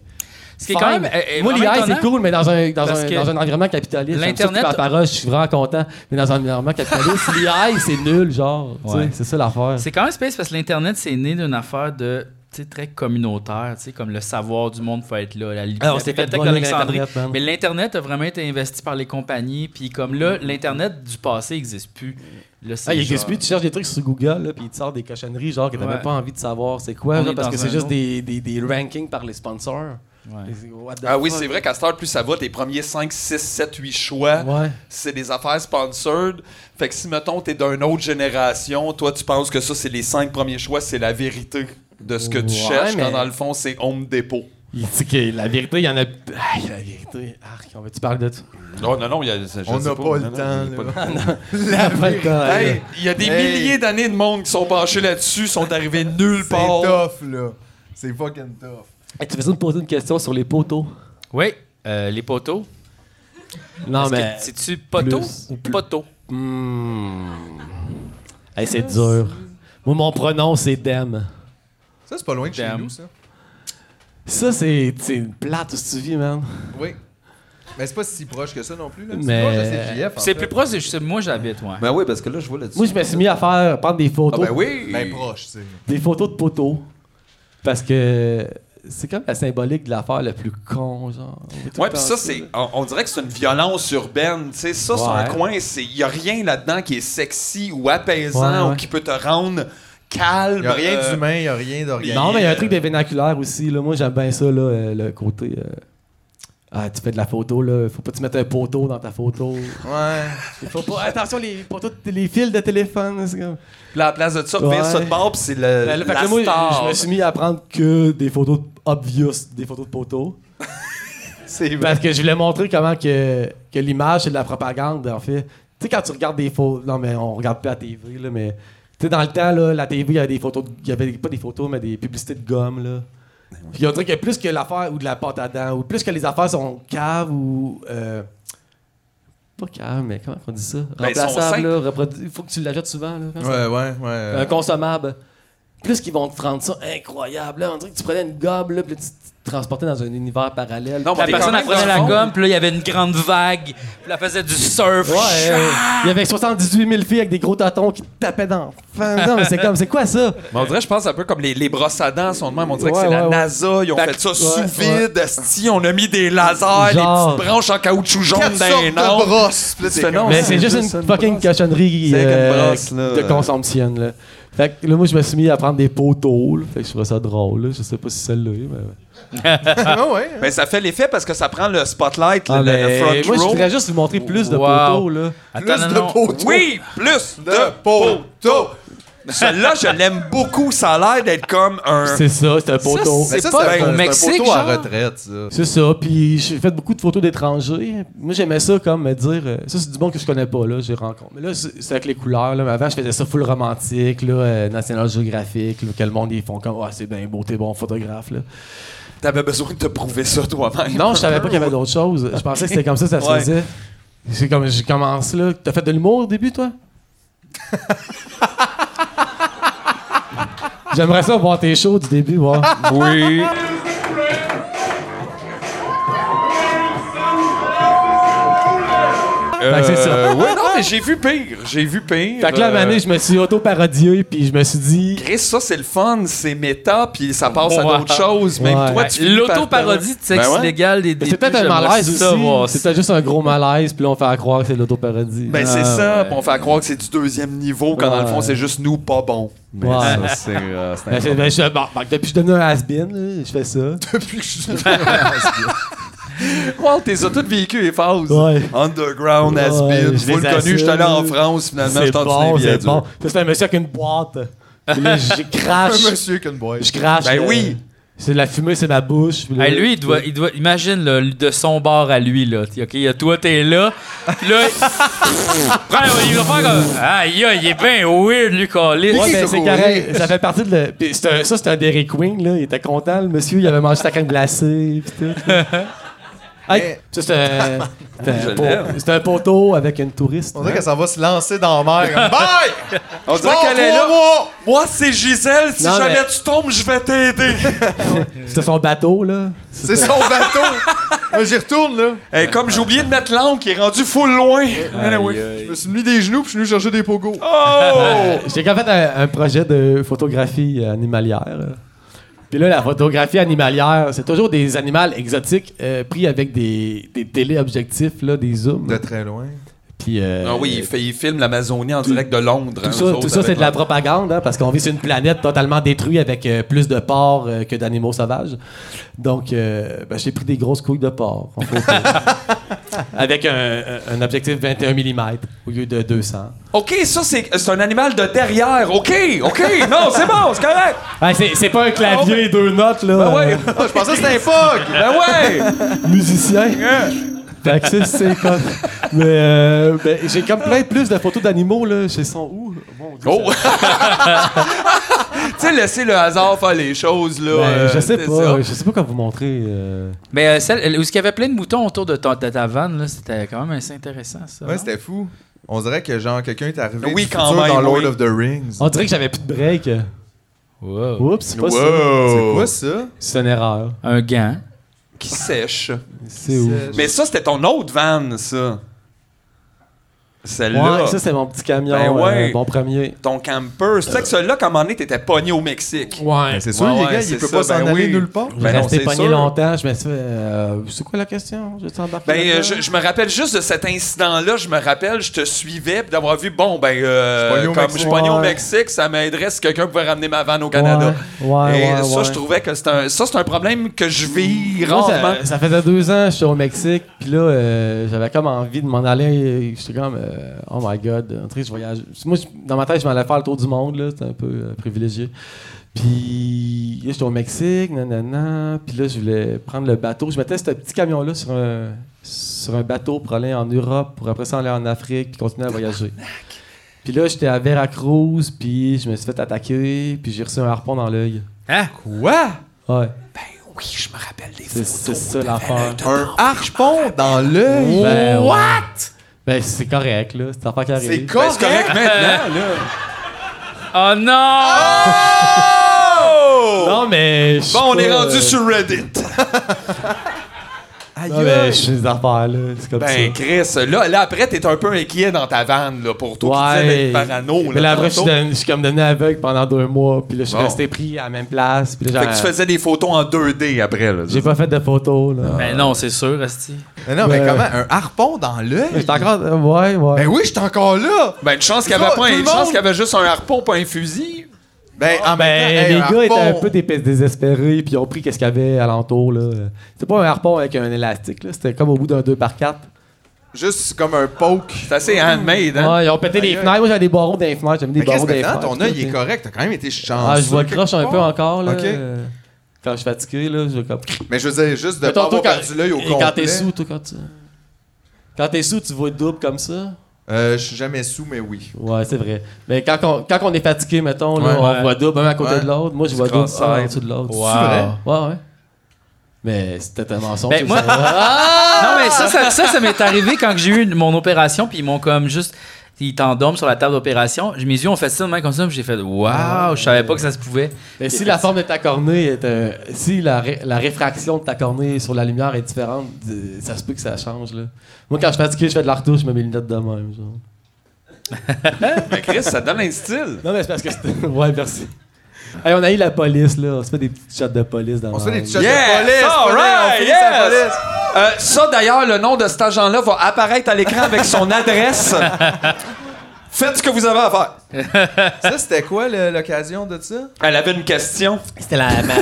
Ce qui est quand Fine. même. euh, euh, Moi, vraiment l'IA, étonnant. c'est cool, mais dans un, dans parce un, que dans un environnement capitaliste. j'aime ça que tu l'Internet- parles la parole, je suis vraiment content. Mais dans un environnement capitaliste, l'IA, c'est nul, genre. tu sais, Ouais. C'est ça l'affaire. C'est quand même space parce que l'Internet, c'est né d'une affaire de tu sais, très communautaire, tu sais, comme le savoir du monde faut être là, la liberté, Ah, on s'est fait voler l'Internet, hein. man. Mais l'Internet a vraiment été investi par les compagnies, puis comme là, l'Internet du passé n'existe plus. Là, c'est Ah, il genre- existe plus, tu cherches des trucs sur Google, là, puis il te sort des cochonneries, genre, que t'as Ouais. même pas envie de savoir c'est quoi, On là, est parce dans que c'est un juste autre- des, des, des rankings par les sponsors. Ouais. Et- what the Ah oui, fuck? c'est vrai qu'à Star, plus ça va, tes premiers 5, 6, 7, 8 choix, Ouais. c'est des affaires sponsored. Fait que si, mettons, t'es d'une autre génération, toi, tu penses que ça, c'est les 5 premiers choix, c'est la vérité de ce que tu Ouais, cherches, mais- quand dans le fond, c'est Home Depot. Il dit que la vérité, il y en a. Aïe, la vérité. Arc, on veut-tu parler de ça? Non, non, non, il y a, On n'a pas, le temps. là. La vérité. Hey, il y a des Hey. milliers d'années de monde qui sont penchés là-dessus, sont arrivés nulle C'est part. tough, là. C'est fucking tough. tu faisais me poser une question sur les poteaux? Oui, euh, les poteaux. Non, Est-ce que- mais. C'est-tu poteau Ah, ben, Plus. ou poteau? Hmm. Hey, c'est dur. Moi, mon pronom, c'est Dem. Ça, c'est pas loin de chez Damn. nous, ça. Ça, c'est c'est une plate où tu vis, man. Oui. Mais c'est pas si proche que ça non plus. là. Mais- C'est proche de CJF, en C'est fait. plus proche de chez moi, j'habite, ouais. Ben oui, parce que là, je vois là-dessus. Moi, je me suis mis à faire prendre des Ah photos, ben oui! Ben proche, c'est. des photos de poteaux. Parce que c'est comme la symbolique de l'affaire le plus con, genre. Ouais, puis ça, c'est. On, on dirait que c'est une violence urbaine. Tu sais, ça, c'est un Ouais. coin. Il n'y a rien là-dedans qui est sexy ou apaisant Ouais, ouais. ou qui peut te rendre calme. Il a rien euh, d'humain, il a rien euh, d'organique. Non, mais il y a un truc de vénaculaire aussi. Là. Moi, j'aime bien ça, là, euh, le côté. euh, Ah, tu fais de la photo, là. Faut pas que tu mettes un poteau dans ta photo. Ouais. Faut pas... Attention, les poteaux, de- les fils de téléphone. c'est comme- Puis là, à la place de ça, Ouais. vire ça de bord, puis c'est le. Ben, Là, fait que la là, moi, star. je me suis mis à prendre que des photos de- obvious, des photos de poteaux. C'est vrai. Parce que je voulais montrer comment que, que l'image, c'est de la propagande, en fait. Tu sais, quand tu regardes des photos... Non, mais on regarde plus la TV, là, mais... Tu sais, dans le temps, là, la TV, il y avait des photos... de- Il y avait pas des photos, mais des publicités de gomme, là. Ben Puis on dirait que plus que l'affaire ou de la pâte à dents, ou plus que les affaires sont caves ou... euh, pas caves, mais comment on dit ça? Ben, ils sont Remplaçable, simples. là, reprodu- faut que tu l'achètes souvent, là. Comment ça Ouais, ouais, ouais. un consommable. Plus qu'ils vont te rendre ça incroyable. Là. On dirait que tu prenais une gomme, là, puis là, tu te transportais dans un univers parallèle. Non, La mais personne, quand elle même dans prenait le la fond. gomme, puis là, il y avait une grande vague, puis elle faisait du surf. Ouais, euh, il y avait 78 000 filles avec des gros tatons qui te tapaient dans. Enfin, non, mais c'est comme, c'est quoi ça? Mais on dirait, je pense un peu comme les, les brosses à dents sont de même. On dirait que Ouais, c'est la ouais, ouais. NASA. Ils ont Fait fait, que- ça ouais, sous vide. Si on a mis des lasers, Genre. des petites branches en caoutchouc jaune Quatre dans sortes les de noms. brosses. Puis là, Tu t'es fais non, comme- mais Ah, c'est juste une fucking cochonnerie C'est avec une euh, brosse, là. de consomption. Là. Fait que là, moi, je me suis mis à prendre des poteaux. là. Fait que je trouvais ça drôle. là. Je sais pas si celle-là est, mais. Ah ouais. Mais Ben, ça fait l'effet parce que ça prend le spotlight, le- Ah, le, mais front moi, je row. voudrais juste vous montrer plus de Wow. poteaux. Là. Attends, non, Plus de non. poteaux. Oui, plus De de poteaux. Celle-là, je l'aime beaucoup. Ça a l'air d'être comme un. C'est ça, c'est un poteau. Mais C'est ça, pas c'est au un- c'est un Mexique, poteau à genre? retraite, ça. C'est ça, puis j'ai fait beaucoup de photos d'étrangers. Moi, j'aimais ça comme me dire. euh, Ça, c'est du bon que je connais pas, là, j'ai rencontré. Mais là, c'est c'est avec les couleurs, là. Mais avant, je faisais ça full romantique, là, euh, National Geographic, là, que le monde, ils font comme, ah, c'est bien beau, t'es bon photographe, là. T'avais besoin de te prouver ça toi-même. Non, je savais pas qu'il y avait d'autres choses. Je pensais que c'était comme ça, ça se Ouais. faisait. C'est comme, je commence là. T'as fait de l'humour au début, toi? J'aimerais ça voir tes shows du début, voir. Oui. Fait que Ben, c'est ça. Euh, ouais, non, mais j'ai vu pire. J'ai vu pire. Fait que là, à un Euh, moment donné, je me suis auto-parodié, puis je me suis dit, Chris, ça, c'est le fun. C'est méta, puis ça passe à Ouais. Ben, d'autres choses. Même Ouais. toi, tu finis par- L'auto-parodie de sexe Ben ouais. illégal des Mais débuts. C'est peut-être un j'aimerais malaise ça voir aussi. C'est ça. peut-être juste un gros malaise, puis là, on fait à croire que c'est de l'autoparodie. Ben, Ah, c'est ça. ouais. puis on fait à croire que c'est du deuxième niveau, quand dans le fond, Ouais. c'est juste nous pas bon. Mais Ouais. ça, c'est. Ben, c'est- ben, je- bon, ben, depuis que je suis devenu un has-been, là, je fais ça. Wow, t'es toutes vécu les phases. Ouais. Underground, Ouais, Aspin, je les full connu. assume. J'étais allé en France, finalement, C'est je t'en bon, bien c'est dur. bon. Ça, C'est un monsieur avec une boîte. Puis là, Ah, je Un crache. monsieur qu'une boîte. Je crache. Ben là. oui. C'est de la fumée, c'est ma bouche. puis là- Hey, lui, il doit, il doit, imagine là, de son bord à lui là. T'sais, Ok, il y a toi t'es là, Puis là, il- il va faire comme, aïe, aïe, il est bien weird lui, Calis. Ouais, Qui se ben, c'est roulait? correct. Ça fait partie de le. puis c'est un- ça, c'était un Derry Queen, là. Il était content, le monsieur. Il avait mangé sa crème glacée, pis tout. là. Hey, ça, c'est un. c'est un Je pot- l'aime. C'est un poteau avec une touriste. On dirait qu'elle s'en va se lancer dans la mer. comme, Bye! On dirait qu'elle est là. Moi, c'est Gisèle. Si Non, jamais mais- tu tombes, je vais t'aider. C'était hein. son bateau, là. C'est son bateau! Moi, J'y retourne, là. Hey, Eh, comme j'ai oublié de mettre l'angle qui est rendu full loin. Anyway. Je me suis mis des genoux, puis je suis venu chercher des pogos. Oh! Euh, J'ai quand même fait un, un projet de photographie euh, animalière. euh. Puis là, la photographie animalière, c'est toujours des animaux exotiques euh, pris avec des, des téléobjectifs, là, des zooms. De très loin. Puis, euh, Ah oui, il, fait, il filme l'Amazonie en direct de Londres. hein, Tout ça, eux tout autres, ça, c'est avec de la leur- propagande, hein, parce qu'on vit sur une planète totalement détruite avec euh, plus de porcs euh, que d'animaux sauvages. Donc, euh, ben, j'ai pris des grosses couilles de porc. en photo. avec un, un objectif 21 mm au lieu de 200. OK, ça, c'est c'est un animal de derrière. OK, OK. Non, c'est bon, c'est correct. Ah, c'est c'est pas un clavier et deux notes, là. Ben ouais. Ah, je pensais que c'était un fog! Ben ouais. euh, musicien. Fait que c'est- c'est comme. Mais euh, ben, j'ai comme plein plus de photos d'animaux, là, chez son où. Mon Dieu, Oh! tu sais, laisser le hasard faire les choses, là. ça- Ben, euh, je sais c'est pas, ça. je sais pas comment vous montrer. euh. Mais euh, celle où il y avait plein de moutons autour de, ton- de ta vanne là, c'était quand même assez intéressant ça. hein? Ouais, c'était fou. On dirait que, genre, quelqu'un est arrivé Oui, du quand futur même, dans Lord oui. of the Rings. On dirait que j'avais plus de break. Wow. Oups, c'est pas ça. C'est quoi ça? C'est une erreur. Un gant. Qui sèche. C'est où? Mais ça, c'était ton autre van, ça. Celle-là. Ouais, ça, c'est mon petit camion, Ben ouais. euh, mon premier. ton camper. C'est vrai que celui-là, comme on est, t'étais pogné au Mexique. Ouais. Ben, c'est sûr, Ouais, les ouais, gars, il c'est peut ça, pas s'en ben aller oui. nulle part. J'ai Ben non, resté c'est pogné sûr. longtemps. Je me suis fait. euh, c'est quoi la question? Je vais t'embarquer. Ben, euh, là-dedans? je, je me rappelle juste de cet incident-là. Je me rappelle, je te suivais, puis d'avoir vu, bon, ben, euh, Je suis pogné au comme je Mexique. suis pogné au Ouais. Mexique, ça m'aiderait si quelqu'un pouvait ramener ma van au Canada. Ouais, ouais, Et ouais, ça, ouais. je trouvais que c'est un, ça, c'est un problème que je vis Moi, ça- rarement. ça, faisait deux ans, je suis au Mexique, puis là, euh, j'avais comme envie de m'en aller. J'étais comme, euh, oh my god, en tout cas, je voyage. Moi, je- dans ma tête, je m'allais faire le tour du monde, là, c'était un peu euh, privilégié. Puis là, j'étais au Mexique, nanana. Puis là, je voulais prendre le bateau. Je mettais ce petit camion-là sur un, sur un bateau pour aller en Europe, pour après ça aller en Afrique, puis continuer à voyager. Puis là, j'étais à Veracruz, puis je me suis fait attaquer, puis j'ai reçu un harpon dans l'œil. Hein? Quoi? Ouais, Oui, je me rappelle des c'est c'est ça l'affaire. Un harpon dans l'œil? Ben, ouais. What? Ben, c'est correct, là. C'est l'affaire qui arrive. Oh! C'est correct! ben, maintenant, là. Oh non! Non, mais. je suis Oh! Bon, on est pas, rendu euh, sur Reddit. Aïe, Non, mais aïe. je suis des affaires, là. C'est comme Ben, ça. Chris, là, là après, t'es un peu inquiet dans ta vanne, là, pour toi qui disais Ouais. d'être parano. mais là, la vraie, je suis tantôt. devenu- je suis comme devenu aveugle pendant deux mois, puis là, je suis Bon. resté pris à la même place. Puis là, Fait que tu j'ai- faisais des photos en 2D après, là. j'ai pas fait de photos, là. Ah. Ben non, c'est sûr, Asti. Mais non, mais Ouais. comment? Un harpon dans l'œil? J'étais encore. euh, Ouais, ouais. Ben oui, j'étais encore là! Ben, une chance qu'il y Tout avait, le pas, une monde- chance qu'il y avait juste un harpon, pas un fusil. Ben, en Ben, même temps, hey, les un gars étaient un harpon. peu des pes- désespérés, puis ils ont pris qu'est-ce qu'il y avait alentour, là. C'était pas un harpon avec un élastique, là. C'était comme au bout d'un 2 par 4 Juste comme un poke. C'est assez handmade, hein? Ouais, ils ont pété les Aïe, aïe. fenêtres. Moi, j'avais des barreaux dans les fenêtres. J'avais des Mais qu'est-ce barreaux dans les que fenêtres. ton œil il là, est correct? T'as quand même été chanceux. Ah, je vois le quelque croche un part. peu encore, là. Ok. euh, Quand je suis fatigué, là, je vais comme. Mais je veux dire, juste de Mettons, pas toi, avoir quand- perdu l'œil au et complet. quand t'es sous, toi, quand tu. Quand t'es sous, tu vois double comme ça. Euh, je suis jamais sous, mais oui. Ouais, c'est vrai. Mais quand on, quand on est fatigué, mettons, là, Ouais. on voit double un à côté Ouais. de l'autre. Moi, je vois double cross-eyed. un en dessous de l'autre. Wow. C'est Ouais, ouais. Mais c'était un mensonge. Ben, je moi- savais. Ah! Non, mais ça, ça, ça, ça m'est arrivé quand j'ai eu une- mon opération, puis ils m'ont comme juste. Ils t'endorment sur la table d'opération. Mes yeux ont fait ça de main comme ça, puis j'ai fait Waouh, je savais pas que ça se pouvait. Mais si la forme de ta cornée est un- si la, ré- la réfraction de ta cornée sur la lumière est différente, d- ça se peut que ça change là. Moi quand je suis fatigué, je fais de la retouche, je mets mes lunettes de même genre. Mais Chris, ça donne un style. Non mais c'est parce que c'était ouais, merci. Hey, on a eu la police là, on se fait des petites shots de police dans On se fait la- des petits shots Yeah, de police! all venez, right, on finit yes. sa police. Euh, ça, d'ailleurs, le nom de cet agent-là va apparaître à l'écran avec son adresse. Faites ce que vous avez à faire. Ça, c'était quoi le- l'occasion de ça? Elle avait une question. C'était la ma-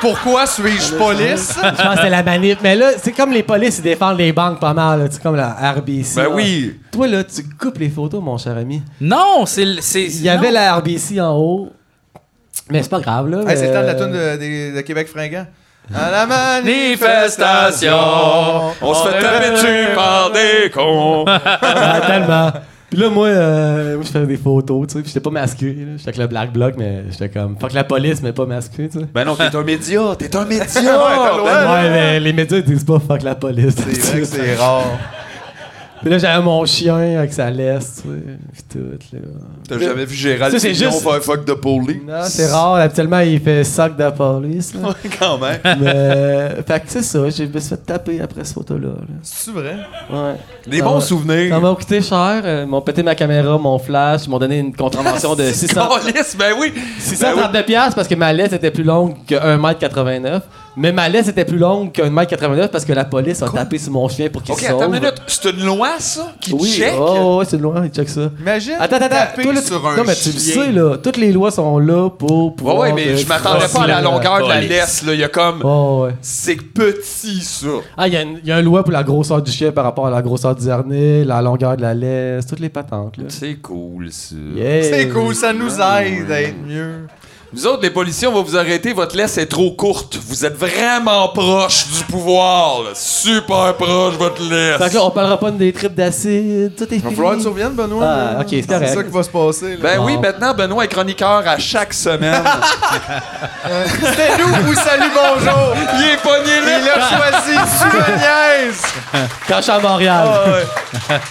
Pourquoi suis-je police? Je pense que c'était la manip, mais là, c'est comme les polices ils défendent les banques pas mal, là. c'est comme la RBC. Ben là. oui. Toi là, tu coupes les photos mon cher ami. Non, c'est. le- c'est- Il y avait non. la RBC en haut. Mais c'est pas grave là. Hey, c'est le temps de la euh, toune de, des- de Québec fringant. À la manifestation! Manifestation. On se fait taper dessus par des cons. Ah, tellement. Puis là, moi, euh, moi, je faisais des photos, tu sais. Puis j'étais pas masqué. là. J'étais avec le Black Bloc, mais j'étais comme. Fuck la police, mais pas masqué, tu sais. Ben non, t'es un média. T'es un média. t'as le droit. Ouais, ouais, mais les médias ils disent pas fuck la police. C'est vrai que c'est rare. Puis là, j'avais mon chien avec sa laisse, tu sais. Puis tout, là. T'as jamais vu Gérald Ça, c'est Fillon juste- faire fuck de police? Non, c'est rare. Habituellement, il fait sac de la police, là. Quand même. mais. Fait que c'est ça. Je me suis fait taper après cette photo-là. là. C'est vrai? Ouais. Des Ça bons m'a- Ça souvenirs. m'a coûté cher. euh, Ils m'ont pété ma caméra, mon flash. Ils m'ont donné une contravention de 600. Calice, ben oui. Ben oui. 632 piastres parce que ma laisse était plus longue que 1m89. Mais ma laisse était plus longue que 1m89 parce que la police a tapé sur mon chien pour qu'il Ok, se sauve. attends une minute. C'est une loi, ça, qui Oui, check? oh, ouais, c'est loin, il check ça. Imagine Attends, attends, attends. taper Toi, là, tu- sur un non, mais tu le chien. sais, là. Toutes les lois sont là pour Ouais, pouvoir. ouais, mais euh, je m'attendais pas à la crosser longueur de la police. laisse, là. Il y a comme. Oh, ouais. C'est petit, ça. Ah, il y, a une- il y a une loi pour la grosseur du chien par rapport à la grosseur du harnais, la longueur de la laisse, toutes les patentes, là. C'est cool, ça. Yeah. C'est cool, ça nous Ah, aide à être mieux. Vous autres, les policiers, on va vous arrêter. Votre laisse est trop courte. Vous êtes vraiment proche du pouvoir, là. Super proche, votre Fait que là, laisse. on parlera pas des tripes d'acide, tout est Il va fini. falloir que tu reviennes, Benoît. Ah, là. ok, c'est C'est correct. ça qui va se passer. là. Ben oui, Bon. maintenant, Benoît est chroniqueur à chaque semaine. C'était nous ou salut, bonjour! Il est pogné Il là. a choisi Souveniaise! Quand je suis à Montréal.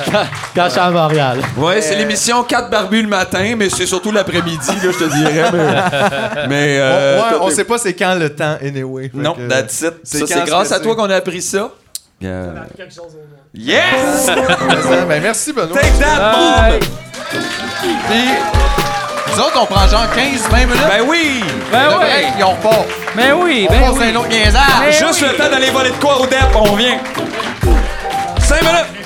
quand, quand je suis à Montréal. Ouais, c'est l'émission 4 barbus le matin, mais c'est surtout l'après-midi, là, je te dirais. Mais, mais, euh, Ouais, toi, on t'es- sait pas c'est quand le temps, anyway. Fait Non, que- that's it. c'est Ça, quand c'est grâce que à toi c'est. qu'on a appris ça. hein. Yes! Ben, merci, Benoît. Take that, monde! Puis, nous autres, on prend genre 15-20 minutes. Ben oui! Ben de break, oui! puis on repart. Ben oui! On Ben passe à oui! un autre niaisage. Ben Juste oui. le temps d'aller voler de quoi au DEP, on revient. 5 minutes!